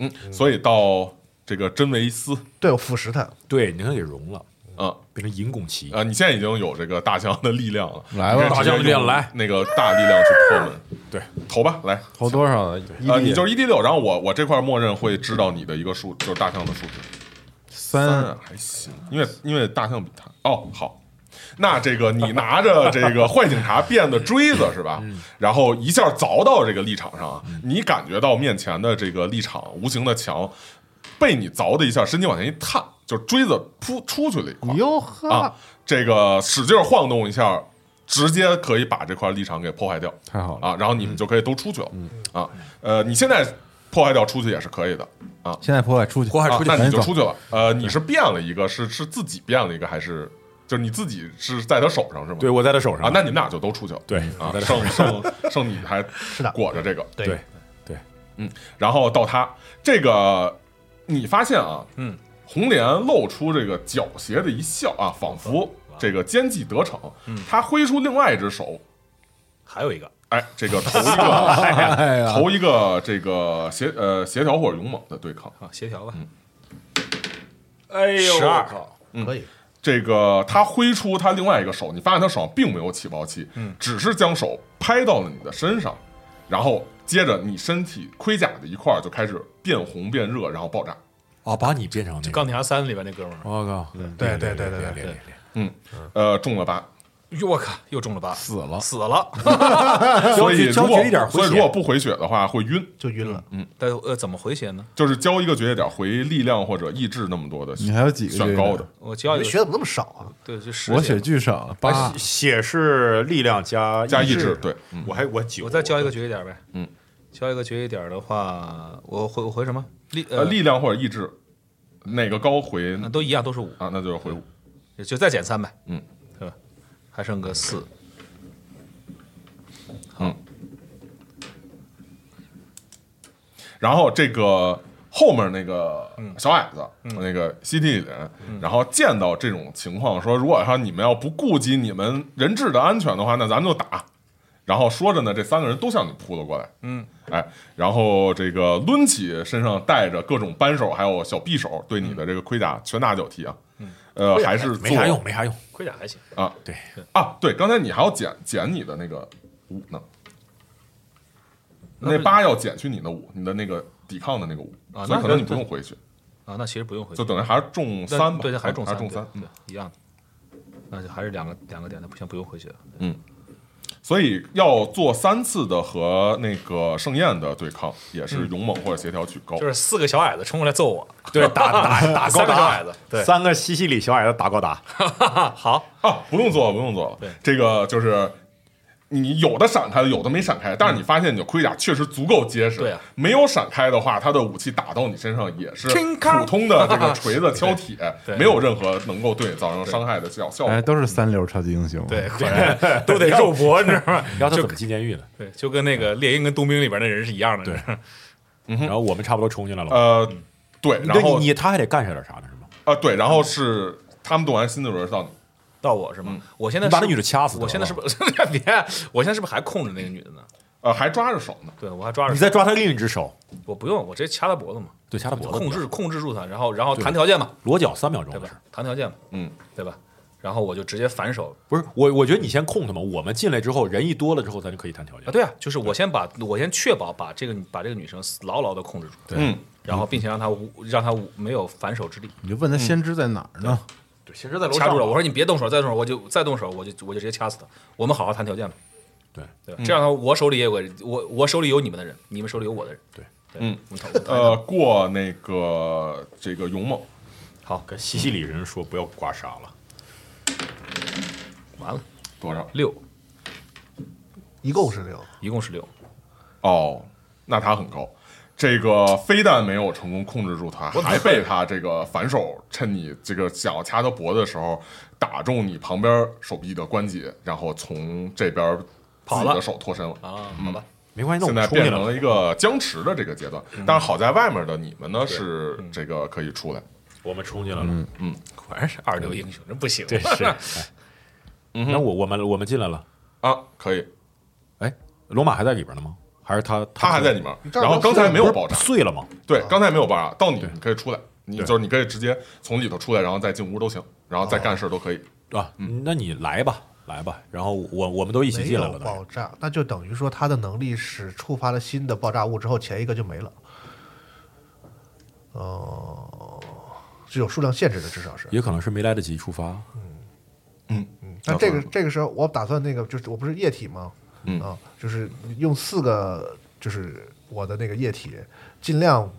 [SPEAKER 3] 嗯，所以到这个真维斯，
[SPEAKER 1] 对我腐蚀它，
[SPEAKER 6] 对，你看给融了，
[SPEAKER 3] 嗯
[SPEAKER 6] 变成银拱旗，
[SPEAKER 3] 呃，你现在已经有这个大象的力量了，
[SPEAKER 2] 来吧
[SPEAKER 3] 你可以直接
[SPEAKER 6] 大象力量
[SPEAKER 3] 用
[SPEAKER 6] 来
[SPEAKER 3] 那个大力量去破门，
[SPEAKER 6] 对，
[SPEAKER 3] 投吧，来。
[SPEAKER 2] 投多少啊？一
[SPEAKER 3] 呃，你
[SPEAKER 2] 滴
[SPEAKER 3] 就是一 d 六，然后我我这块默认会知道你的一个数，就是大象的数值。
[SPEAKER 2] 三，
[SPEAKER 3] 还行，因为因为大象比他哦好。那这个你拿着这 个坏警察变的锥子是吧？
[SPEAKER 2] 嗯
[SPEAKER 3] 然后一下凿到这个立场上啊，你感觉到面前的这个立场无形的墙被你凿的一下，身体往前一探，就锥子扑出去了一块
[SPEAKER 2] 哟呵，
[SPEAKER 3] 啊，这个使劲晃动一下，直接可以把这块立场给破坏掉。
[SPEAKER 2] 太好了！
[SPEAKER 3] 啊，然后你们就可以都出去了、啊。呃，你现在破坏掉出去也是可以的啊。
[SPEAKER 2] 现在破坏出去，破
[SPEAKER 3] 啊，那
[SPEAKER 2] 赶
[SPEAKER 3] 你
[SPEAKER 2] 紧
[SPEAKER 3] 就
[SPEAKER 2] 走。
[SPEAKER 3] 出去了。呃，你是变了一个，是是自己变了一个，还是就是你自己是在他手上是吗？
[SPEAKER 6] 对我在他手上
[SPEAKER 3] 啊，那你们俩就都出去了。
[SPEAKER 6] 对
[SPEAKER 3] 啊
[SPEAKER 6] 我在，这
[SPEAKER 3] 剩剩剩你还
[SPEAKER 1] 是的
[SPEAKER 3] 裹着这个，嗯
[SPEAKER 6] 对，
[SPEAKER 3] 然后到他这个，你发现啊，嗯，红莲露出这个狡黠的一笑啊，仿佛这个奸计得逞。他挥出另外一只手，
[SPEAKER 4] 还有一个
[SPEAKER 3] 哎，这个投一个
[SPEAKER 2] 哎呀，
[SPEAKER 3] 投一个这个协呃协调或者勇猛的对抗。
[SPEAKER 4] 啊，协调吧，
[SPEAKER 6] 哎呦
[SPEAKER 4] 12
[SPEAKER 6] 我靠
[SPEAKER 1] 可以。
[SPEAKER 3] 这个他挥出他另外一个手，你发现他手上并没有起爆器，只是将手拍到了你的身上，然后接着你身体盔甲的一块儿就开始变红变热，然后爆炸。
[SPEAKER 6] 啊，把你变成那个，
[SPEAKER 4] 钢铁侠三里边那哥们儿，
[SPEAKER 6] 我靠，
[SPEAKER 1] 对对对对对
[SPEAKER 6] 嗯对
[SPEAKER 3] 嗯，呃，中了八，
[SPEAKER 4] 哟我靠，又中了八，死
[SPEAKER 2] 了
[SPEAKER 4] 死了，
[SPEAKER 3] 所以如
[SPEAKER 6] 胶
[SPEAKER 3] 果
[SPEAKER 6] 绝一点回
[SPEAKER 3] 所以
[SPEAKER 6] 血
[SPEAKER 3] 如果不回血的话会晕，
[SPEAKER 1] 就晕了。
[SPEAKER 4] 但呃怎么回血呢？
[SPEAKER 3] 就是交一个绝血点回力量或者意志那么多的，
[SPEAKER 2] 你还有几个
[SPEAKER 3] 选高的？
[SPEAKER 4] 我教一
[SPEAKER 1] 你
[SPEAKER 4] 个
[SPEAKER 1] 学怎么那么少啊？
[SPEAKER 4] 对，就十
[SPEAKER 2] 我
[SPEAKER 4] 血
[SPEAKER 2] 血巨少，八
[SPEAKER 6] 血血啊是力量加
[SPEAKER 3] 加意
[SPEAKER 6] 志
[SPEAKER 3] 志，，对，嗯
[SPEAKER 6] 我还我九，
[SPEAKER 4] 我再交一个绝一点呗。
[SPEAKER 3] 嗯，
[SPEAKER 4] 交一个绝一点的话，我回我回什么？力
[SPEAKER 3] 呃呃，力量或者意志哪个高回
[SPEAKER 4] 那都一样，都是五，
[SPEAKER 3] 啊？那就是回五。
[SPEAKER 4] 也就再减三呗，
[SPEAKER 3] 嗯，
[SPEAKER 4] 对吧？还剩个四，
[SPEAKER 3] 然后这个后面那个小矮子，那个西地里人，然后见到这种情况，说如果说你们要不顾及你们人质的安全的话，那咱们就打。然后说着呢，这三个人都向你扑了过来。嗯，哎，然后这个抡起身上带着各种扳手还有小匕首，对你的这个盔甲拳打脚踢啊。呃，还是
[SPEAKER 6] 没啥
[SPEAKER 3] 做
[SPEAKER 6] 用，没啥用。
[SPEAKER 4] 盔甲还行，
[SPEAKER 3] 啊
[SPEAKER 6] 对，
[SPEAKER 3] 啊！对，刚才你还要减减你的那个五呢，那八要减去你的五，你的那个抵抗的那个五，
[SPEAKER 4] 啊
[SPEAKER 3] 所以
[SPEAKER 4] 那
[SPEAKER 3] 可能
[SPEAKER 4] 那
[SPEAKER 3] 你不用回去，
[SPEAKER 4] 啊，那其实不用回去
[SPEAKER 3] 就，等于还是中
[SPEAKER 4] 那
[SPEAKER 3] 三吧，
[SPEAKER 4] 对，那还
[SPEAKER 3] 还
[SPEAKER 4] 是中
[SPEAKER 3] 还
[SPEAKER 4] 三，
[SPEAKER 3] 中
[SPEAKER 4] 对
[SPEAKER 3] 三。嗯
[SPEAKER 4] 对，一样的，那就还是两个两个点，那不行，不用回去了。
[SPEAKER 3] 所以要做三次的和那个盛宴的对抗，也
[SPEAKER 4] 嗯
[SPEAKER 3] 是勇猛或者协调取高
[SPEAKER 4] 就。是四个小矮子冲过来揍 我，
[SPEAKER 6] 对，打 打打高
[SPEAKER 4] 三个小
[SPEAKER 6] 达
[SPEAKER 4] 矮子，对，
[SPEAKER 6] 三个西西里小矮子打高 达，
[SPEAKER 4] 好，
[SPEAKER 3] 啊，不用做了，不用做了。
[SPEAKER 4] 对
[SPEAKER 3] 这个就是你有的闪开了，有的没闪开，但是你发现你的盔甲确实足够结实。
[SPEAKER 4] 嗯对啊
[SPEAKER 3] 没有闪开的话，他的武器打到你身上也是
[SPEAKER 4] 叮当
[SPEAKER 3] 普通的这个锤子、敲铁，
[SPEAKER 4] 对
[SPEAKER 3] 没有任何能够对你造成伤害的效效果。
[SPEAKER 2] 哎，都是三流超级英雄。啊
[SPEAKER 4] 对，果然都得肉 搏，你知道吗？
[SPEAKER 6] 然后他怎么进监狱呢？
[SPEAKER 4] 对，就跟那个猎鹰跟冬兵里边的人是一样的，对，
[SPEAKER 6] 然后我们差不多冲进来了嘛。
[SPEAKER 3] 呃，对，然后
[SPEAKER 6] 对嗯你你他还得干下点啥呢？是吗？
[SPEAKER 3] 啊，对，然后是他们动完新的轮到你。
[SPEAKER 4] 到我是吗？我现
[SPEAKER 6] 嗯
[SPEAKER 4] 在
[SPEAKER 6] 你把
[SPEAKER 4] 是
[SPEAKER 6] 那女的掐死得了
[SPEAKER 4] 我现在是不是 别？我现在是不是还控制那个女的呢？
[SPEAKER 3] 呃，还抓着手呢，
[SPEAKER 4] 对我还抓着
[SPEAKER 6] 你，再抓他另一只手，
[SPEAKER 4] 我不用，我直接掐她脖子嘛，
[SPEAKER 6] 对，掐他脖子，
[SPEAKER 4] 控制控制住她，然后然后谈条件嘛，
[SPEAKER 6] 裸脚三秒钟
[SPEAKER 4] 对
[SPEAKER 6] 的事
[SPEAKER 4] 吧？谈条件嘛，
[SPEAKER 3] 嗯，
[SPEAKER 4] 对吧？然后我就直接反手
[SPEAKER 6] 不是我，我觉得你先控他们，我们进来之后人一多了之后，咱就可以谈条件
[SPEAKER 4] 啊，。对啊，就是我先把我先确保把这个把这个女生牢牢的控制住，对
[SPEAKER 3] 嗯，
[SPEAKER 4] 然后并且让她无让她无没有反手之力，
[SPEAKER 2] 你就问他先知在哪儿呢？
[SPEAKER 4] 对，先是在楼掐
[SPEAKER 6] 啊
[SPEAKER 4] 住了。我说你别动手，再动手我就再动手，我就我就直接掐死他。我们好好谈条件吧。
[SPEAKER 6] 对
[SPEAKER 4] 对吧，这样的话，我手里也有个我我手里有你们的人，你们手里有我的人。
[SPEAKER 6] 对
[SPEAKER 4] 对，
[SPEAKER 3] 嗯
[SPEAKER 4] 我们讨论，
[SPEAKER 3] 呃，过那个这个勇猛，
[SPEAKER 6] 跟西西里人说不要刮痧了，
[SPEAKER 4] 完了
[SPEAKER 3] 多少？
[SPEAKER 4] 六，
[SPEAKER 1] 一共是六，
[SPEAKER 4] 一共是六。
[SPEAKER 3] 哦，那他很高。这个非但没有成功控制住他，还被他这个反手趁你这个想要掐他脖子的时候，打中你旁边手臂的关节，然后从这边自
[SPEAKER 4] 跑
[SPEAKER 3] 己
[SPEAKER 4] 了
[SPEAKER 3] 的手脱身了。
[SPEAKER 4] 啊，好吧，
[SPEAKER 6] 没关系，那我
[SPEAKER 3] 现
[SPEAKER 6] 们
[SPEAKER 3] 在
[SPEAKER 6] 冲进
[SPEAKER 3] 变
[SPEAKER 6] 来
[SPEAKER 3] 成
[SPEAKER 6] 了。
[SPEAKER 3] 了一个僵持的这个阶段，但是好在外面的你们呢是这个可以出来。
[SPEAKER 6] 我们冲进来
[SPEAKER 3] 嗯
[SPEAKER 6] 了，
[SPEAKER 4] 果然是二流英雄，真不行。啊
[SPEAKER 6] 对，是。哎那我我们我们进来了，
[SPEAKER 3] 啊，可以，
[SPEAKER 6] 哎，罗马还在里边呢吗？还是他
[SPEAKER 3] 他还在里
[SPEAKER 6] 面？
[SPEAKER 3] 面，
[SPEAKER 1] 这儿
[SPEAKER 3] 然后刚才没有爆炸，
[SPEAKER 6] 碎了吗？
[SPEAKER 3] 对，刚才没有爆炸，到你你可以出来，你就是你可以直接从里头出来，然后再进屋都行，然后再干事都可以。
[SPEAKER 6] 啊，
[SPEAKER 3] 嗯
[SPEAKER 6] 那你来吧，来吧。然后我我们都一起
[SPEAKER 1] 没
[SPEAKER 6] 进来
[SPEAKER 1] 有
[SPEAKER 6] 了，
[SPEAKER 1] 爆炸，那就等于说他的能力是触发了新的爆炸物之后，前一个就没了。哦、是有数量限制的，至少是。
[SPEAKER 6] 也可能是没来得及出
[SPEAKER 3] 啊
[SPEAKER 6] 发。
[SPEAKER 1] 那这个这个时候，我打算那个就是我不是液体吗？嗯啊，就是用四个就是我的那个液体，尽量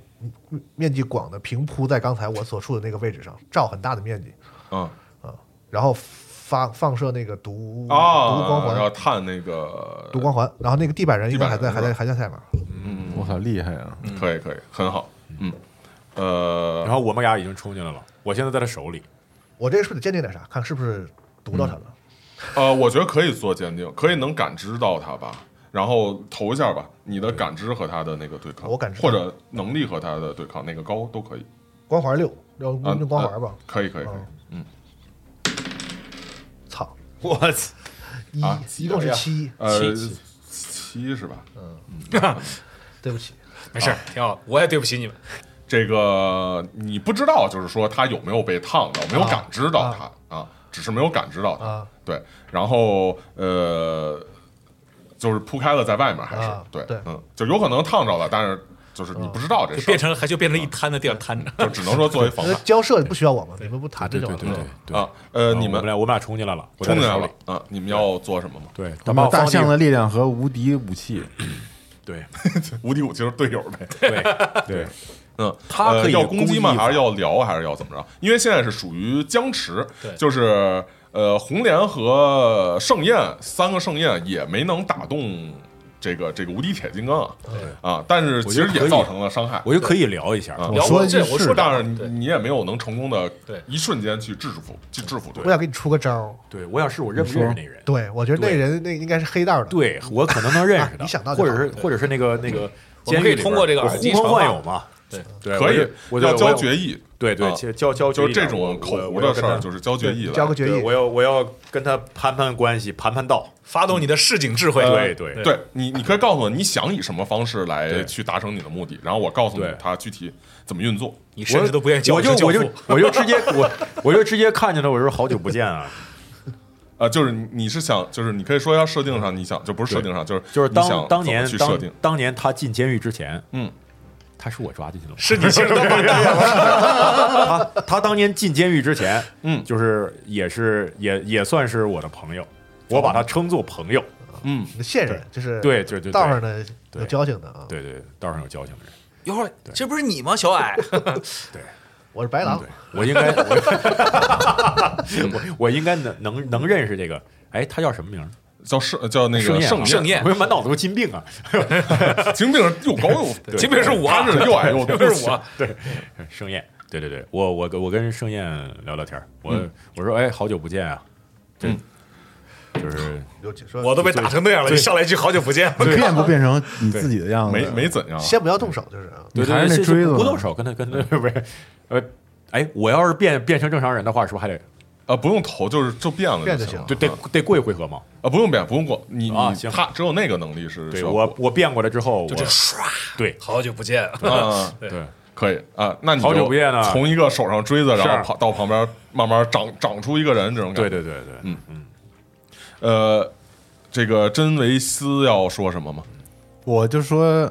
[SPEAKER 1] 面积广的平铺在刚才我所处的那个位置上，照很大的面积，
[SPEAKER 3] 嗯，
[SPEAKER 1] 然后发放射那个毒、
[SPEAKER 6] 哦
[SPEAKER 3] 啊，
[SPEAKER 1] 嗯毒光
[SPEAKER 3] 要
[SPEAKER 1] 环。
[SPEAKER 3] 探那个
[SPEAKER 1] 呃毒光环，然后那个地板人应该还在
[SPEAKER 3] 地
[SPEAKER 1] 还
[SPEAKER 3] 板人
[SPEAKER 1] 在还在下面，
[SPEAKER 2] 我操，厉害啊！
[SPEAKER 3] 嗯可以可以，很好，嗯，呃，
[SPEAKER 6] 然后我们俩已经冲进来了，我现在在他手里。
[SPEAKER 1] 我这个是得鉴定点啥，看是不是毒到他了。
[SPEAKER 3] 呃，我觉得可以做鉴定，可以能感知到他吧，然后投一下吧，你的感知和他的那个对抗，
[SPEAKER 1] 我感知
[SPEAKER 3] 或者能力和他的对抗，哪个高都可以，
[SPEAKER 1] 光环六，要
[SPEAKER 3] 啊
[SPEAKER 1] 用光环吧。
[SPEAKER 3] 可以可以可以
[SPEAKER 1] 哦，
[SPEAKER 3] 嗯，
[SPEAKER 1] 操，
[SPEAKER 4] 我操，
[SPEAKER 1] 一
[SPEAKER 3] 啊
[SPEAKER 1] 一共是嗯七，
[SPEAKER 3] 呃，
[SPEAKER 6] 七
[SPEAKER 3] 七是吧？
[SPEAKER 1] 对不起，
[SPEAKER 4] 没
[SPEAKER 6] 啊
[SPEAKER 4] 事儿，挺好。我也对不起你们。
[SPEAKER 3] 这个你不知道，就是说他有没有被烫到，没有感知到他啊只是没有感知到他。
[SPEAKER 1] 啊
[SPEAKER 3] 对，然后呃，就是铺开了在外面，还是、
[SPEAKER 1] 啊
[SPEAKER 3] 对
[SPEAKER 1] 对
[SPEAKER 3] 嗯，就有可能烫着了，但是就是你不知道这
[SPEAKER 4] 就
[SPEAKER 3] 事儿，
[SPEAKER 4] 变成还就变成一摊在地上摊着，
[SPEAKER 3] 就只能 说作为防
[SPEAKER 1] 那
[SPEAKER 3] 范
[SPEAKER 1] 交涉不需要我吗？你们不谈这
[SPEAKER 6] 对
[SPEAKER 1] 就
[SPEAKER 6] 对
[SPEAKER 1] 完了
[SPEAKER 6] 对
[SPEAKER 1] 吗？
[SPEAKER 6] 对对。
[SPEAKER 3] 啊。呃，
[SPEAKER 6] 然后
[SPEAKER 3] 你
[SPEAKER 6] 我们
[SPEAKER 3] 们
[SPEAKER 6] 俩我们俩冲进来了，我在他
[SPEAKER 3] 冲进来
[SPEAKER 6] 手
[SPEAKER 3] 了
[SPEAKER 6] 里。
[SPEAKER 3] 啊？你们要做什么吗？
[SPEAKER 6] 对，
[SPEAKER 2] 我
[SPEAKER 6] 他把
[SPEAKER 2] 们
[SPEAKER 6] 我
[SPEAKER 2] 大
[SPEAKER 6] 放地
[SPEAKER 2] 象的力量和无敌武器，
[SPEAKER 6] 对
[SPEAKER 3] 无敌武就是队友呗。
[SPEAKER 6] 对对，
[SPEAKER 3] 嗯，
[SPEAKER 6] 他
[SPEAKER 3] 呃
[SPEAKER 6] 可以
[SPEAKER 3] 要攻击吗？
[SPEAKER 6] 攻击
[SPEAKER 3] 还是要聊？还是要怎么着？因为现在是属于僵持，
[SPEAKER 4] 对
[SPEAKER 3] 就是呃，红莲和盛宴三个盛宴也没能打动这个这个无敌铁金刚啊，啊，但是其实也造成了伤害。
[SPEAKER 6] 我就可以聊一下。
[SPEAKER 3] 啊
[SPEAKER 4] 聊
[SPEAKER 2] 说
[SPEAKER 4] 过
[SPEAKER 2] 的
[SPEAKER 4] 这，
[SPEAKER 2] 是
[SPEAKER 4] 我说
[SPEAKER 3] 但
[SPEAKER 4] 这
[SPEAKER 3] 是
[SPEAKER 4] 对
[SPEAKER 3] 你你也没有能成功的，
[SPEAKER 4] 对
[SPEAKER 3] 一瞬间去制服去制服对
[SPEAKER 1] 我想给你出个招儿，
[SPEAKER 6] 对我想是我认不认识那人，
[SPEAKER 1] 对我觉得那
[SPEAKER 6] 对
[SPEAKER 1] 人那应该是黑道的，
[SPEAKER 6] 对我可能能认识
[SPEAKER 1] 啊
[SPEAKER 6] 他，
[SPEAKER 1] 你想到就
[SPEAKER 6] 或
[SPEAKER 1] 好
[SPEAKER 6] 者是或者是那个那个
[SPEAKER 4] 我们
[SPEAKER 6] 监
[SPEAKER 4] 可以
[SPEAKER 6] 狱里边儿，
[SPEAKER 4] 通过这个
[SPEAKER 6] 我
[SPEAKER 4] 耳机
[SPEAKER 6] 呼朋
[SPEAKER 4] 传
[SPEAKER 6] 唤
[SPEAKER 4] 话
[SPEAKER 6] 友嘛，
[SPEAKER 4] 对
[SPEAKER 6] 对，
[SPEAKER 3] 可以，
[SPEAKER 6] 我就
[SPEAKER 3] 要
[SPEAKER 6] 我就
[SPEAKER 3] 交
[SPEAKER 6] 我
[SPEAKER 3] 决议，
[SPEAKER 6] 对对，
[SPEAKER 3] 啊
[SPEAKER 6] 其实交交
[SPEAKER 3] 就是
[SPEAKER 6] 决议
[SPEAKER 3] 这
[SPEAKER 6] 的我
[SPEAKER 3] 种口
[SPEAKER 6] 我
[SPEAKER 3] 胡
[SPEAKER 6] 我要
[SPEAKER 3] 的
[SPEAKER 6] 跟
[SPEAKER 3] 事儿，
[SPEAKER 6] 他
[SPEAKER 3] 就是交决议了。
[SPEAKER 1] 交个决
[SPEAKER 6] 对
[SPEAKER 1] 议
[SPEAKER 6] 我，要我要跟他攀攀关系，盘盘道，
[SPEAKER 4] 发动你的市井智慧，
[SPEAKER 6] 对对
[SPEAKER 4] 对
[SPEAKER 3] 对你，你可以告诉我你想以什么方式来
[SPEAKER 6] 对
[SPEAKER 3] 去达成你的目的，然后我告诉你
[SPEAKER 6] 对
[SPEAKER 3] 它具体怎么运作。
[SPEAKER 4] 你甚至都不愿意叫
[SPEAKER 6] 我就
[SPEAKER 4] 这教
[SPEAKER 6] 我就
[SPEAKER 4] 父，
[SPEAKER 6] 我就直接我我就直接看见他，我说好久不见 啊，
[SPEAKER 3] 呃，就是你你是想，就是你可以说要设定上，你想就不是设定上，就是
[SPEAKER 6] 就是
[SPEAKER 3] 你想
[SPEAKER 6] 当当年
[SPEAKER 3] 怎么去设
[SPEAKER 6] 当
[SPEAKER 3] 定，
[SPEAKER 6] 当年他进监狱之前，
[SPEAKER 3] 嗯，
[SPEAKER 6] 他是我抓进去的吗？
[SPEAKER 4] 是你心里的榜样。
[SPEAKER 1] 啊
[SPEAKER 6] 他他当年进监狱之前，
[SPEAKER 3] 嗯
[SPEAKER 6] 就是也是也也算是我的朋友，我把他称作朋友，
[SPEAKER 3] 嗯，
[SPEAKER 1] 你的线人就是
[SPEAKER 6] 对对对对
[SPEAKER 1] 道上的
[SPEAKER 6] 对
[SPEAKER 1] 有交情的啊，
[SPEAKER 6] 对对，道上有交情的人，
[SPEAKER 7] 一会儿这不是你吗，小矮？
[SPEAKER 1] 我是白狼
[SPEAKER 6] 对，我应该我我我应该能能能认识这个，哎，他叫什么名儿？
[SPEAKER 3] 叫盛叫那
[SPEAKER 6] 盛
[SPEAKER 3] 个
[SPEAKER 6] 宴啊
[SPEAKER 3] 盛
[SPEAKER 4] 盛宴
[SPEAKER 6] 我满脑子都金病啊，
[SPEAKER 3] 金饼又高又，
[SPEAKER 4] 金饼是我
[SPEAKER 3] 他是又矮又
[SPEAKER 4] 金饼是我，
[SPEAKER 6] 盛宴，对对对，我我跟我跟盛宴聊聊天儿，我、我说哎，好久不见啊，对，就是
[SPEAKER 1] 有说
[SPEAKER 4] 我都被打成那样了，你上来一句好久不见，
[SPEAKER 2] 你变不变成你自己的样子？
[SPEAKER 3] 没没怎样啊，
[SPEAKER 1] 先不要动手，就是啊，
[SPEAKER 2] 你
[SPEAKER 6] 对
[SPEAKER 2] 还
[SPEAKER 6] 对
[SPEAKER 2] 是
[SPEAKER 6] 对，
[SPEAKER 2] 那锥子
[SPEAKER 6] 不
[SPEAKER 2] 吗
[SPEAKER 6] 动手，跟他跟他不是，呃，哎，我要是变变成正常人的话，是不是还得
[SPEAKER 3] 啊，不用投，就是就变了
[SPEAKER 1] 变
[SPEAKER 3] 就
[SPEAKER 1] 就
[SPEAKER 3] 行
[SPEAKER 1] 行
[SPEAKER 3] 了，
[SPEAKER 1] 了
[SPEAKER 6] 就得得过一回合吗？
[SPEAKER 3] 啊，不用变，不用过，你
[SPEAKER 6] 啊
[SPEAKER 3] 你
[SPEAKER 6] 行
[SPEAKER 3] 他只有那个能力是需
[SPEAKER 6] 对
[SPEAKER 3] 要
[SPEAKER 6] 我
[SPEAKER 3] 过
[SPEAKER 6] 我变过来之后，我
[SPEAKER 4] 就这唰，
[SPEAKER 6] 对
[SPEAKER 4] 好久不见。
[SPEAKER 3] 啊，
[SPEAKER 6] 对
[SPEAKER 3] 可以啊，那你
[SPEAKER 6] 好久
[SPEAKER 3] 就
[SPEAKER 6] 不见啊
[SPEAKER 3] 从一个手上锥子，然后
[SPEAKER 6] 是
[SPEAKER 3] 跑到旁边慢慢长长出一个人这种感觉，
[SPEAKER 6] 对对对对，嗯，
[SPEAKER 3] 呃，这个真维斯要说什么吗？
[SPEAKER 2] 我就说，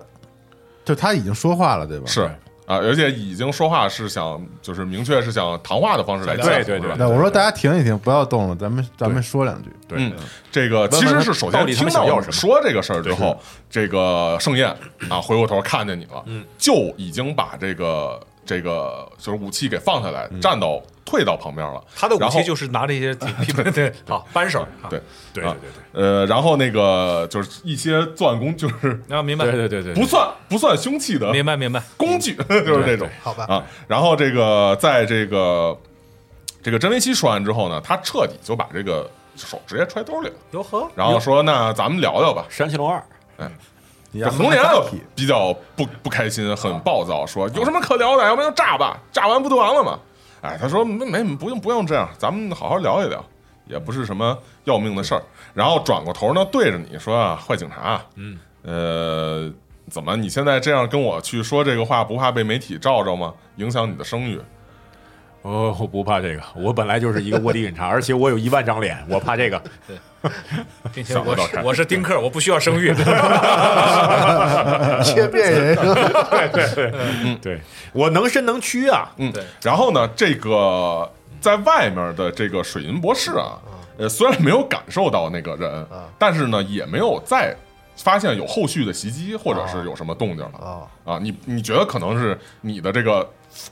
[SPEAKER 2] 就他已经说话了，对吧？
[SPEAKER 3] 是啊，而且已经说话是想，就是明确是想谈话的方式来讲，
[SPEAKER 6] 对对
[SPEAKER 3] 是
[SPEAKER 6] 对
[SPEAKER 3] 吧
[SPEAKER 2] 那我说大家停一停，不要动了，咱们咱们说 两句。
[SPEAKER 6] 对
[SPEAKER 3] 嗯，这个其实是首
[SPEAKER 6] 到
[SPEAKER 3] 先
[SPEAKER 6] 底他
[SPEAKER 3] 听
[SPEAKER 6] 们
[SPEAKER 3] 到
[SPEAKER 6] 想要
[SPEAKER 3] 我
[SPEAKER 6] 什么
[SPEAKER 3] 说这个事儿之后，这个盛宴啊，回过头看见你了，
[SPEAKER 4] 嗯
[SPEAKER 3] 就已经把这个这个就是武器给放下来，站到退到旁边了。
[SPEAKER 4] 嗯他的武
[SPEAKER 3] 然后
[SPEAKER 4] 器就是拿 这些对对，好扳手，啊
[SPEAKER 3] 对
[SPEAKER 6] 对
[SPEAKER 3] 啊
[SPEAKER 6] 对对对
[SPEAKER 3] 呃，然后那个就是一些钻工，就是
[SPEAKER 4] 然后明白
[SPEAKER 6] 对对对对，
[SPEAKER 3] 不算不算凶器的
[SPEAKER 4] 明白明白，
[SPEAKER 3] 工具， 就是这种。
[SPEAKER 1] 好吧，
[SPEAKER 3] 啊，然后这个在这个这个真维西说完之后呢，他彻底就把这个手直接揣兜里了，
[SPEAKER 4] 哟呵，
[SPEAKER 3] 然后说：“那咱们聊聊吧。
[SPEAKER 6] 山西龙二，”
[SPEAKER 3] 这红莲 比较不不开心，很暴躁，说：“有什么可聊的？要不然就炸吧，炸完不就完了吗？”哎，他说：“没没，不用不用这样，咱们好好聊一聊，也不是什么要命的事儿。”然后转过头呢，对着你说：“啊，坏警察，嗯，呃。”怎么？你现在这样跟我去说这个话，不怕被媒体罩着吗？影响你的声誉？
[SPEAKER 6] 哦，我不怕这个，我本来就是一个卧底警 察，而且我有一万张脸，我怕这个，
[SPEAKER 4] 并且
[SPEAKER 3] 想不
[SPEAKER 4] 我
[SPEAKER 3] 到
[SPEAKER 4] 是
[SPEAKER 3] 看
[SPEAKER 4] 我是丁克，我不需要生育，
[SPEAKER 1] 切变人是 吧？
[SPEAKER 6] 对我能伸能屈啊，
[SPEAKER 3] 嗯，
[SPEAKER 4] 对。
[SPEAKER 3] 然后呢，这个在外面的这个水银博士啊，
[SPEAKER 1] 嗯
[SPEAKER 3] 呃，虽然没有感受到那个人，但是呢，也没有再发现有后续的袭击或者是有什么动静了
[SPEAKER 1] 哦，
[SPEAKER 3] 啊。你你觉得可能是你的这个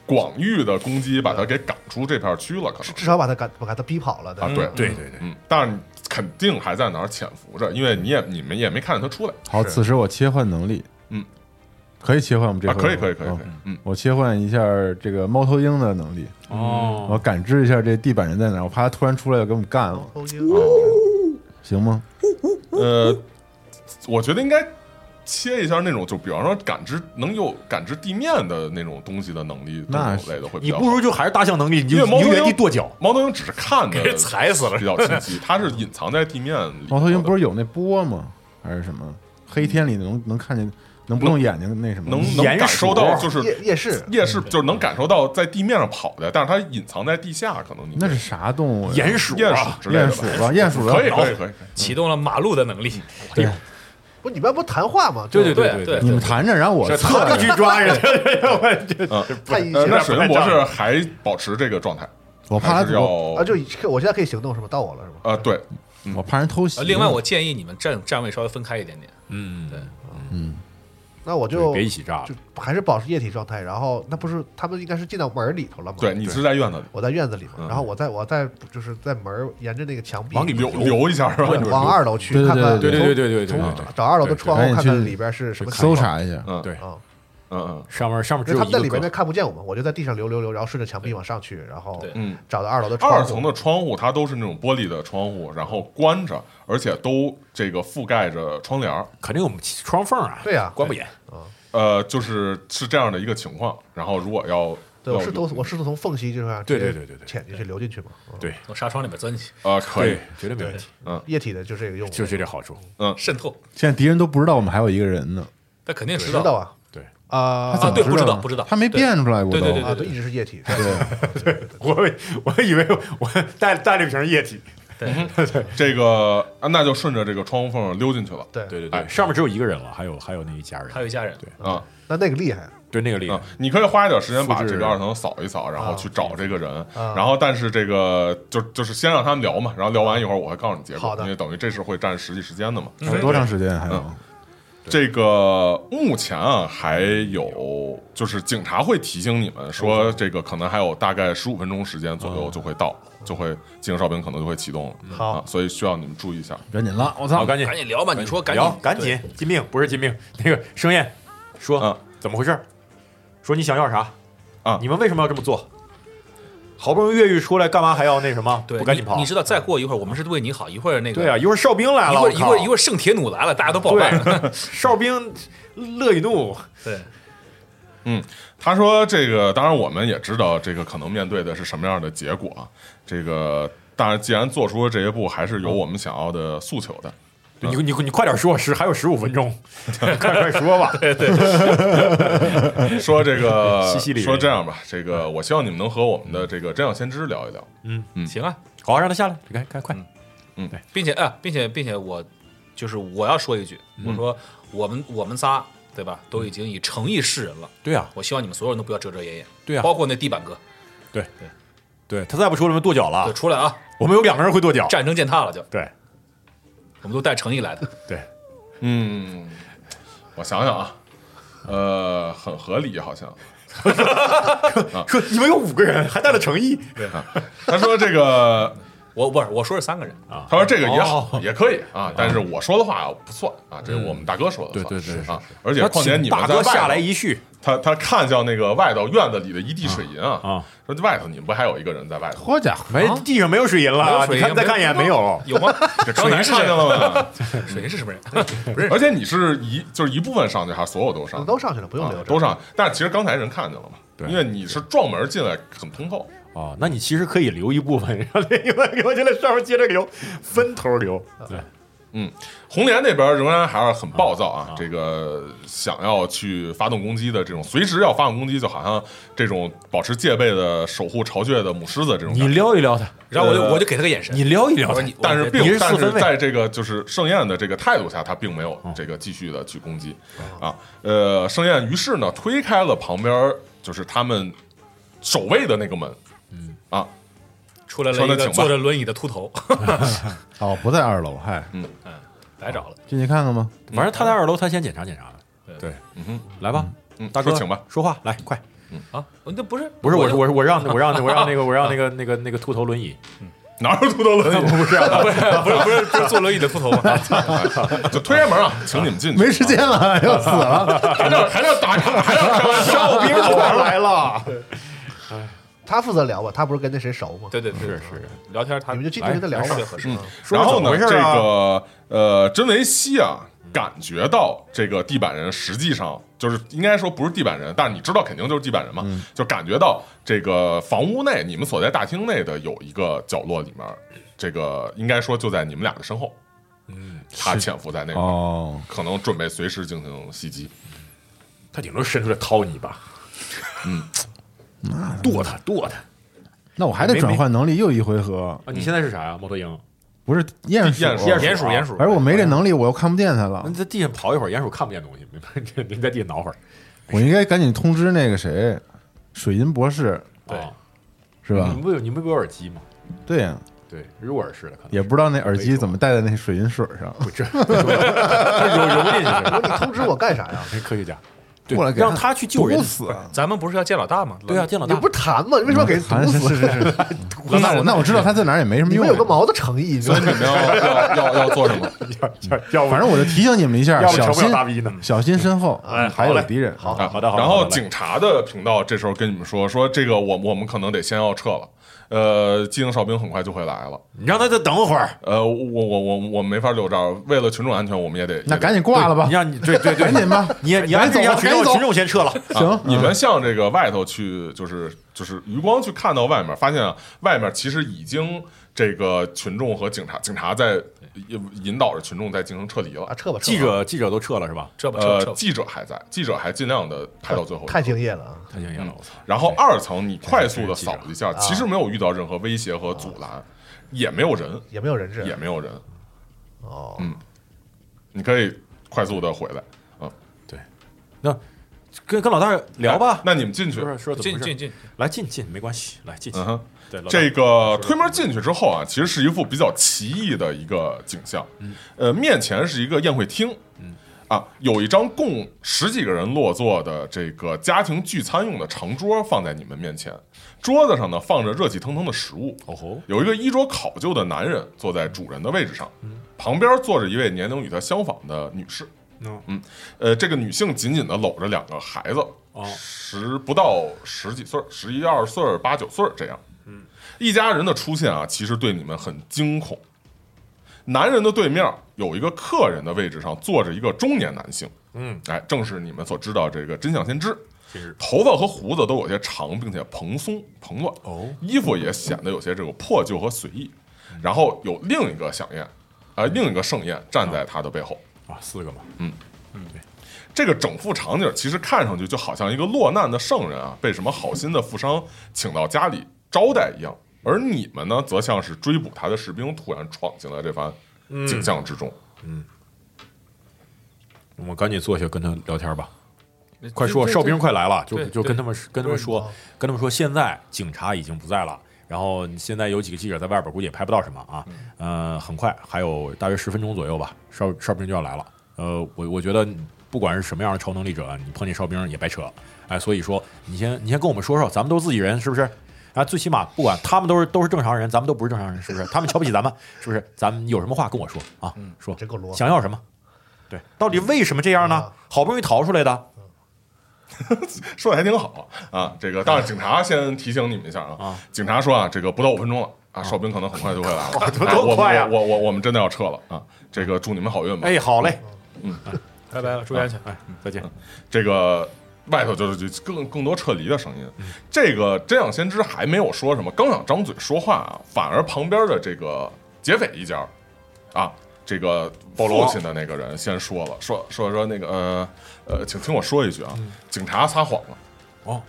[SPEAKER 3] 广域的攻击把他给赶出这片区了，可能
[SPEAKER 1] 至少把他赶把他逼跑了，
[SPEAKER 3] 啊，对，
[SPEAKER 6] 对对对，
[SPEAKER 3] 嗯，但是你肯定还在哪儿潜伏着，因为你也你们也没看见他出来
[SPEAKER 2] 好，此时我切换能力，
[SPEAKER 3] 嗯，
[SPEAKER 2] 可以切换我们这
[SPEAKER 3] 啊。
[SPEAKER 2] 回
[SPEAKER 3] 可以
[SPEAKER 2] 吗
[SPEAKER 3] 可以可以
[SPEAKER 2] 哦
[SPEAKER 3] 可以，嗯，
[SPEAKER 2] 我切换一下这个猫头鹰的能力，
[SPEAKER 6] 哦，
[SPEAKER 2] 我感知一下这地板人在哪儿，我怕他突然出来要给我们干了，
[SPEAKER 1] 偷鹰哦
[SPEAKER 2] 行吗？
[SPEAKER 3] 呃，我觉得应该切一下那种，就比方说感知能有感知地面的那种东西的能力，
[SPEAKER 2] 那
[SPEAKER 3] 这种类的会比
[SPEAKER 6] 你
[SPEAKER 3] 较好。
[SPEAKER 6] 不如就还是大象能力，你
[SPEAKER 3] 因
[SPEAKER 6] 就
[SPEAKER 3] 为
[SPEAKER 6] 你
[SPEAKER 3] 猫头
[SPEAKER 6] 就
[SPEAKER 3] 鹰
[SPEAKER 6] 原地跺脚，
[SPEAKER 3] 猫头鹰只是看的
[SPEAKER 4] 给人踩死了
[SPEAKER 3] 比较清晰，它是隐藏在地面里。
[SPEAKER 2] 猫头鹰不
[SPEAKER 3] 是
[SPEAKER 2] 是有那波吗？还是什么？黑天里能能看见，能不动眼睛那什么？
[SPEAKER 3] 能
[SPEAKER 2] 嗯
[SPEAKER 3] 能
[SPEAKER 6] 鼹
[SPEAKER 3] 感
[SPEAKER 6] 鼠
[SPEAKER 3] 受到，就是
[SPEAKER 1] 夜夜市
[SPEAKER 3] 夜视，就是能感受到在地面上跑的，但是它隐藏在地下，可能你
[SPEAKER 2] 那是啥动物呀？
[SPEAKER 6] 鼹鼠
[SPEAKER 3] 鼹
[SPEAKER 6] 啊
[SPEAKER 3] 鼠，之类的
[SPEAKER 2] 鼹
[SPEAKER 3] 吧
[SPEAKER 2] 鼠吧，鼹鼠吧
[SPEAKER 3] 可以可以可以，
[SPEAKER 4] 启动了马路的能力，
[SPEAKER 2] 对，
[SPEAKER 1] 不是你们不谈话吗？
[SPEAKER 6] 对对
[SPEAKER 4] 对
[SPEAKER 6] 对
[SPEAKER 4] 对
[SPEAKER 2] 你们谈着，然后我
[SPEAKER 6] 他
[SPEAKER 2] 测
[SPEAKER 6] 就
[SPEAKER 2] 着，
[SPEAKER 6] 去抓 人，我这
[SPEAKER 1] 太阴
[SPEAKER 3] 可以呃
[SPEAKER 1] 险
[SPEAKER 3] 那
[SPEAKER 1] 了
[SPEAKER 3] 水灵博士还保持这个状态，
[SPEAKER 2] 我怕
[SPEAKER 3] 还是
[SPEAKER 2] 他，
[SPEAKER 3] 要
[SPEAKER 2] 我
[SPEAKER 1] 啊！就我现在可以行动是吧？到我了是吧？
[SPEAKER 3] 呃对，
[SPEAKER 2] 我怕人偷袭
[SPEAKER 3] 呃
[SPEAKER 4] 呃，。另外，我建议你们站站位稍微分开一点点，
[SPEAKER 6] 嗯，
[SPEAKER 4] 对
[SPEAKER 6] 对，
[SPEAKER 1] 那我就
[SPEAKER 6] 别一起炸了
[SPEAKER 1] 就还是保持液体状态。然后那不是他们应该是进到门儿里头了吗？
[SPEAKER 3] 对你是在院子里
[SPEAKER 1] 我在院子里
[SPEAKER 6] 嗯
[SPEAKER 1] 嘛，然后我在我在就是在门儿沿着那个墙壁
[SPEAKER 3] 往里溜溜一下是吧？
[SPEAKER 1] 对往二楼去
[SPEAKER 2] 对对
[SPEAKER 1] 看看，
[SPEAKER 2] 对
[SPEAKER 6] 对对对对对
[SPEAKER 1] 从
[SPEAKER 6] 对
[SPEAKER 1] 从找二楼的窗
[SPEAKER 2] 赶
[SPEAKER 1] 户
[SPEAKER 2] 紧
[SPEAKER 1] 看看
[SPEAKER 2] 去
[SPEAKER 1] 里边是什么情
[SPEAKER 2] 搜
[SPEAKER 1] 况
[SPEAKER 2] 查一下，
[SPEAKER 3] 嗯
[SPEAKER 6] 对，
[SPEAKER 1] 啊。
[SPEAKER 3] 嗯
[SPEAKER 6] 上面上面只
[SPEAKER 1] 因为
[SPEAKER 6] 有
[SPEAKER 1] 他
[SPEAKER 6] 一
[SPEAKER 1] 们在
[SPEAKER 6] 个
[SPEAKER 1] 里边
[SPEAKER 6] 格
[SPEAKER 1] 那看不见我们，我就在地上溜溜溜，然后顺着墙壁往上去，然后
[SPEAKER 3] 嗯，
[SPEAKER 1] 找到二楼的窗户
[SPEAKER 3] 二层的窗户它都是那种玻璃的窗户，然后关着，而且都这个覆盖着窗帘儿
[SPEAKER 6] 肯定有窗缝啊，
[SPEAKER 1] 对呀
[SPEAKER 6] 关不严。
[SPEAKER 3] 呃，就是是这样的一个情况。然后如果要
[SPEAKER 1] 对，我
[SPEAKER 3] 要
[SPEAKER 1] 是都我是从缝隙这样
[SPEAKER 6] 对
[SPEAKER 1] 直接
[SPEAKER 6] 对对对对
[SPEAKER 1] 潜进去流进去嘛，嗯
[SPEAKER 6] 对
[SPEAKER 4] 从纱窗里面钻进去，
[SPEAKER 3] 呃可以
[SPEAKER 6] 对，绝对没问题，
[SPEAKER 1] 液体的就这个用，
[SPEAKER 6] 就是这好处。
[SPEAKER 4] 渗透，
[SPEAKER 2] 现在敌人都不知道我们还有一个人呢，
[SPEAKER 4] 他肯定知
[SPEAKER 1] 知
[SPEAKER 4] 道。
[SPEAKER 1] 道啊
[SPEAKER 6] 对，
[SPEAKER 1] 啊
[SPEAKER 4] 啊，对，不知道，
[SPEAKER 2] 呢
[SPEAKER 4] 不知道，
[SPEAKER 2] 他没变出来过都，
[SPEAKER 4] 对对对
[SPEAKER 1] 啊，对，一直是液体，
[SPEAKER 6] 我我以为我带带了一瓶液体，
[SPEAKER 3] 这个啊，那就顺着这个窗户缝溜进去了。
[SPEAKER 1] 对
[SPEAKER 6] 对对
[SPEAKER 3] 哎
[SPEAKER 6] 对，上面只有一个人了，还有还有那一家人，
[SPEAKER 4] 还有一家人，对，
[SPEAKER 3] 啊
[SPEAKER 1] 那那个厉害，
[SPEAKER 6] 对那个厉害
[SPEAKER 3] 啊，，你可以花一点时间把
[SPEAKER 6] 复制
[SPEAKER 3] 这个二层扫一扫，然后去找这个人。
[SPEAKER 1] 啊
[SPEAKER 3] 然后，但是这个就就是先让他们聊嘛，然后聊完一会儿我会告诉你结
[SPEAKER 1] 好
[SPEAKER 3] 果，
[SPEAKER 1] 的
[SPEAKER 3] 因为等于这是会占实际时间的嘛。
[SPEAKER 2] 有多长时间还
[SPEAKER 4] 嗯
[SPEAKER 2] 有？
[SPEAKER 3] 这个目前啊，还有就是警察会提醒你们说，这个可能还有大概十五分钟时间左右就会到，就会进行哨兵可能就会启动了。
[SPEAKER 1] 好
[SPEAKER 3] 啊，所以需要你们注意一下。
[SPEAKER 2] 赶紧了，我操
[SPEAKER 6] 好，！赶紧
[SPEAKER 4] 赶紧聊吧，你说赶
[SPEAKER 6] 聊，
[SPEAKER 4] 紧
[SPEAKER 6] 赶紧金命不是金命， 那个盛宴说
[SPEAKER 3] 嗯
[SPEAKER 6] 怎么回事？说你想要啥
[SPEAKER 3] 啊
[SPEAKER 6] 你们为什么要这么做？好不容易越狱出来，干嘛还要那什么？
[SPEAKER 4] 对，
[SPEAKER 6] 不赶紧
[SPEAKER 4] 你
[SPEAKER 6] 跑
[SPEAKER 4] 你！知道，再过一会儿我们是为你好，一会儿那个
[SPEAKER 6] 对啊，一会儿哨兵来
[SPEAKER 4] 一
[SPEAKER 6] 了，
[SPEAKER 4] 会儿
[SPEAKER 6] 我
[SPEAKER 4] 一
[SPEAKER 6] 靠
[SPEAKER 4] 会儿一会儿圣铁弩来了，大家都不 好办。
[SPEAKER 6] 对，哨兵乐与怒，
[SPEAKER 4] 对，
[SPEAKER 3] 他说：“这个当然，我们也知道这个可能面对的是什么样的结果啊。这个，当然，既然做出了这一步，还是有我们想要的诉求的。
[SPEAKER 6] 对你你你快点说，十还有十五分 钟，快快说吧。
[SPEAKER 3] 说这个
[SPEAKER 6] 西西里，人
[SPEAKER 3] 说这样吧，这个我希望你们能和我们的这个真相先知聊一聊。
[SPEAKER 6] 嗯
[SPEAKER 4] 行啊，
[SPEAKER 6] 好，让他下来，你看，快快，
[SPEAKER 3] 嗯
[SPEAKER 4] 并且啊，并且并且我就是我要说一句，
[SPEAKER 6] 嗯
[SPEAKER 4] 我说我们我们仨对吧，都已经以诚意示人了。
[SPEAKER 6] 对啊，
[SPEAKER 4] 我希望你们所有人都不要遮遮掩掩，
[SPEAKER 6] 对啊
[SPEAKER 4] 包括那地板哥，
[SPEAKER 6] 对他再不出来，我们跺脚
[SPEAKER 4] 对，
[SPEAKER 6] 了。
[SPEAKER 4] 出来啊，
[SPEAKER 6] 我们有两个人会跺脚，
[SPEAKER 4] 战争践踏了就，
[SPEAKER 6] 对
[SPEAKER 4] 我们都带诚意来的，
[SPEAKER 6] 对，
[SPEAKER 3] 嗯，我想想啊，呃，很合理，好像。嗯
[SPEAKER 6] 说你们有五个人，还带了诚意，
[SPEAKER 3] 他说这个，
[SPEAKER 4] 我不是我说是三个人啊，
[SPEAKER 3] 他说这个也好，
[SPEAKER 6] 哦嗯
[SPEAKER 3] 也可以啊，但是我说的话不算啊，这是我们大哥说的
[SPEAKER 6] 对
[SPEAKER 3] 算。
[SPEAKER 6] 对对
[SPEAKER 3] 啊，而且况且你们
[SPEAKER 6] 大
[SPEAKER 3] 在
[SPEAKER 6] 哥
[SPEAKER 3] 外头
[SPEAKER 6] 下来一叙，
[SPEAKER 3] 他他看向那个外头院子里的一地水银啊，
[SPEAKER 6] 啊
[SPEAKER 3] 说外头你们不还有一个人在 外头？
[SPEAKER 2] 好家伙，
[SPEAKER 6] 没地上没有水银
[SPEAKER 4] 没有
[SPEAKER 6] 了，
[SPEAKER 4] 水
[SPEAKER 6] 你
[SPEAKER 4] 银
[SPEAKER 6] 看再看一眼没有，
[SPEAKER 4] 有吗？
[SPEAKER 3] 这刚才看见了吗？
[SPEAKER 4] 水银是什么人？
[SPEAKER 3] 而且你是一就是一部分上去，还是所有都上去？
[SPEAKER 1] 都上去了，不用留
[SPEAKER 3] 啊
[SPEAKER 1] 着，
[SPEAKER 3] 都上去。但是其实刚才人看见了嘛，
[SPEAKER 6] 对
[SPEAKER 3] 因为你是撞门进来，很通透。
[SPEAKER 6] 哦，那你其实可以留一部分， 然后另一部分留下来，上面接着留，分头留。对，
[SPEAKER 3] 红莲那边仍然还是很暴躁啊，这个想要去发动攻击的这种，随时要发动攻击，就好像这种保持戒备的守护巢穴的母狮子这种感觉。
[SPEAKER 6] 撩一撩他，
[SPEAKER 4] 然后我就
[SPEAKER 3] 呃
[SPEAKER 4] 我就给他个眼神，
[SPEAKER 6] 你撩一撩
[SPEAKER 4] 我说
[SPEAKER 6] 他
[SPEAKER 4] 你，
[SPEAKER 3] 但是
[SPEAKER 4] 我
[SPEAKER 3] 并
[SPEAKER 6] 你是
[SPEAKER 3] 但
[SPEAKER 6] 四
[SPEAKER 3] 是
[SPEAKER 6] 分卫哦
[SPEAKER 3] 在这个就是盛宴的这个态度下，他并没有这个继续的去攻击啊。呃，盛宴于是呢推开了旁边就是他们守卫的那个门，嗯啊，
[SPEAKER 4] 出来了
[SPEAKER 3] 说
[SPEAKER 4] 一
[SPEAKER 3] 得
[SPEAKER 4] 个
[SPEAKER 3] 挺吧
[SPEAKER 4] 坐着轮椅的秃头，
[SPEAKER 2] 哦，不在二楼，嗨，
[SPEAKER 4] 白找了，
[SPEAKER 2] 进去看看吧。
[SPEAKER 6] 反正他在二楼，他先检查检查的。对，
[SPEAKER 3] 嗯哼，
[SPEAKER 6] 来吧，
[SPEAKER 3] 嗯，
[SPEAKER 6] 大哥，
[SPEAKER 3] 说请吧，，
[SPEAKER 6] 说话来，快。
[SPEAKER 4] 啊，那不是
[SPEAKER 6] 不是我，我
[SPEAKER 4] 是
[SPEAKER 6] 我让我让我让那个我让那个那个那个秃头轮椅，
[SPEAKER 3] 哪有秃头 轮椅？不是，
[SPEAKER 4] 不是不是不是不是坐轮椅的秃头吗？啊
[SPEAKER 3] 就推开门啊，请你们进去。
[SPEAKER 2] 没时间了， 要死 了！
[SPEAKER 3] 还让还让打卡，还让开玩笑。
[SPEAKER 6] 哨兵突然来了，
[SPEAKER 1] 他负责聊吧，他不是跟那谁熟吗？
[SPEAKER 4] 对对对，是是，聊天他
[SPEAKER 1] 你们就进去跟他聊吧
[SPEAKER 4] 哎是合适。
[SPEAKER 6] 说
[SPEAKER 3] 然后
[SPEAKER 6] 怎
[SPEAKER 3] 呢，
[SPEAKER 6] 么回
[SPEAKER 3] 这
[SPEAKER 6] 事啊
[SPEAKER 3] 个呃，真维西啊，感觉到这个地板人实际上就是应该说不是地板人，但是你知道肯定就是地板人嘛，
[SPEAKER 6] 嗯
[SPEAKER 3] 就感觉到这个房屋内你们所在大厅内的有一个角落里面，这个应该说就在你们俩的身后，嗯，他潜伏在那块儿，
[SPEAKER 2] 哦，
[SPEAKER 3] 可能准备随时进行 袭击。
[SPEAKER 6] 他顶多伸出来掏你一把，嗯，剁他剁他。
[SPEAKER 2] 那我还得转换能力又一回合，
[SPEAKER 6] 啊，你现在是啥呀？猫头鹰，
[SPEAKER 2] 不是鼹鼠，
[SPEAKER 3] 鼹鼠
[SPEAKER 4] 鼹鼠
[SPEAKER 6] 啊
[SPEAKER 4] 鼹鼠，
[SPEAKER 2] 而我没这能力，我又看不见它了
[SPEAKER 4] 嗯
[SPEAKER 6] 那，你在地上刨一会儿，鼹鼠看不见东西，你 你在地上挠会儿，
[SPEAKER 2] 我应该赶紧通知那个谁，水银博士
[SPEAKER 4] 对
[SPEAKER 6] 啊
[SPEAKER 2] 是吧
[SPEAKER 4] 嗯
[SPEAKER 6] 你？不有你不有耳机吗？
[SPEAKER 2] 对呀，
[SPEAKER 6] 对，入耳式的可能
[SPEAKER 2] 也不知道那耳机怎么戴在那水银水上。
[SPEAKER 6] 有融进去
[SPEAKER 1] 我
[SPEAKER 6] 的，
[SPEAKER 1] 说你通知我干啥呀？
[SPEAKER 6] 是科学家，
[SPEAKER 2] 过来给
[SPEAKER 6] 让他去救人
[SPEAKER 2] 毒，死啊！
[SPEAKER 4] 咱们不是要见老大吗？
[SPEAKER 6] 对啊，见老
[SPEAKER 1] 你
[SPEAKER 6] 大
[SPEAKER 1] 不是谈吗？你为什么要给人
[SPEAKER 2] 反
[SPEAKER 1] 毒
[SPEAKER 2] 正是
[SPEAKER 1] 死？
[SPEAKER 2] 是是是，那我那我知道他在哪儿也没什 么
[SPEAKER 1] 你
[SPEAKER 2] 用
[SPEAKER 1] 们。有个毛的诚意，你知道
[SPEAKER 3] 所以
[SPEAKER 1] 吗
[SPEAKER 3] 你？们要要要要做什么？
[SPEAKER 6] 要要不
[SPEAKER 2] 反正我就提醒你们一下，
[SPEAKER 6] 要不
[SPEAKER 2] 小
[SPEAKER 6] 成不了
[SPEAKER 2] 心
[SPEAKER 6] 大 V 呢。
[SPEAKER 2] 小心身后
[SPEAKER 6] 哎好
[SPEAKER 2] 还有
[SPEAKER 6] 嘞
[SPEAKER 2] 敌人。
[SPEAKER 6] 好
[SPEAKER 3] 啊，
[SPEAKER 6] 好的，好的。
[SPEAKER 3] 然
[SPEAKER 6] 好
[SPEAKER 3] 后
[SPEAKER 6] 的
[SPEAKER 3] 警察的频道这时候跟你们说，说这个我我们可能得先要撤了。呃，机灵哨兵很快就会来了。
[SPEAKER 6] 你让他再等会儿，
[SPEAKER 3] 呃，我我我我们没法留这儿，为了群众安全，我们也得
[SPEAKER 2] 那
[SPEAKER 3] 也得
[SPEAKER 2] 赶紧挂了吧
[SPEAKER 6] 你，让你对对对，
[SPEAKER 2] 赶紧吧。
[SPEAKER 6] 你你按
[SPEAKER 2] 赶紧走
[SPEAKER 6] 这
[SPEAKER 2] 吧
[SPEAKER 6] 样群众
[SPEAKER 2] 赶紧走
[SPEAKER 6] 群众先撤了，
[SPEAKER 3] 行，啊你们向这个外头去，就是就是余光去看到外面，发现啊，外面其实已经这个群众和警察，警察在引引导着群众在进行撤离
[SPEAKER 1] 啊，
[SPEAKER 3] 了。
[SPEAKER 1] 撤吧，撤吧
[SPEAKER 6] 记者记者都撤了是吧？
[SPEAKER 4] 这吧这吧
[SPEAKER 3] 呃
[SPEAKER 4] 这，吧，
[SPEAKER 3] 记者还在，记者还尽量的拍到最后一刻。
[SPEAKER 1] 太敬业了啊！
[SPEAKER 6] 太敬业了，我操！
[SPEAKER 3] 然后二层你快速的扫了一下，其实没有遇到任何威胁和阻拦，也没有人，
[SPEAKER 1] 也没有人质，啊
[SPEAKER 3] 也没有人，
[SPEAKER 1] 哦，
[SPEAKER 3] 你可以快速的回来。啊，
[SPEAKER 6] 那跟跟老大聊吧，
[SPEAKER 3] 那你们进去
[SPEAKER 6] 说，说说怎么
[SPEAKER 4] 进
[SPEAKER 6] 回事
[SPEAKER 4] 进进，
[SPEAKER 6] 来进进没关系，来进去
[SPEAKER 3] 嗯。哼。
[SPEAKER 6] 对，老大
[SPEAKER 3] 这个推门进去之后啊，其实是一副比较奇异的一个景象。
[SPEAKER 6] 嗯
[SPEAKER 3] 呃，面前是一个宴会厅，啊，有一张共十几个人落座的这个家庭聚餐用的长桌放在你们面前，桌子上呢放着热气腾腾的食物。
[SPEAKER 6] 哦吼，
[SPEAKER 3] 有一个衣着考究的男人坐在主人的位置上，旁边坐着一位年龄与他相仿的女士。
[SPEAKER 6] 嗯
[SPEAKER 3] 嗯，呃，这个女性紧紧的搂着两个孩子，
[SPEAKER 6] 哦
[SPEAKER 3] 十不到十几岁儿，十一二岁儿、八九岁儿这样。嗯，一家人的出现啊，其实对你们很惊恐。男人的对面有一个客人的位置上坐着一个中年男性，嗯，哎，正是你们所知道这个真相先知。头发和胡子都有些长，并且蓬松蓬乱，
[SPEAKER 6] 哦，
[SPEAKER 3] 衣服也显得有些这个破旧和随意。然后有另一个响宴，啊、另一个盛宴站在他的背后。
[SPEAKER 6] 啊，四个嘛，
[SPEAKER 3] 这个整副场景其实看上去就好像一个落难的圣人啊，被什么好心的富商请到家里招待一样，而你们呢，则像是追捕他的士兵突然闯进了这番景象之中。
[SPEAKER 6] 我们赶紧坐下跟他聊天吧。
[SPEAKER 4] 那
[SPEAKER 6] 快说，
[SPEAKER 4] 这
[SPEAKER 6] 哨兵快来了，就
[SPEAKER 4] 对
[SPEAKER 6] 就跟他们跟他们说
[SPEAKER 1] 对，
[SPEAKER 6] 跟他们说，现在警察已经不在了。然后现在有几个记者在外边，估计也拍不到什么啊。呃，很快还有大约十分钟左右吧，哨哨兵就要来了。呃，我我觉得不管是什么样的超能力者，你碰见哨兵也白扯。哎，所以说你先你先跟我们说说，咱们都是自己人，是不是？啊，最起码不管他们都是都是正常人，咱们都不是正常人，是不是？他们瞧不起咱们， 是不是？咱们有什么话跟我说啊？说
[SPEAKER 1] 真够啰嗦
[SPEAKER 6] 想要什么？对，到底为什么这样呢
[SPEAKER 1] 啊？
[SPEAKER 6] 好不容易逃出来的，
[SPEAKER 3] 说的还挺好啊。这个，但是警察先提醒你们一下啊，警察说啊，这个不到五分钟了。啊，哨兵可能很快就会来 了，
[SPEAKER 6] 多
[SPEAKER 3] 哎我
[SPEAKER 6] 多快呀
[SPEAKER 3] 我我我我们真的要撤了啊！这个祝你们好运吧。
[SPEAKER 6] 哎，好嘞，
[SPEAKER 4] 拜拜了，注意安全。
[SPEAKER 6] 哎，再见。
[SPEAKER 3] 这个外头就是就更更多撤离的声音。这个真相先知还没有说什么，刚想张嘴说话啊，反而旁边的这个劫匪一家啊，这个父亲的那个人先说了，说说说那个呃呃，请听我说一句啊，警察撒谎了。
[SPEAKER 1] 嗯，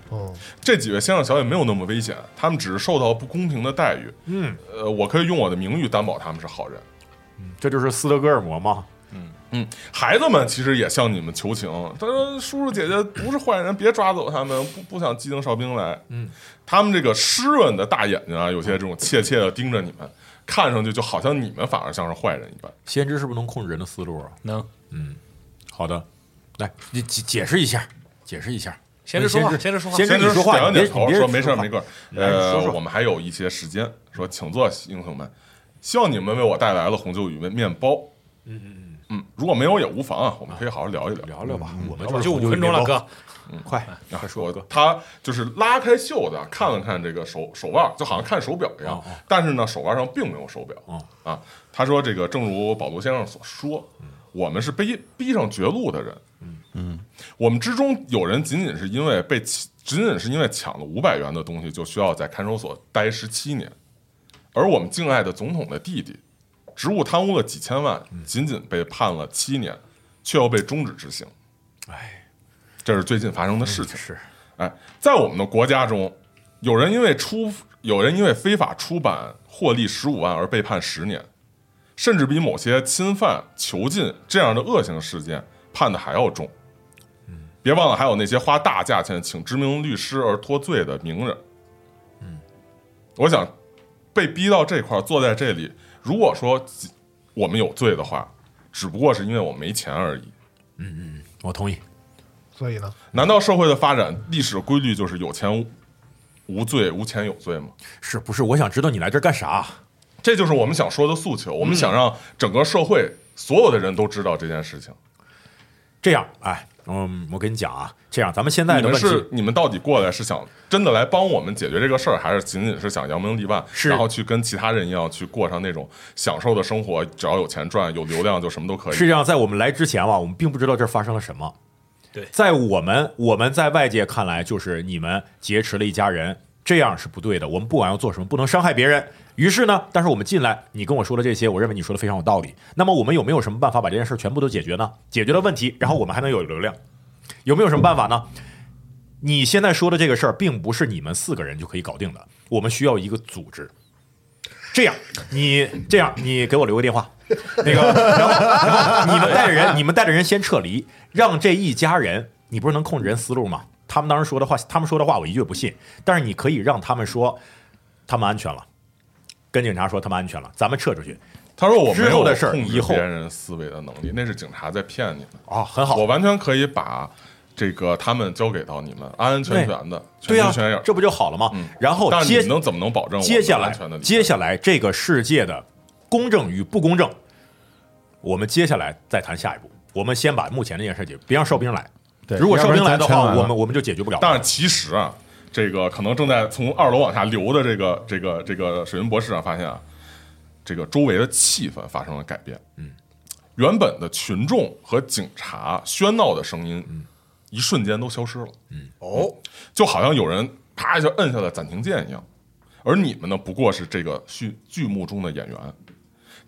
[SPEAKER 3] 这几位先生小姐没有那么危险，他们只是受到不公平的待遇。嗯，呃，我可以用我的名誉担保他们是好人。
[SPEAKER 6] 这就是斯德哥尔摩嘛，
[SPEAKER 3] 嗯，孩子们其实也向你们求情，他说：“叔叔姐姐不是坏人，别抓走他们，不不想机灵哨兵来。”嗯，他们这个湿润的大眼睛啊，有些这种怯怯的盯着你们，看上去就好像你们反而像是坏人一般。
[SPEAKER 6] 先知是不是能控制人的思路啊？
[SPEAKER 4] 能，
[SPEAKER 6] 好的，来，你解解释一下，解释一下。哎
[SPEAKER 4] 先知说话
[SPEAKER 6] 先
[SPEAKER 4] 先知说话
[SPEAKER 6] 先知
[SPEAKER 3] 先
[SPEAKER 6] 你
[SPEAKER 3] 知
[SPEAKER 6] 说话，
[SPEAKER 3] 点了
[SPEAKER 6] 你别
[SPEAKER 3] 点头，
[SPEAKER 6] 你别
[SPEAKER 3] 说没事儿没事儿。
[SPEAKER 6] 你
[SPEAKER 3] 呃
[SPEAKER 6] 说，说
[SPEAKER 3] 我们还有一些时间，说请坐，英雄们，希望你们为我带来了红酒与面面包。嗯嗯嗯，如果没有也无妨啊，我们可以好好聊一聊。
[SPEAKER 6] 聊聊嗯吧。我们
[SPEAKER 4] 我就五分钟了，，哥，
[SPEAKER 6] 快
[SPEAKER 3] 啊，
[SPEAKER 6] 快说
[SPEAKER 3] 我
[SPEAKER 6] 哥。
[SPEAKER 3] 他就是拉开袖子啊看了看这个手手腕，就好像看手表一样，但是呢，手腕上并没有手表。
[SPEAKER 6] 哦
[SPEAKER 3] 啊，他说这个正如保罗先生所说，我们是被逼上绝路的人。嗯我们之中有人仅仅是因为被抢仅仅是因为抢了五百元的东西，就需要在看守所待十七年，而我们敬爱的总统的弟弟，职务贪污了几千万，仅仅被判了七年，却又被终止执行。
[SPEAKER 6] 哎，
[SPEAKER 3] 这是最近发生的事情。
[SPEAKER 6] 是
[SPEAKER 3] 哎，在我们的国家中，有人因为出有人因为非法出版获利十五万而被判十年，甚至比某些侵犯、囚禁这样的恶性事件判的还要重。别忘了还有那些花大价钱请知名律师而脱罪的名人。嗯，我想被逼到这块儿，坐在这里，如果说我们有罪的话，只不过是因为我没钱而已。
[SPEAKER 6] 我同意。
[SPEAKER 1] 所以呢，
[SPEAKER 3] 难道社会的发展历史规律就是有钱无无罪，无钱有罪吗？
[SPEAKER 6] 是不是？我想知道你来这儿干啥？啊
[SPEAKER 3] 这就是我们想说的诉求。我们想让整个社会所有的人都知道这件事情。
[SPEAKER 6] 这样，哎，嗯，我跟你讲啊，这样咱们现在
[SPEAKER 3] 你
[SPEAKER 6] 的
[SPEAKER 3] 们
[SPEAKER 6] 问题
[SPEAKER 3] 是你们到底过来是想真的来帮我们解决这个事儿，还是仅仅是想扬名立万，
[SPEAKER 6] 是
[SPEAKER 3] 然后去跟其他人一样去过上那种享受的生活？只要有钱赚，有流量就什么都可
[SPEAKER 6] 实
[SPEAKER 3] 以。
[SPEAKER 6] 际上，在我们来之前啊，我们并不知道这儿发生了什么。
[SPEAKER 4] 对
[SPEAKER 6] 在我们我们在外界看来，就是你们劫持了一家人，这样是不对的。我们不管要做什么，不能伤害别人。于是呢，但是我们进来，你跟我说的这些，我认为你说的非常有道理。那么我们有没有什么办法把这件事儿全部都解决呢？解决了问题，然后我们还能有流量，有没有什么办法呢？你现在说的这个事儿，并不是你们四个人就可以搞定的，我们需要一个组织。这样，你这样，你给我留个电话， 那个，然后然后你们带着人，你们带着人先撤离，让这一家人，你不是能控制人思路吗？他们当时说的话，他们说的话我一句也不信，但是你可以让他们说他们安全了，跟警察说他们安全了，咱们撤出去
[SPEAKER 3] 他说我没
[SPEAKER 6] 之
[SPEAKER 3] 有
[SPEAKER 6] 后的事儿
[SPEAKER 3] 控制
[SPEAKER 6] 以后
[SPEAKER 3] 别人思维的能力，那是警察在骗你们。
[SPEAKER 6] 啊、很好
[SPEAKER 3] 哦我，完全可以把这个他们交给到你们，安安全全的，全
[SPEAKER 6] 对呀、
[SPEAKER 3] 心全意。嗯
[SPEAKER 6] 这不就好了吗？然后
[SPEAKER 3] 但是你
[SPEAKER 6] 接
[SPEAKER 3] 们能怎么能保证我
[SPEAKER 6] 接下
[SPEAKER 3] 们安
[SPEAKER 6] 来
[SPEAKER 3] 全的离开？
[SPEAKER 6] 接下来这个世界的公正与不公正，我们接下来再谈下一步。我们先把目前这件事解决，别让哨兵来。
[SPEAKER 2] 对
[SPEAKER 6] 如果哨兵来的
[SPEAKER 2] 要不
[SPEAKER 6] 话，
[SPEAKER 2] 然咱全完了
[SPEAKER 6] 我们我们就解决不了。
[SPEAKER 3] 但是其实啊，这个可能正在从二楼往下流的这个这个这个水云博士上发现啊，这个周围的气氛发生了改变。嗯，原本的群众和警察喧闹的声音，一瞬间都消失了。嗯，哦，就好像有人啪一下摁下了暂停键一样。而你们呢，不过是这个剧剧目中的演员。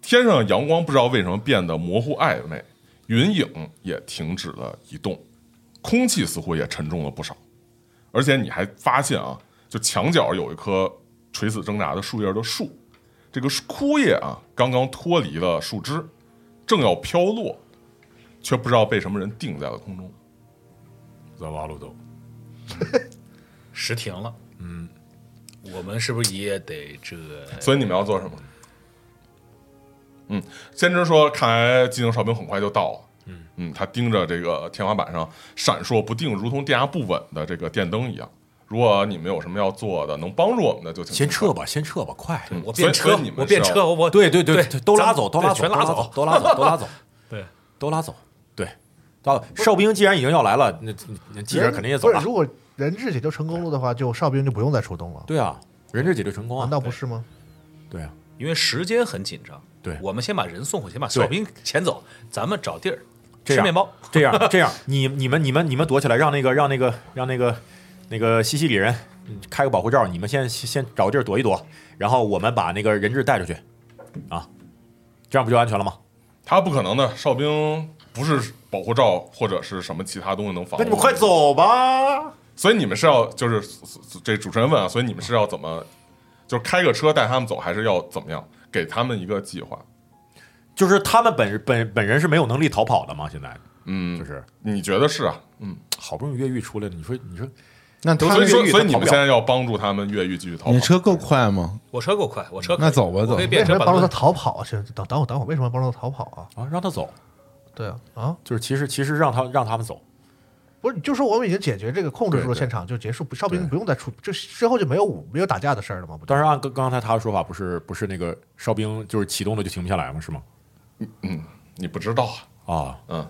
[SPEAKER 3] 天上的阳光不知道为什么变得模糊暧昧，云影也停止了移动，空气似乎也沉重了不少。而且你还发现啊，就墙角有一棵垂死挣扎的树叶的树，这个树枯叶啊刚刚脱离了树枝，正要飘落，却不知道被什么人定在了空中。
[SPEAKER 6] 泽瓦鲁多，
[SPEAKER 4] 时停了。嗯，我们是不是也得这？
[SPEAKER 6] 哎
[SPEAKER 3] 所以你们要做什么？嗯，先知说，看来机灵哨兵很快就到了。嗯他盯着这个天花板上闪烁不定、如同电压不稳的这个电灯一样。如果你们有什么要做的，能帮助我们的，就请
[SPEAKER 6] 先
[SPEAKER 3] 尽快
[SPEAKER 6] 撤吧，先撤吧，快！
[SPEAKER 3] 所
[SPEAKER 4] 我
[SPEAKER 3] 以
[SPEAKER 4] 变
[SPEAKER 3] 所以
[SPEAKER 4] 车
[SPEAKER 3] 你，们
[SPEAKER 4] 我变
[SPEAKER 3] 是要
[SPEAKER 4] 车，我我
[SPEAKER 6] 对对对
[SPEAKER 4] 对，
[SPEAKER 6] 都拉走，都
[SPEAKER 4] 咱们
[SPEAKER 6] 拉
[SPEAKER 4] 对
[SPEAKER 6] 走，
[SPEAKER 4] 全拉
[SPEAKER 6] 都
[SPEAKER 4] 走
[SPEAKER 6] 都拉走，都 拉走，
[SPEAKER 4] 对，
[SPEAKER 6] 都拉走，对。到哨兵既然已经要来了，那那记者肯定也走
[SPEAKER 1] 不
[SPEAKER 6] 了
[SPEAKER 1] 是。如果人质解救成功了的话，就哨兵就不用再出动了，
[SPEAKER 6] 对啊，人质解决成功啊，
[SPEAKER 1] 难道不是吗？
[SPEAKER 6] 对啊？
[SPEAKER 4] 因为时间很紧张。
[SPEAKER 6] 对
[SPEAKER 4] 我们先把人送回去，先把哨兵遣走，咱们找地儿
[SPEAKER 6] 这
[SPEAKER 4] 吃
[SPEAKER 6] 样
[SPEAKER 4] 面包。
[SPEAKER 6] 这样这样，你你们你们你们躲起来，让那个让那个让那个那个西西里人嗯开个保护罩，你们先先找个地儿躲一躲，然后我们把那个人质带出去，啊，这样不就安全了吗？
[SPEAKER 3] 他不可能的，哨兵不是保护罩或者是什么其他东西能防。
[SPEAKER 6] 那你们快！走吧！
[SPEAKER 3] 所以你们是要就是这主持人问啊，所以你们是要怎么，就是开个车带他们走，还是要怎么样？给他们一个计划。
[SPEAKER 6] 就是他们本本本人是没有能力逃跑的嘛，现在
[SPEAKER 3] 嗯，
[SPEAKER 6] 就是
[SPEAKER 3] 你觉得是啊？嗯，
[SPEAKER 6] 好不容易越狱出来了，你说你说
[SPEAKER 2] 那他
[SPEAKER 3] 所以
[SPEAKER 6] 越
[SPEAKER 3] 说
[SPEAKER 6] 狱
[SPEAKER 3] 所以
[SPEAKER 6] 他
[SPEAKER 3] 你
[SPEAKER 6] 跑
[SPEAKER 3] 们
[SPEAKER 6] 不
[SPEAKER 3] 现
[SPEAKER 6] 了
[SPEAKER 3] 在要帮助他们越狱继续逃
[SPEAKER 2] 你
[SPEAKER 3] 跑。
[SPEAKER 2] 车够快吗？
[SPEAKER 4] 我车够快，我车可以
[SPEAKER 2] 那走吧
[SPEAKER 4] 我可以
[SPEAKER 2] 走
[SPEAKER 4] 变
[SPEAKER 1] 为什
[SPEAKER 4] 车
[SPEAKER 1] 么
[SPEAKER 4] 把
[SPEAKER 1] 帮助他
[SPEAKER 4] 们
[SPEAKER 1] 逃跑去？等等会儿等会儿，为什么帮助他逃跑啊？
[SPEAKER 6] 啊，让他走，
[SPEAKER 1] 对啊，啊，
[SPEAKER 6] 就是其实其实让他让他们走，
[SPEAKER 1] 不是，你就说我们已经解决这个控制住了现场就结束，不哨兵不用再出，这之后就没有武没有打架的事儿了吗？不就
[SPEAKER 6] 但是按刚刚才他的说法，不是不是那个哨兵就是启动了就停不下来吗？是吗？
[SPEAKER 3] 你不知道啊？
[SPEAKER 6] 啊，
[SPEAKER 3] 嗯，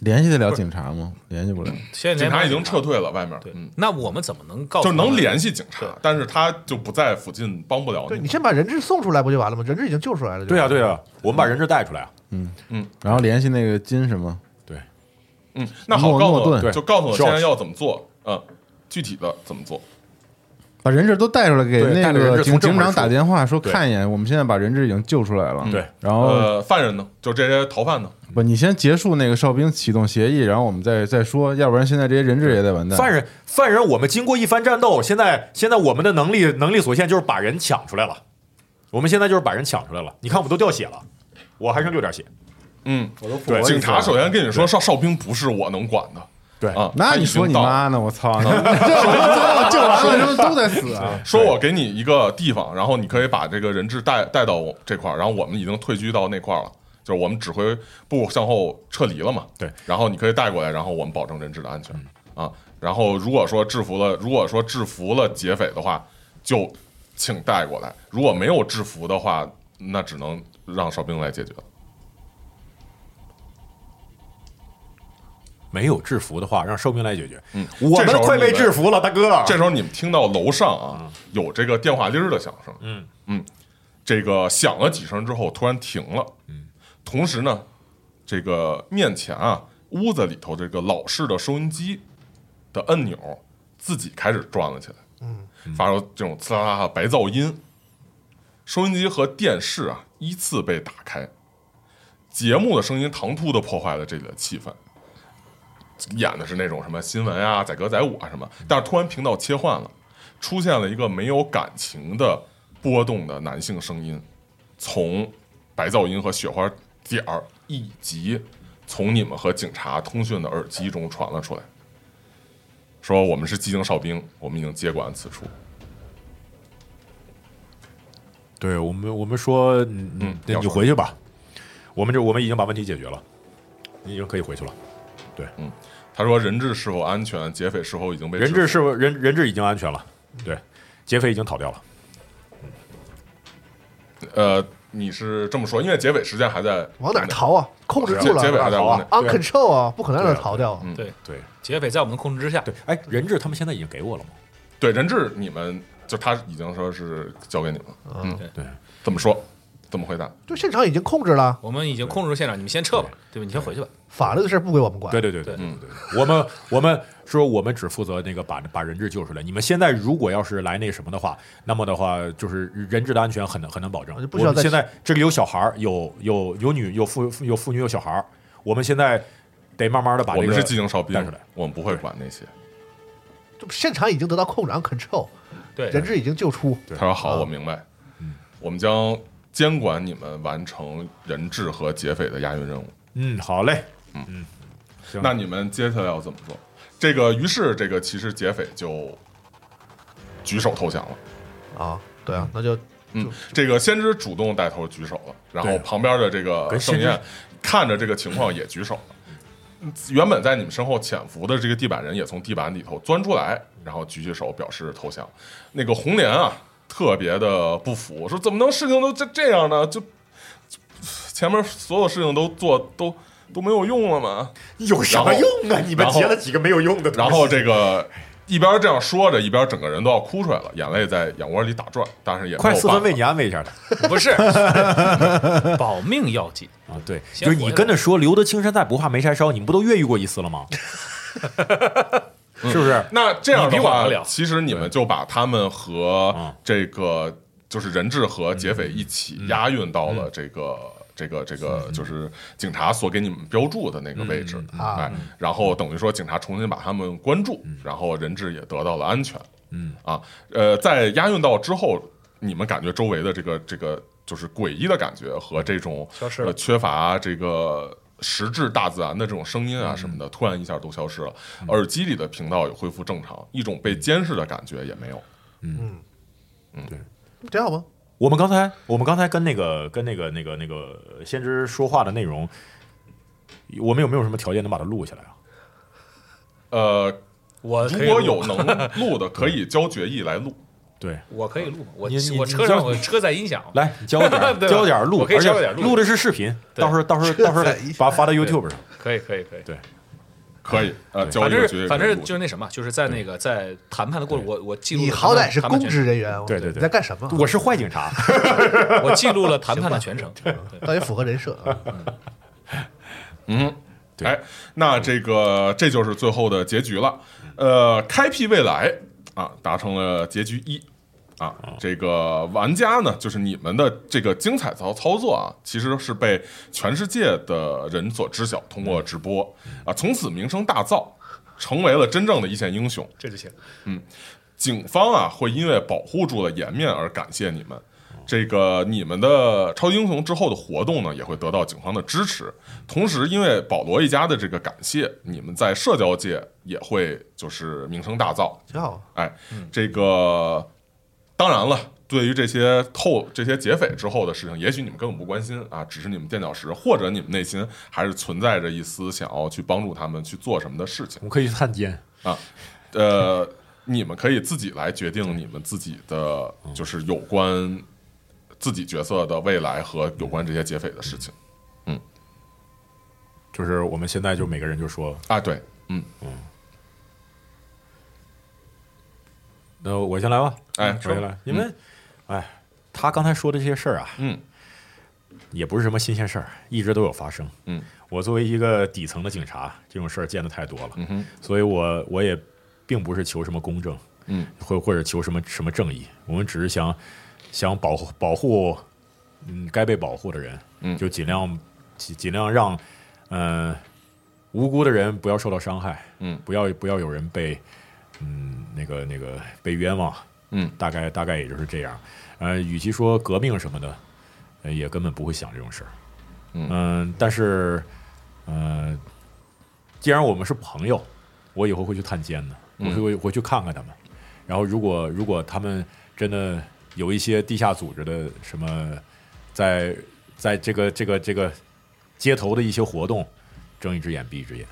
[SPEAKER 2] 联系得了警察
[SPEAKER 6] 嗯
[SPEAKER 2] 吗？联系不了。
[SPEAKER 4] 现在
[SPEAKER 3] 警察已
[SPEAKER 4] 连
[SPEAKER 3] 经撤退了，外面
[SPEAKER 4] 对
[SPEAKER 3] 嗯，，
[SPEAKER 4] 那我们怎么能告诉
[SPEAKER 3] 就
[SPEAKER 4] 他
[SPEAKER 3] 能
[SPEAKER 4] 们
[SPEAKER 3] 联系警察，但是他就不在附近，帮不了
[SPEAKER 1] 对你
[SPEAKER 3] 们。
[SPEAKER 1] 先把人质送出来不就完了吗？人质已经救出来了。
[SPEAKER 6] 对
[SPEAKER 1] 呀、
[SPEAKER 6] 啊对啊，我们把人质带出来啊，
[SPEAKER 2] 然后联系那个金什么？
[SPEAKER 6] 对。
[SPEAKER 3] 嗯，那好，
[SPEAKER 2] 诺
[SPEAKER 3] 告诉
[SPEAKER 2] 诺
[SPEAKER 3] 我，
[SPEAKER 2] 顿
[SPEAKER 3] 就告诉我
[SPEAKER 6] George
[SPEAKER 3] 现在要怎么做。嗯，具体的怎么做？
[SPEAKER 2] 把人质都带出来，给
[SPEAKER 6] 对带
[SPEAKER 2] 那
[SPEAKER 6] 着人
[SPEAKER 2] 个
[SPEAKER 6] 质
[SPEAKER 2] 警
[SPEAKER 6] 从正
[SPEAKER 2] 警
[SPEAKER 6] 门
[SPEAKER 2] 长
[SPEAKER 6] 出
[SPEAKER 2] 打电话说
[SPEAKER 6] 对
[SPEAKER 2] 看一眼，我们现在把人质已经救出来了。
[SPEAKER 6] 对
[SPEAKER 2] 然后
[SPEAKER 3] 呃，犯人呢？就这些逃犯呢？
[SPEAKER 2] 不，你先结束那个哨兵启动协议，然后我们再再说，要不然现在这些人质也得完蛋。
[SPEAKER 6] 嗯犯人，犯人，我们经过一番战斗，现在现在我们的能力能力所限就是把人抢出来了。我们现在就是把人抢出来了。你看，我们都掉血了，我还剩六点血。
[SPEAKER 3] 嗯，
[SPEAKER 6] 对
[SPEAKER 3] 警察首先跟你说，哨哨兵不是我能管的，
[SPEAKER 2] 对
[SPEAKER 3] 啊，
[SPEAKER 2] 那
[SPEAKER 3] 他
[SPEAKER 2] 你
[SPEAKER 3] 已
[SPEAKER 2] 说
[SPEAKER 3] 经
[SPEAKER 2] 你
[SPEAKER 3] 到了
[SPEAKER 2] 妈呢？我操，这完就完了，他们都在死啊！
[SPEAKER 3] 说我给你一个地方，然后你可以把这个人质带带到我这块儿，然后我们已经退居到那块儿了，就是我们指挥部向后撤离了嘛。
[SPEAKER 6] 对，
[SPEAKER 3] 然后你可以带过来，然后我们保证人质的安全、啊。然后如果说制服了，如果说制服了劫匪的话，就请带过来；如果没有制服的话，那只能让哨兵来解决了。
[SPEAKER 6] 没有制服的话，让哨兵来解决。
[SPEAKER 3] 嗯，
[SPEAKER 6] 我
[SPEAKER 3] 这时
[SPEAKER 6] 们
[SPEAKER 3] 候
[SPEAKER 6] 快被
[SPEAKER 3] 你们
[SPEAKER 6] 制服了，大哥。
[SPEAKER 3] 这时候你们听到楼上啊有这个电话铃儿的响声，
[SPEAKER 6] 嗯
[SPEAKER 3] 这个响了几声之后突然停了，嗯，同时呢，这个面前啊屋子里头这个老式的收音机的按钮自己开始转了起来，嗯，发出这种刺啦啦的白噪音，收音机和电视啊依次被打开，节目的声音唐突的破坏了这里的气氛。演的是那种什么新闻啊、载歌载舞啊什么，但是突然频道切换了，出现了一个没有感情的波动的男性声音，从白噪音和雪花点儿以及从你们和警察通讯的耳机中传了出来，说我们是机警哨兵，我们已经接管此处。
[SPEAKER 6] 对我们，我们说，嗯
[SPEAKER 3] 嗯
[SPEAKER 6] 嗯，那
[SPEAKER 3] 要
[SPEAKER 6] 你
[SPEAKER 3] 说
[SPEAKER 6] 回去吧。我们这我们已经把问题解决了，你已经可以回去了。
[SPEAKER 3] 他说人质是否安全，劫匪是否已经被
[SPEAKER 6] 人质
[SPEAKER 3] 制服
[SPEAKER 6] 是人人质已经安全了，对，劫匪已经逃掉了。
[SPEAKER 3] 呃，你是这么说，因为劫匪时间还在
[SPEAKER 1] 往哪儿？逃啊？控制
[SPEAKER 3] 对
[SPEAKER 1] 住了，
[SPEAKER 3] 结尾还在屋内
[SPEAKER 1] 啊，uncontrol 啊，不可能让
[SPEAKER 6] 对
[SPEAKER 1] 他
[SPEAKER 6] 啊
[SPEAKER 1] 逃掉啊。
[SPEAKER 3] 嗯
[SPEAKER 4] 对，
[SPEAKER 6] 对
[SPEAKER 4] 劫匪在我们的控制之下，
[SPEAKER 6] 对，哎，人质他们现在已经给我了吗？
[SPEAKER 3] 对人质，你们就他已经说是交给你们了。嗯，
[SPEAKER 6] 对，
[SPEAKER 3] 怎么说？怎么回答？
[SPEAKER 1] 就现场已经控制了，
[SPEAKER 4] 我们已经控制住现场，你们先撤吧，对吧？你先回去吧。
[SPEAKER 1] 法律的事儿不归我们管。
[SPEAKER 6] 对对对对嗯对对，对我们我们说我们只负责那个把把人质救出来。你们现在如果要是来那什么的话，那么的话就是人质的安全很难很难保证
[SPEAKER 1] 我就。不
[SPEAKER 6] 我
[SPEAKER 1] 需要
[SPEAKER 6] 们
[SPEAKER 1] 再
[SPEAKER 6] 现在这里有小孩儿，有有有女有妇有妇女有小孩儿，我们现在得慢慢的把
[SPEAKER 3] 我
[SPEAKER 6] 这
[SPEAKER 3] 们
[SPEAKER 6] 个
[SPEAKER 3] 是寂静哨兵
[SPEAKER 6] 带出来，
[SPEAKER 3] 我们不会管那些。
[SPEAKER 1] 就现场已经得到控制，uncontrol，
[SPEAKER 4] 对，
[SPEAKER 1] 人质已经救出。
[SPEAKER 3] 他说：“
[SPEAKER 6] 啊
[SPEAKER 3] 好，我明白。我
[SPEAKER 6] 嗯
[SPEAKER 3] 们将监管你们完成人质和劫匪的押运任务。
[SPEAKER 6] 嗯，好嘞，嗯
[SPEAKER 3] 那你们接下来要怎么做？这个，于是这个其实劫匪就举手投降了。
[SPEAKER 1] 啊，对啊，那就
[SPEAKER 3] 嗯，这个先知主动带头举手了，然后
[SPEAKER 6] 对
[SPEAKER 3] 旁边的这个
[SPEAKER 6] 跟先
[SPEAKER 3] 盛
[SPEAKER 6] 知
[SPEAKER 3] 宴看着这个情况也举手了。原本在你们身后潜伏的这个地板人也从地板里头钻出来，然后举起手表示投降。那个红莲啊，特别的不服，说怎么能事情都这这样呢？就就前面所有事情都做都都没有用 了吗？
[SPEAKER 6] 有什么
[SPEAKER 3] 然后
[SPEAKER 6] 用啊？你们
[SPEAKER 3] 然后
[SPEAKER 6] 结了几个没有用的东西？哦
[SPEAKER 3] 然后这个一边这样说着，一边整个人都要哭出来了，眼泪在眼窝里打转，但是也没有
[SPEAKER 6] 快四
[SPEAKER 3] 办
[SPEAKER 6] 分
[SPEAKER 3] 法
[SPEAKER 6] 为你安慰一下他
[SPEAKER 4] 不是保命要紧，
[SPEAKER 6] 啊！对，
[SPEAKER 4] 先
[SPEAKER 6] 就是
[SPEAKER 4] 回
[SPEAKER 6] 你
[SPEAKER 4] 来
[SPEAKER 6] 跟他说“留得青山在，不怕没柴烧”，你们不都越狱过一次了 吗？是不是？
[SPEAKER 3] 那这样
[SPEAKER 4] 你
[SPEAKER 3] 的
[SPEAKER 4] 比我
[SPEAKER 3] 话
[SPEAKER 4] 们了，
[SPEAKER 3] 其实你们就把他们和
[SPEAKER 6] 嗯
[SPEAKER 3] 这个就是人质和劫匪一起押运到了这个。
[SPEAKER 4] 嗯
[SPEAKER 3] 这个这个就是警察所给你们标注的那个位置，
[SPEAKER 4] 嗯
[SPEAKER 1] 啊
[SPEAKER 3] 哎，然后等于说警察重新把他们关注，然后人质也得到了安全，嗯啊，呃，在押运到之后，你们感觉周围的这个这个就是诡异的感觉和这种
[SPEAKER 4] 消失了
[SPEAKER 3] 呃缺乏这个实质大自然的这种声音
[SPEAKER 4] 嗯
[SPEAKER 3] 啊什么的，突然一下都消失了。耳机里的频道也恢复正常，一种
[SPEAKER 4] 嗯
[SPEAKER 3] 被监视的感觉也没有。
[SPEAKER 1] 这样吧，
[SPEAKER 6] 我们刚才我们刚才跟那个跟那个那个那个先知说话的内容，我们有没有什么条件能把它录下来啊？
[SPEAKER 3] 呃，
[SPEAKER 4] 我可
[SPEAKER 3] 如
[SPEAKER 4] 以
[SPEAKER 3] 果
[SPEAKER 4] 录嗯
[SPEAKER 3] 有能 录的，可以交决议来录。
[SPEAKER 6] 对，
[SPEAKER 4] 我可以录吗？我
[SPEAKER 6] 你你
[SPEAKER 4] 我车上我车载音响，
[SPEAKER 6] 来 你教我点儿
[SPEAKER 4] 对吧
[SPEAKER 6] 教我点儿录，
[SPEAKER 4] 我可以
[SPEAKER 6] 而且
[SPEAKER 4] 教我点儿录
[SPEAKER 6] 录的是视频，
[SPEAKER 4] 对
[SPEAKER 6] 到时候到时候到时候把它发到 YouTube 上。
[SPEAKER 4] 可以可以可以。
[SPEAKER 3] 可以，呃，交一
[SPEAKER 4] 反
[SPEAKER 3] 个
[SPEAKER 4] 正
[SPEAKER 3] 决议
[SPEAKER 4] 是
[SPEAKER 3] 来
[SPEAKER 4] 反正
[SPEAKER 3] 录
[SPEAKER 4] 就是那什么，就是在那个在谈判的过程，我我记录了
[SPEAKER 1] 你好歹是
[SPEAKER 4] 谈判
[SPEAKER 1] 公
[SPEAKER 4] 的
[SPEAKER 1] 职人员，
[SPEAKER 6] 对对对
[SPEAKER 1] 你在干什么？啊
[SPEAKER 6] 我是坏警察，
[SPEAKER 4] 全程，我记录了谈判的全程。对
[SPEAKER 1] 倒也符合人设啊。
[SPEAKER 3] 嗯，哎，那这个这就是最后的结局了。呃，开辟未来啊，达成了结局一啊。这个玩家呢，就是你们的这个精彩操操作啊，其实是被全世界的人所知晓，通过直播啊，从此名声大噪，成为了真正的一嗯线英雄。
[SPEAKER 4] 这就行。
[SPEAKER 3] 警方啊会因为保护住了颜面而感谢你们，这个你们的超级英雄之后的活动呢，也会得到警方的支持。同时，因为保罗一家的这个感谢，你们在社交界也会就是名声大噪。
[SPEAKER 1] 挺好。啊
[SPEAKER 3] 哎，这个当然了，对于这些后这些劫匪之后的事情，也许你们根本不关心啊，只是你们垫脚石，或者你们内心还是存在着一丝想要去帮助他们去做什么的事情
[SPEAKER 6] 我们可以去探监，
[SPEAKER 3] 啊。呃，你们可以自己来决定你们自己的，就是有关自己角色的未来和有关这些劫匪的事情
[SPEAKER 6] 就是我们现在就每个人就说，
[SPEAKER 3] 啊。对，嗯，
[SPEAKER 6] 那我先来吧，
[SPEAKER 3] 哎，
[SPEAKER 6] 我先来，因为，哎，他刚才说的这些事儿啊，
[SPEAKER 3] 嗯，
[SPEAKER 6] 也不是什么新鲜事儿，一直都有发生。
[SPEAKER 3] 嗯，
[SPEAKER 6] 我作为一个底层的警察，这种事儿见的太多了，
[SPEAKER 3] 嗯哼，
[SPEAKER 6] 所以我我也并不是求什么公正，
[SPEAKER 3] 嗯，
[SPEAKER 6] 或或者求什么什么正义，我们只是想想保护保护，嗯，该被保护的人，
[SPEAKER 3] 嗯
[SPEAKER 6] 就尽量尽尽量让，呃，无辜的人不要受到伤害，
[SPEAKER 3] 嗯
[SPEAKER 6] 不要不要有人被，嗯，那个那个被冤枉，
[SPEAKER 3] 嗯，
[SPEAKER 6] 大概大概也就是这样，呃，与其说革命什么的，呃也根本不会想这种事儿，
[SPEAKER 3] 嗯
[SPEAKER 6] 但是，呃，既然我们是朋友，我以后会去探监的，我
[SPEAKER 3] 嗯
[SPEAKER 6] 会我会去看看他们。然后，如果如果他们真的有一些地下组织的什么，在在这个这个这个街头的一些活动，睁一只眼闭一只眼。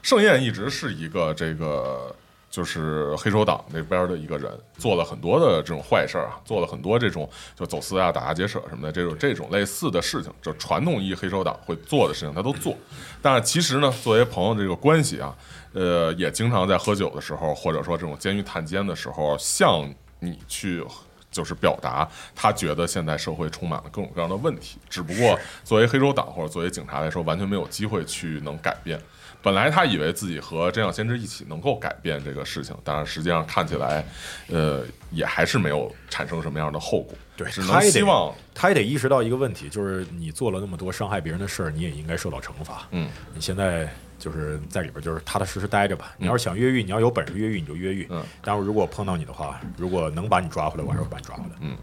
[SPEAKER 3] 盛宴一直是一个这个就是黑手党那边的一个人，做了很多的这种坏事儿啊，做了很多这种就走私啊、打家劫舍什么的这种这种类似的事情，就传统意义黑手党会做的事情他都做。但是其实呢，作为朋友这个关系啊，呃，也经常在喝酒的时候，或者说这种监狱探监的时候，向你去。就是表达他觉得现在社会充满了各种各样的问题，只不过作为黑手党或者作为警察来说，完全没有机会去能改变。本来他以为自己和真相先知一起能够改变这个事情，但是实际上看起来，呃，也还是没有产生什么样的后果。
[SPEAKER 6] 对
[SPEAKER 3] 只
[SPEAKER 6] 他
[SPEAKER 3] 能
[SPEAKER 6] 也得
[SPEAKER 3] 希望
[SPEAKER 6] 他也得意识到一个问题，就是你做了那么多伤害别人的事儿，你也应该受到惩罚。
[SPEAKER 3] 嗯，
[SPEAKER 6] 你现在就是在里边就是踏踏实实待着吧。你要是想越狱，你要有本事越狱你就越狱。
[SPEAKER 3] 嗯，
[SPEAKER 6] 但是如果碰到你的话，如果能把你抓回来，我还是会把你抓回来。嗯，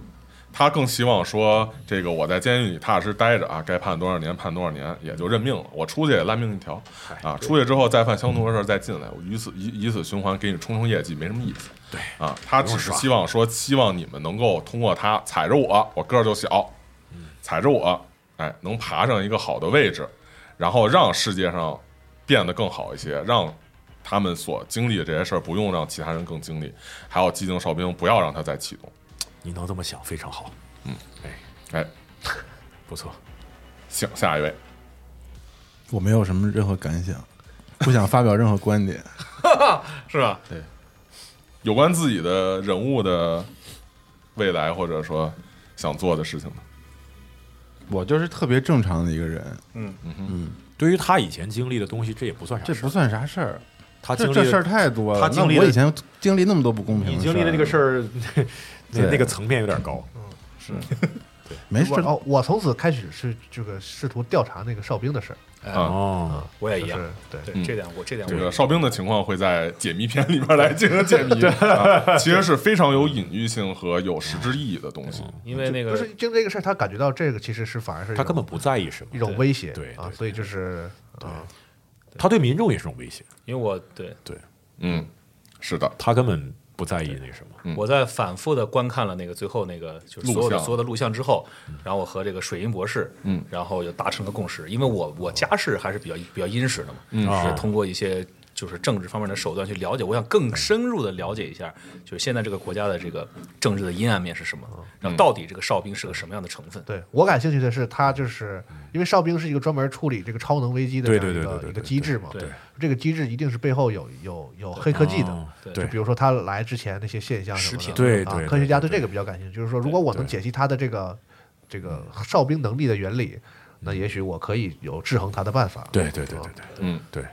[SPEAKER 3] 他更希望说，这个我在监狱里踏踏实实待着啊，该判多少年判多少年，也就认命了。我出去也烂命一条啊，出去之后再犯相同的事儿再进来，我以此以以此循环，给你冲冲业绩没什么意思。对啊，他只是希望说，希望你们能够通过他踩着我，我个儿就小，踩着我，哎，能爬上一个好的位置，然后让世界上变得更好一些，让他们所经历的这些事儿不用让其他人更经历，还有寂静哨兵不要让它再启动。
[SPEAKER 6] 你能这么想非常好，
[SPEAKER 3] 哎，
[SPEAKER 6] 不错。
[SPEAKER 3] 行，下一位。
[SPEAKER 2] 我没有什么任何感想，不想发表任何观点。
[SPEAKER 4] 是吧？
[SPEAKER 3] 有关自己的人物的未来，或者说想做的事情呢？
[SPEAKER 2] 我就是特别正常的一个人，
[SPEAKER 6] 对于他以前经历的东西，这也不算啥
[SPEAKER 2] 这
[SPEAKER 6] 事儿。
[SPEAKER 2] 不算啥事儿。
[SPEAKER 6] 他经
[SPEAKER 2] 这
[SPEAKER 6] 历
[SPEAKER 2] 这事儿
[SPEAKER 6] 的，
[SPEAKER 2] 太多了。
[SPEAKER 6] 他经历
[SPEAKER 2] 那
[SPEAKER 6] 的
[SPEAKER 2] 我以前经历那么多不公平
[SPEAKER 6] 你
[SPEAKER 2] 的
[SPEAKER 6] 经历的那个事
[SPEAKER 2] 儿，
[SPEAKER 6] 儿， 那
[SPEAKER 2] 对
[SPEAKER 6] 那个层面有点高。
[SPEAKER 3] 嗯
[SPEAKER 2] 没事
[SPEAKER 1] 我。哦，我从此开始是这个试图调查那个哨兵的事儿，
[SPEAKER 3] 啊，
[SPEAKER 6] 哦，
[SPEAKER 4] 我也
[SPEAKER 1] 就
[SPEAKER 4] 一样。
[SPEAKER 1] 是对
[SPEAKER 4] 对，这点我这点
[SPEAKER 3] 这
[SPEAKER 4] 我
[SPEAKER 3] 个哨兵的情况会在解谜篇里面来进行解谜，啊其实是非常有隐喻性和有实质意义的东西。
[SPEAKER 4] 因为那
[SPEAKER 1] 不
[SPEAKER 4] 个
[SPEAKER 1] 是经这个事儿，他感觉到这个其实是反而是一
[SPEAKER 6] 他
[SPEAKER 1] 种
[SPEAKER 6] 根本不在意什么
[SPEAKER 1] 一，种威胁，
[SPEAKER 6] 对
[SPEAKER 1] 啊
[SPEAKER 6] 对，
[SPEAKER 1] 所以就是啊，
[SPEAKER 6] 他对民众也是种威胁，
[SPEAKER 4] 因为我对
[SPEAKER 3] 嗯，是的，
[SPEAKER 6] 他根本不在意那个什么。
[SPEAKER 3] 嗯
[SPEAKER 4] 我在反复的观看了那个最后那个就是
[SPEAKER 3] 录
[SPEAKER 4] 所有的
[SPEAKER 3] 像
[SPEAKER 4] 所有的录像之后，然后我和这个水银博士，
[SPEAKER 3] 嗯
[SPEAKER 4] 然后就达成了共识，因为我我家世还是比较比较殷实的嘛，
[SPEAKER 3] 嗯
[SPEAKER 6] 啊
[SPEAKER 4] 是通过一些就是政治方面的手段去了解，我想更深入的了解一下，就是现在这个国家的这个政治的阴暗面是什么，
[SPEAKER 3] 嗯
[SPEAKER 4] 然后到底这个哨兵是个什么样的成分，
[SPEAKER 1] 对我感兴趣的是，他就是因为哨兵是一个专门处理这个超能危机的这
[SPEAKER 6] 嗯对
[SPEAKER 1] 样一
[SPEAKER 6] 对对
[SPEAKER 1] 个
[SPEAKER 6] 对对
[SPEAKER 1] 一个机制嘛，
[SPEAKER 4] 对对，
[SPEAKER 1] 这个机制一定是背后有有有黑科技的
[SPEAKER 6] 哦，
[SPEAKER 4] 对
[SPEAKER 1] 就
[SPEAKER 6] 对
[SPEAKER 1] 比如说他来之前那些现象什么
[SPEAKER 4] 实体
[SPEAKER 1] 的，
[SPEAKER 4] 的
[SPEAKER 6] 对
[SPEAKER 1] 啊
[SPEAKER 6] 对，
[SPEAKER 1] 科学家对
[SPEAKER 6] 对嗯
[SPEAKER 1] 这个比较感兴趣，就是说如果我能解析他的这个这个哨兵能力的原理。那也许我可以有制衡他的办法。
[SPEAKER 2] 对对对对对，
[SPEAKER 3] 嗯，
[SPEAKER 2] 对，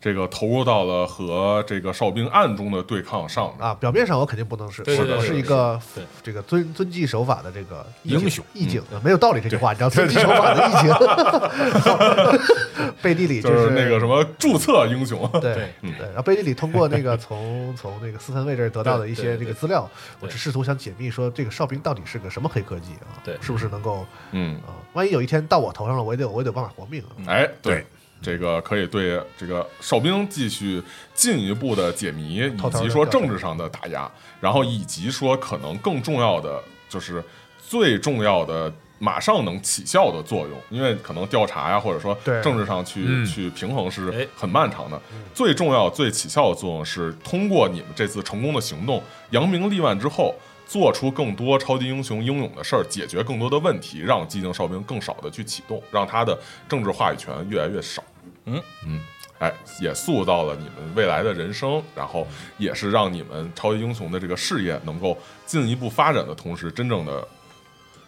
[SPEAKER 3] 这个投入到了和这个哨兵暗中的对抗上面。
[SPEAKER 1] 啊，表面上我肯定不能是，
[SPEAKER 4] 对对对
[SPEAKER 1] 我
[SPEAKER 4] 对
[SPEAKER 1] 是
[SPEAKER 4] 对
[SPEAKER 1] 一个这个遵遵纪守法的这个英雄义警，
[SPEAKER 3] 嗯
[SPEAKER 1] 没有道理这句话， 你知道遵纪守法的义警，背地里
[SPEAKER 3] 就是
[SPEAKER 1] 是
[SPEAKER 3] 那个什嗯么注册英雄，
[SPEAKER 1] 对对，然后背地里通过那个从从那个斯芬卫这儿得到的一些这个资料，我是试图想解密说这个哨兵到底是个什么黑科技啊？
[SPEAKER 4] 对
[SPEAKER 1] 是不是能够
[SPEAKER 3] 嗯，
[SPEAKER 1] 啊？万一有一天到我头上了，我也得我也得有办法活命啊！
[SPEAKER 3] 哎，
[SPEAKER 2] 对，
[SPEAKER 3] 这个可以对这个哨兵继续进一步的解谜，以
[SPEAKER 1] 偷偷地
[SPEAKER 3] 及说
[SPEAKER 1] 调查
[SPEAKER 3] 政治上的打压，然后以及说可能更重要的就是最重要的。马上能起效的作用，因为可能调查呀，或者说
[SPEAKER 1] 对
[SPEAKER 3] 政治上去、
[SPEAKER 6] 嗯
[SPEAKER 3] 去平衡是
[SPEAKER 4] 哎
[SPEAKER 3] 很漫长的。最重要、最起效的作用是通过你们这次成功的行动，扬名立万之后，做出更多超级英雄英勇的事儿，解决更多的问题，让寂静哨兵更少的去启动，让他的政治话语权越来越少。
[SPEAKER 4] 嗯
[SPEAKER 3] 嗯，哎，也塑造了你们未来的人生，然后也是让你们超级英雄的这个事业能够进一步发展的同时，真正的。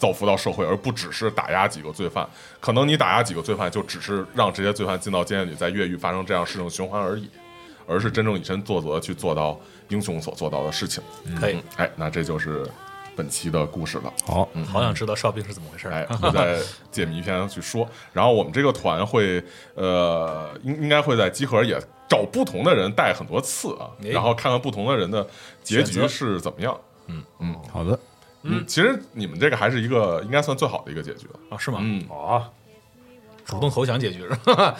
[SPEAKER 3] 造福到社会，而不只是打压几个罪犯。可能你打压几个罪犯，就只是让这些罪犯进到监狱里，在越狱发生这样事情循环而已，而是真正以身作则去做到英雄所做到的事情。
[SPEAKER 4] 可以，
[SPEAKER 3] 哎，那这就是本期的故事了。
[SPEAKER 2] 好，
[SPEAKER 6] 嗯
[SPEAKER 4] 好想知道哨兵是怎么回事儿。
[SPEAKER 3] 嗯哎，会 在解谜篇去说。然后我们这个团会，呃，应应该会在集合也找不同的人带很多次啊，
[SPEAKER 4] 哎
[SPEAKER 3] 然后看看不同的人的结
[SPEAKER 4] 选
[SPEAKER 3] 局
[SPEAKER 4] 择
[SPEAKER 3] 是怎么样。
[SPEAKER 2] 好的，
[SPEAKER 3] 嗯，其实你们这个还是一个应该算最好的一个结局了。
[SPEAKER 4] 啊，是吗？
[SPEAKER 3] 嗯
[SPEAKER 6] 哦，
[SPEAKER 4] 主动投降解决是吧？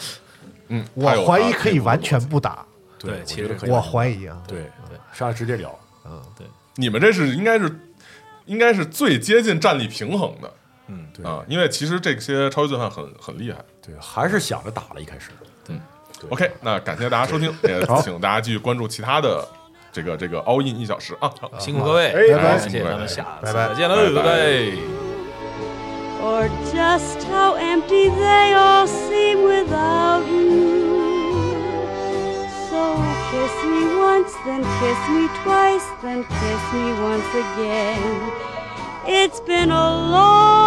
[SPEAKER 3] 嗯，
[SPEAKER 1] 我
[SPEAKER 3] 还有
[SPEAKER 1] 怀疑
[SPEAKER 3] 他
[SPEAKER 1] 可以完全不打，
[SPEAKER 4] 对，其实可以
[SPEAKER 1] 我怀疑啊，
[SPEAKER 6] 对，
[SPEAKER 4] 嗯
[SPEAKER 6] 上来直接聊，
[SPEAKER 3] 你们这是应该是应该是最接近战力平衡的。嗯，
[SPEAKER 6] 对
[SPEAKER 3] 啊，因为其实这些超级罪犯很很厉害。
[SPEAKER 6] 对，还是想着打了，一开始，
[SPEAKER 3] OK，那感谢大家收听，也请大家继续关注其他的这个这个 All In 一小时啊。
[SPEAKER 4] 好辛苦各位，
[SPEAKER 1] 拜
[SPEAKER 3] 哎
[SPEAKER 1] 拜
[SPEAKER 4] 感谢咱们下次
[SPEAKER 1] 拜拜
[SPEAKER 4] 再见喽，
[SPEAKER 3] 拜拜
[SPEAKER 4] 拜。
[SPEAKER 8] or just how empty they all seem without you. So kiss me once, then kiss me twice, then kiss me once again. It's been a long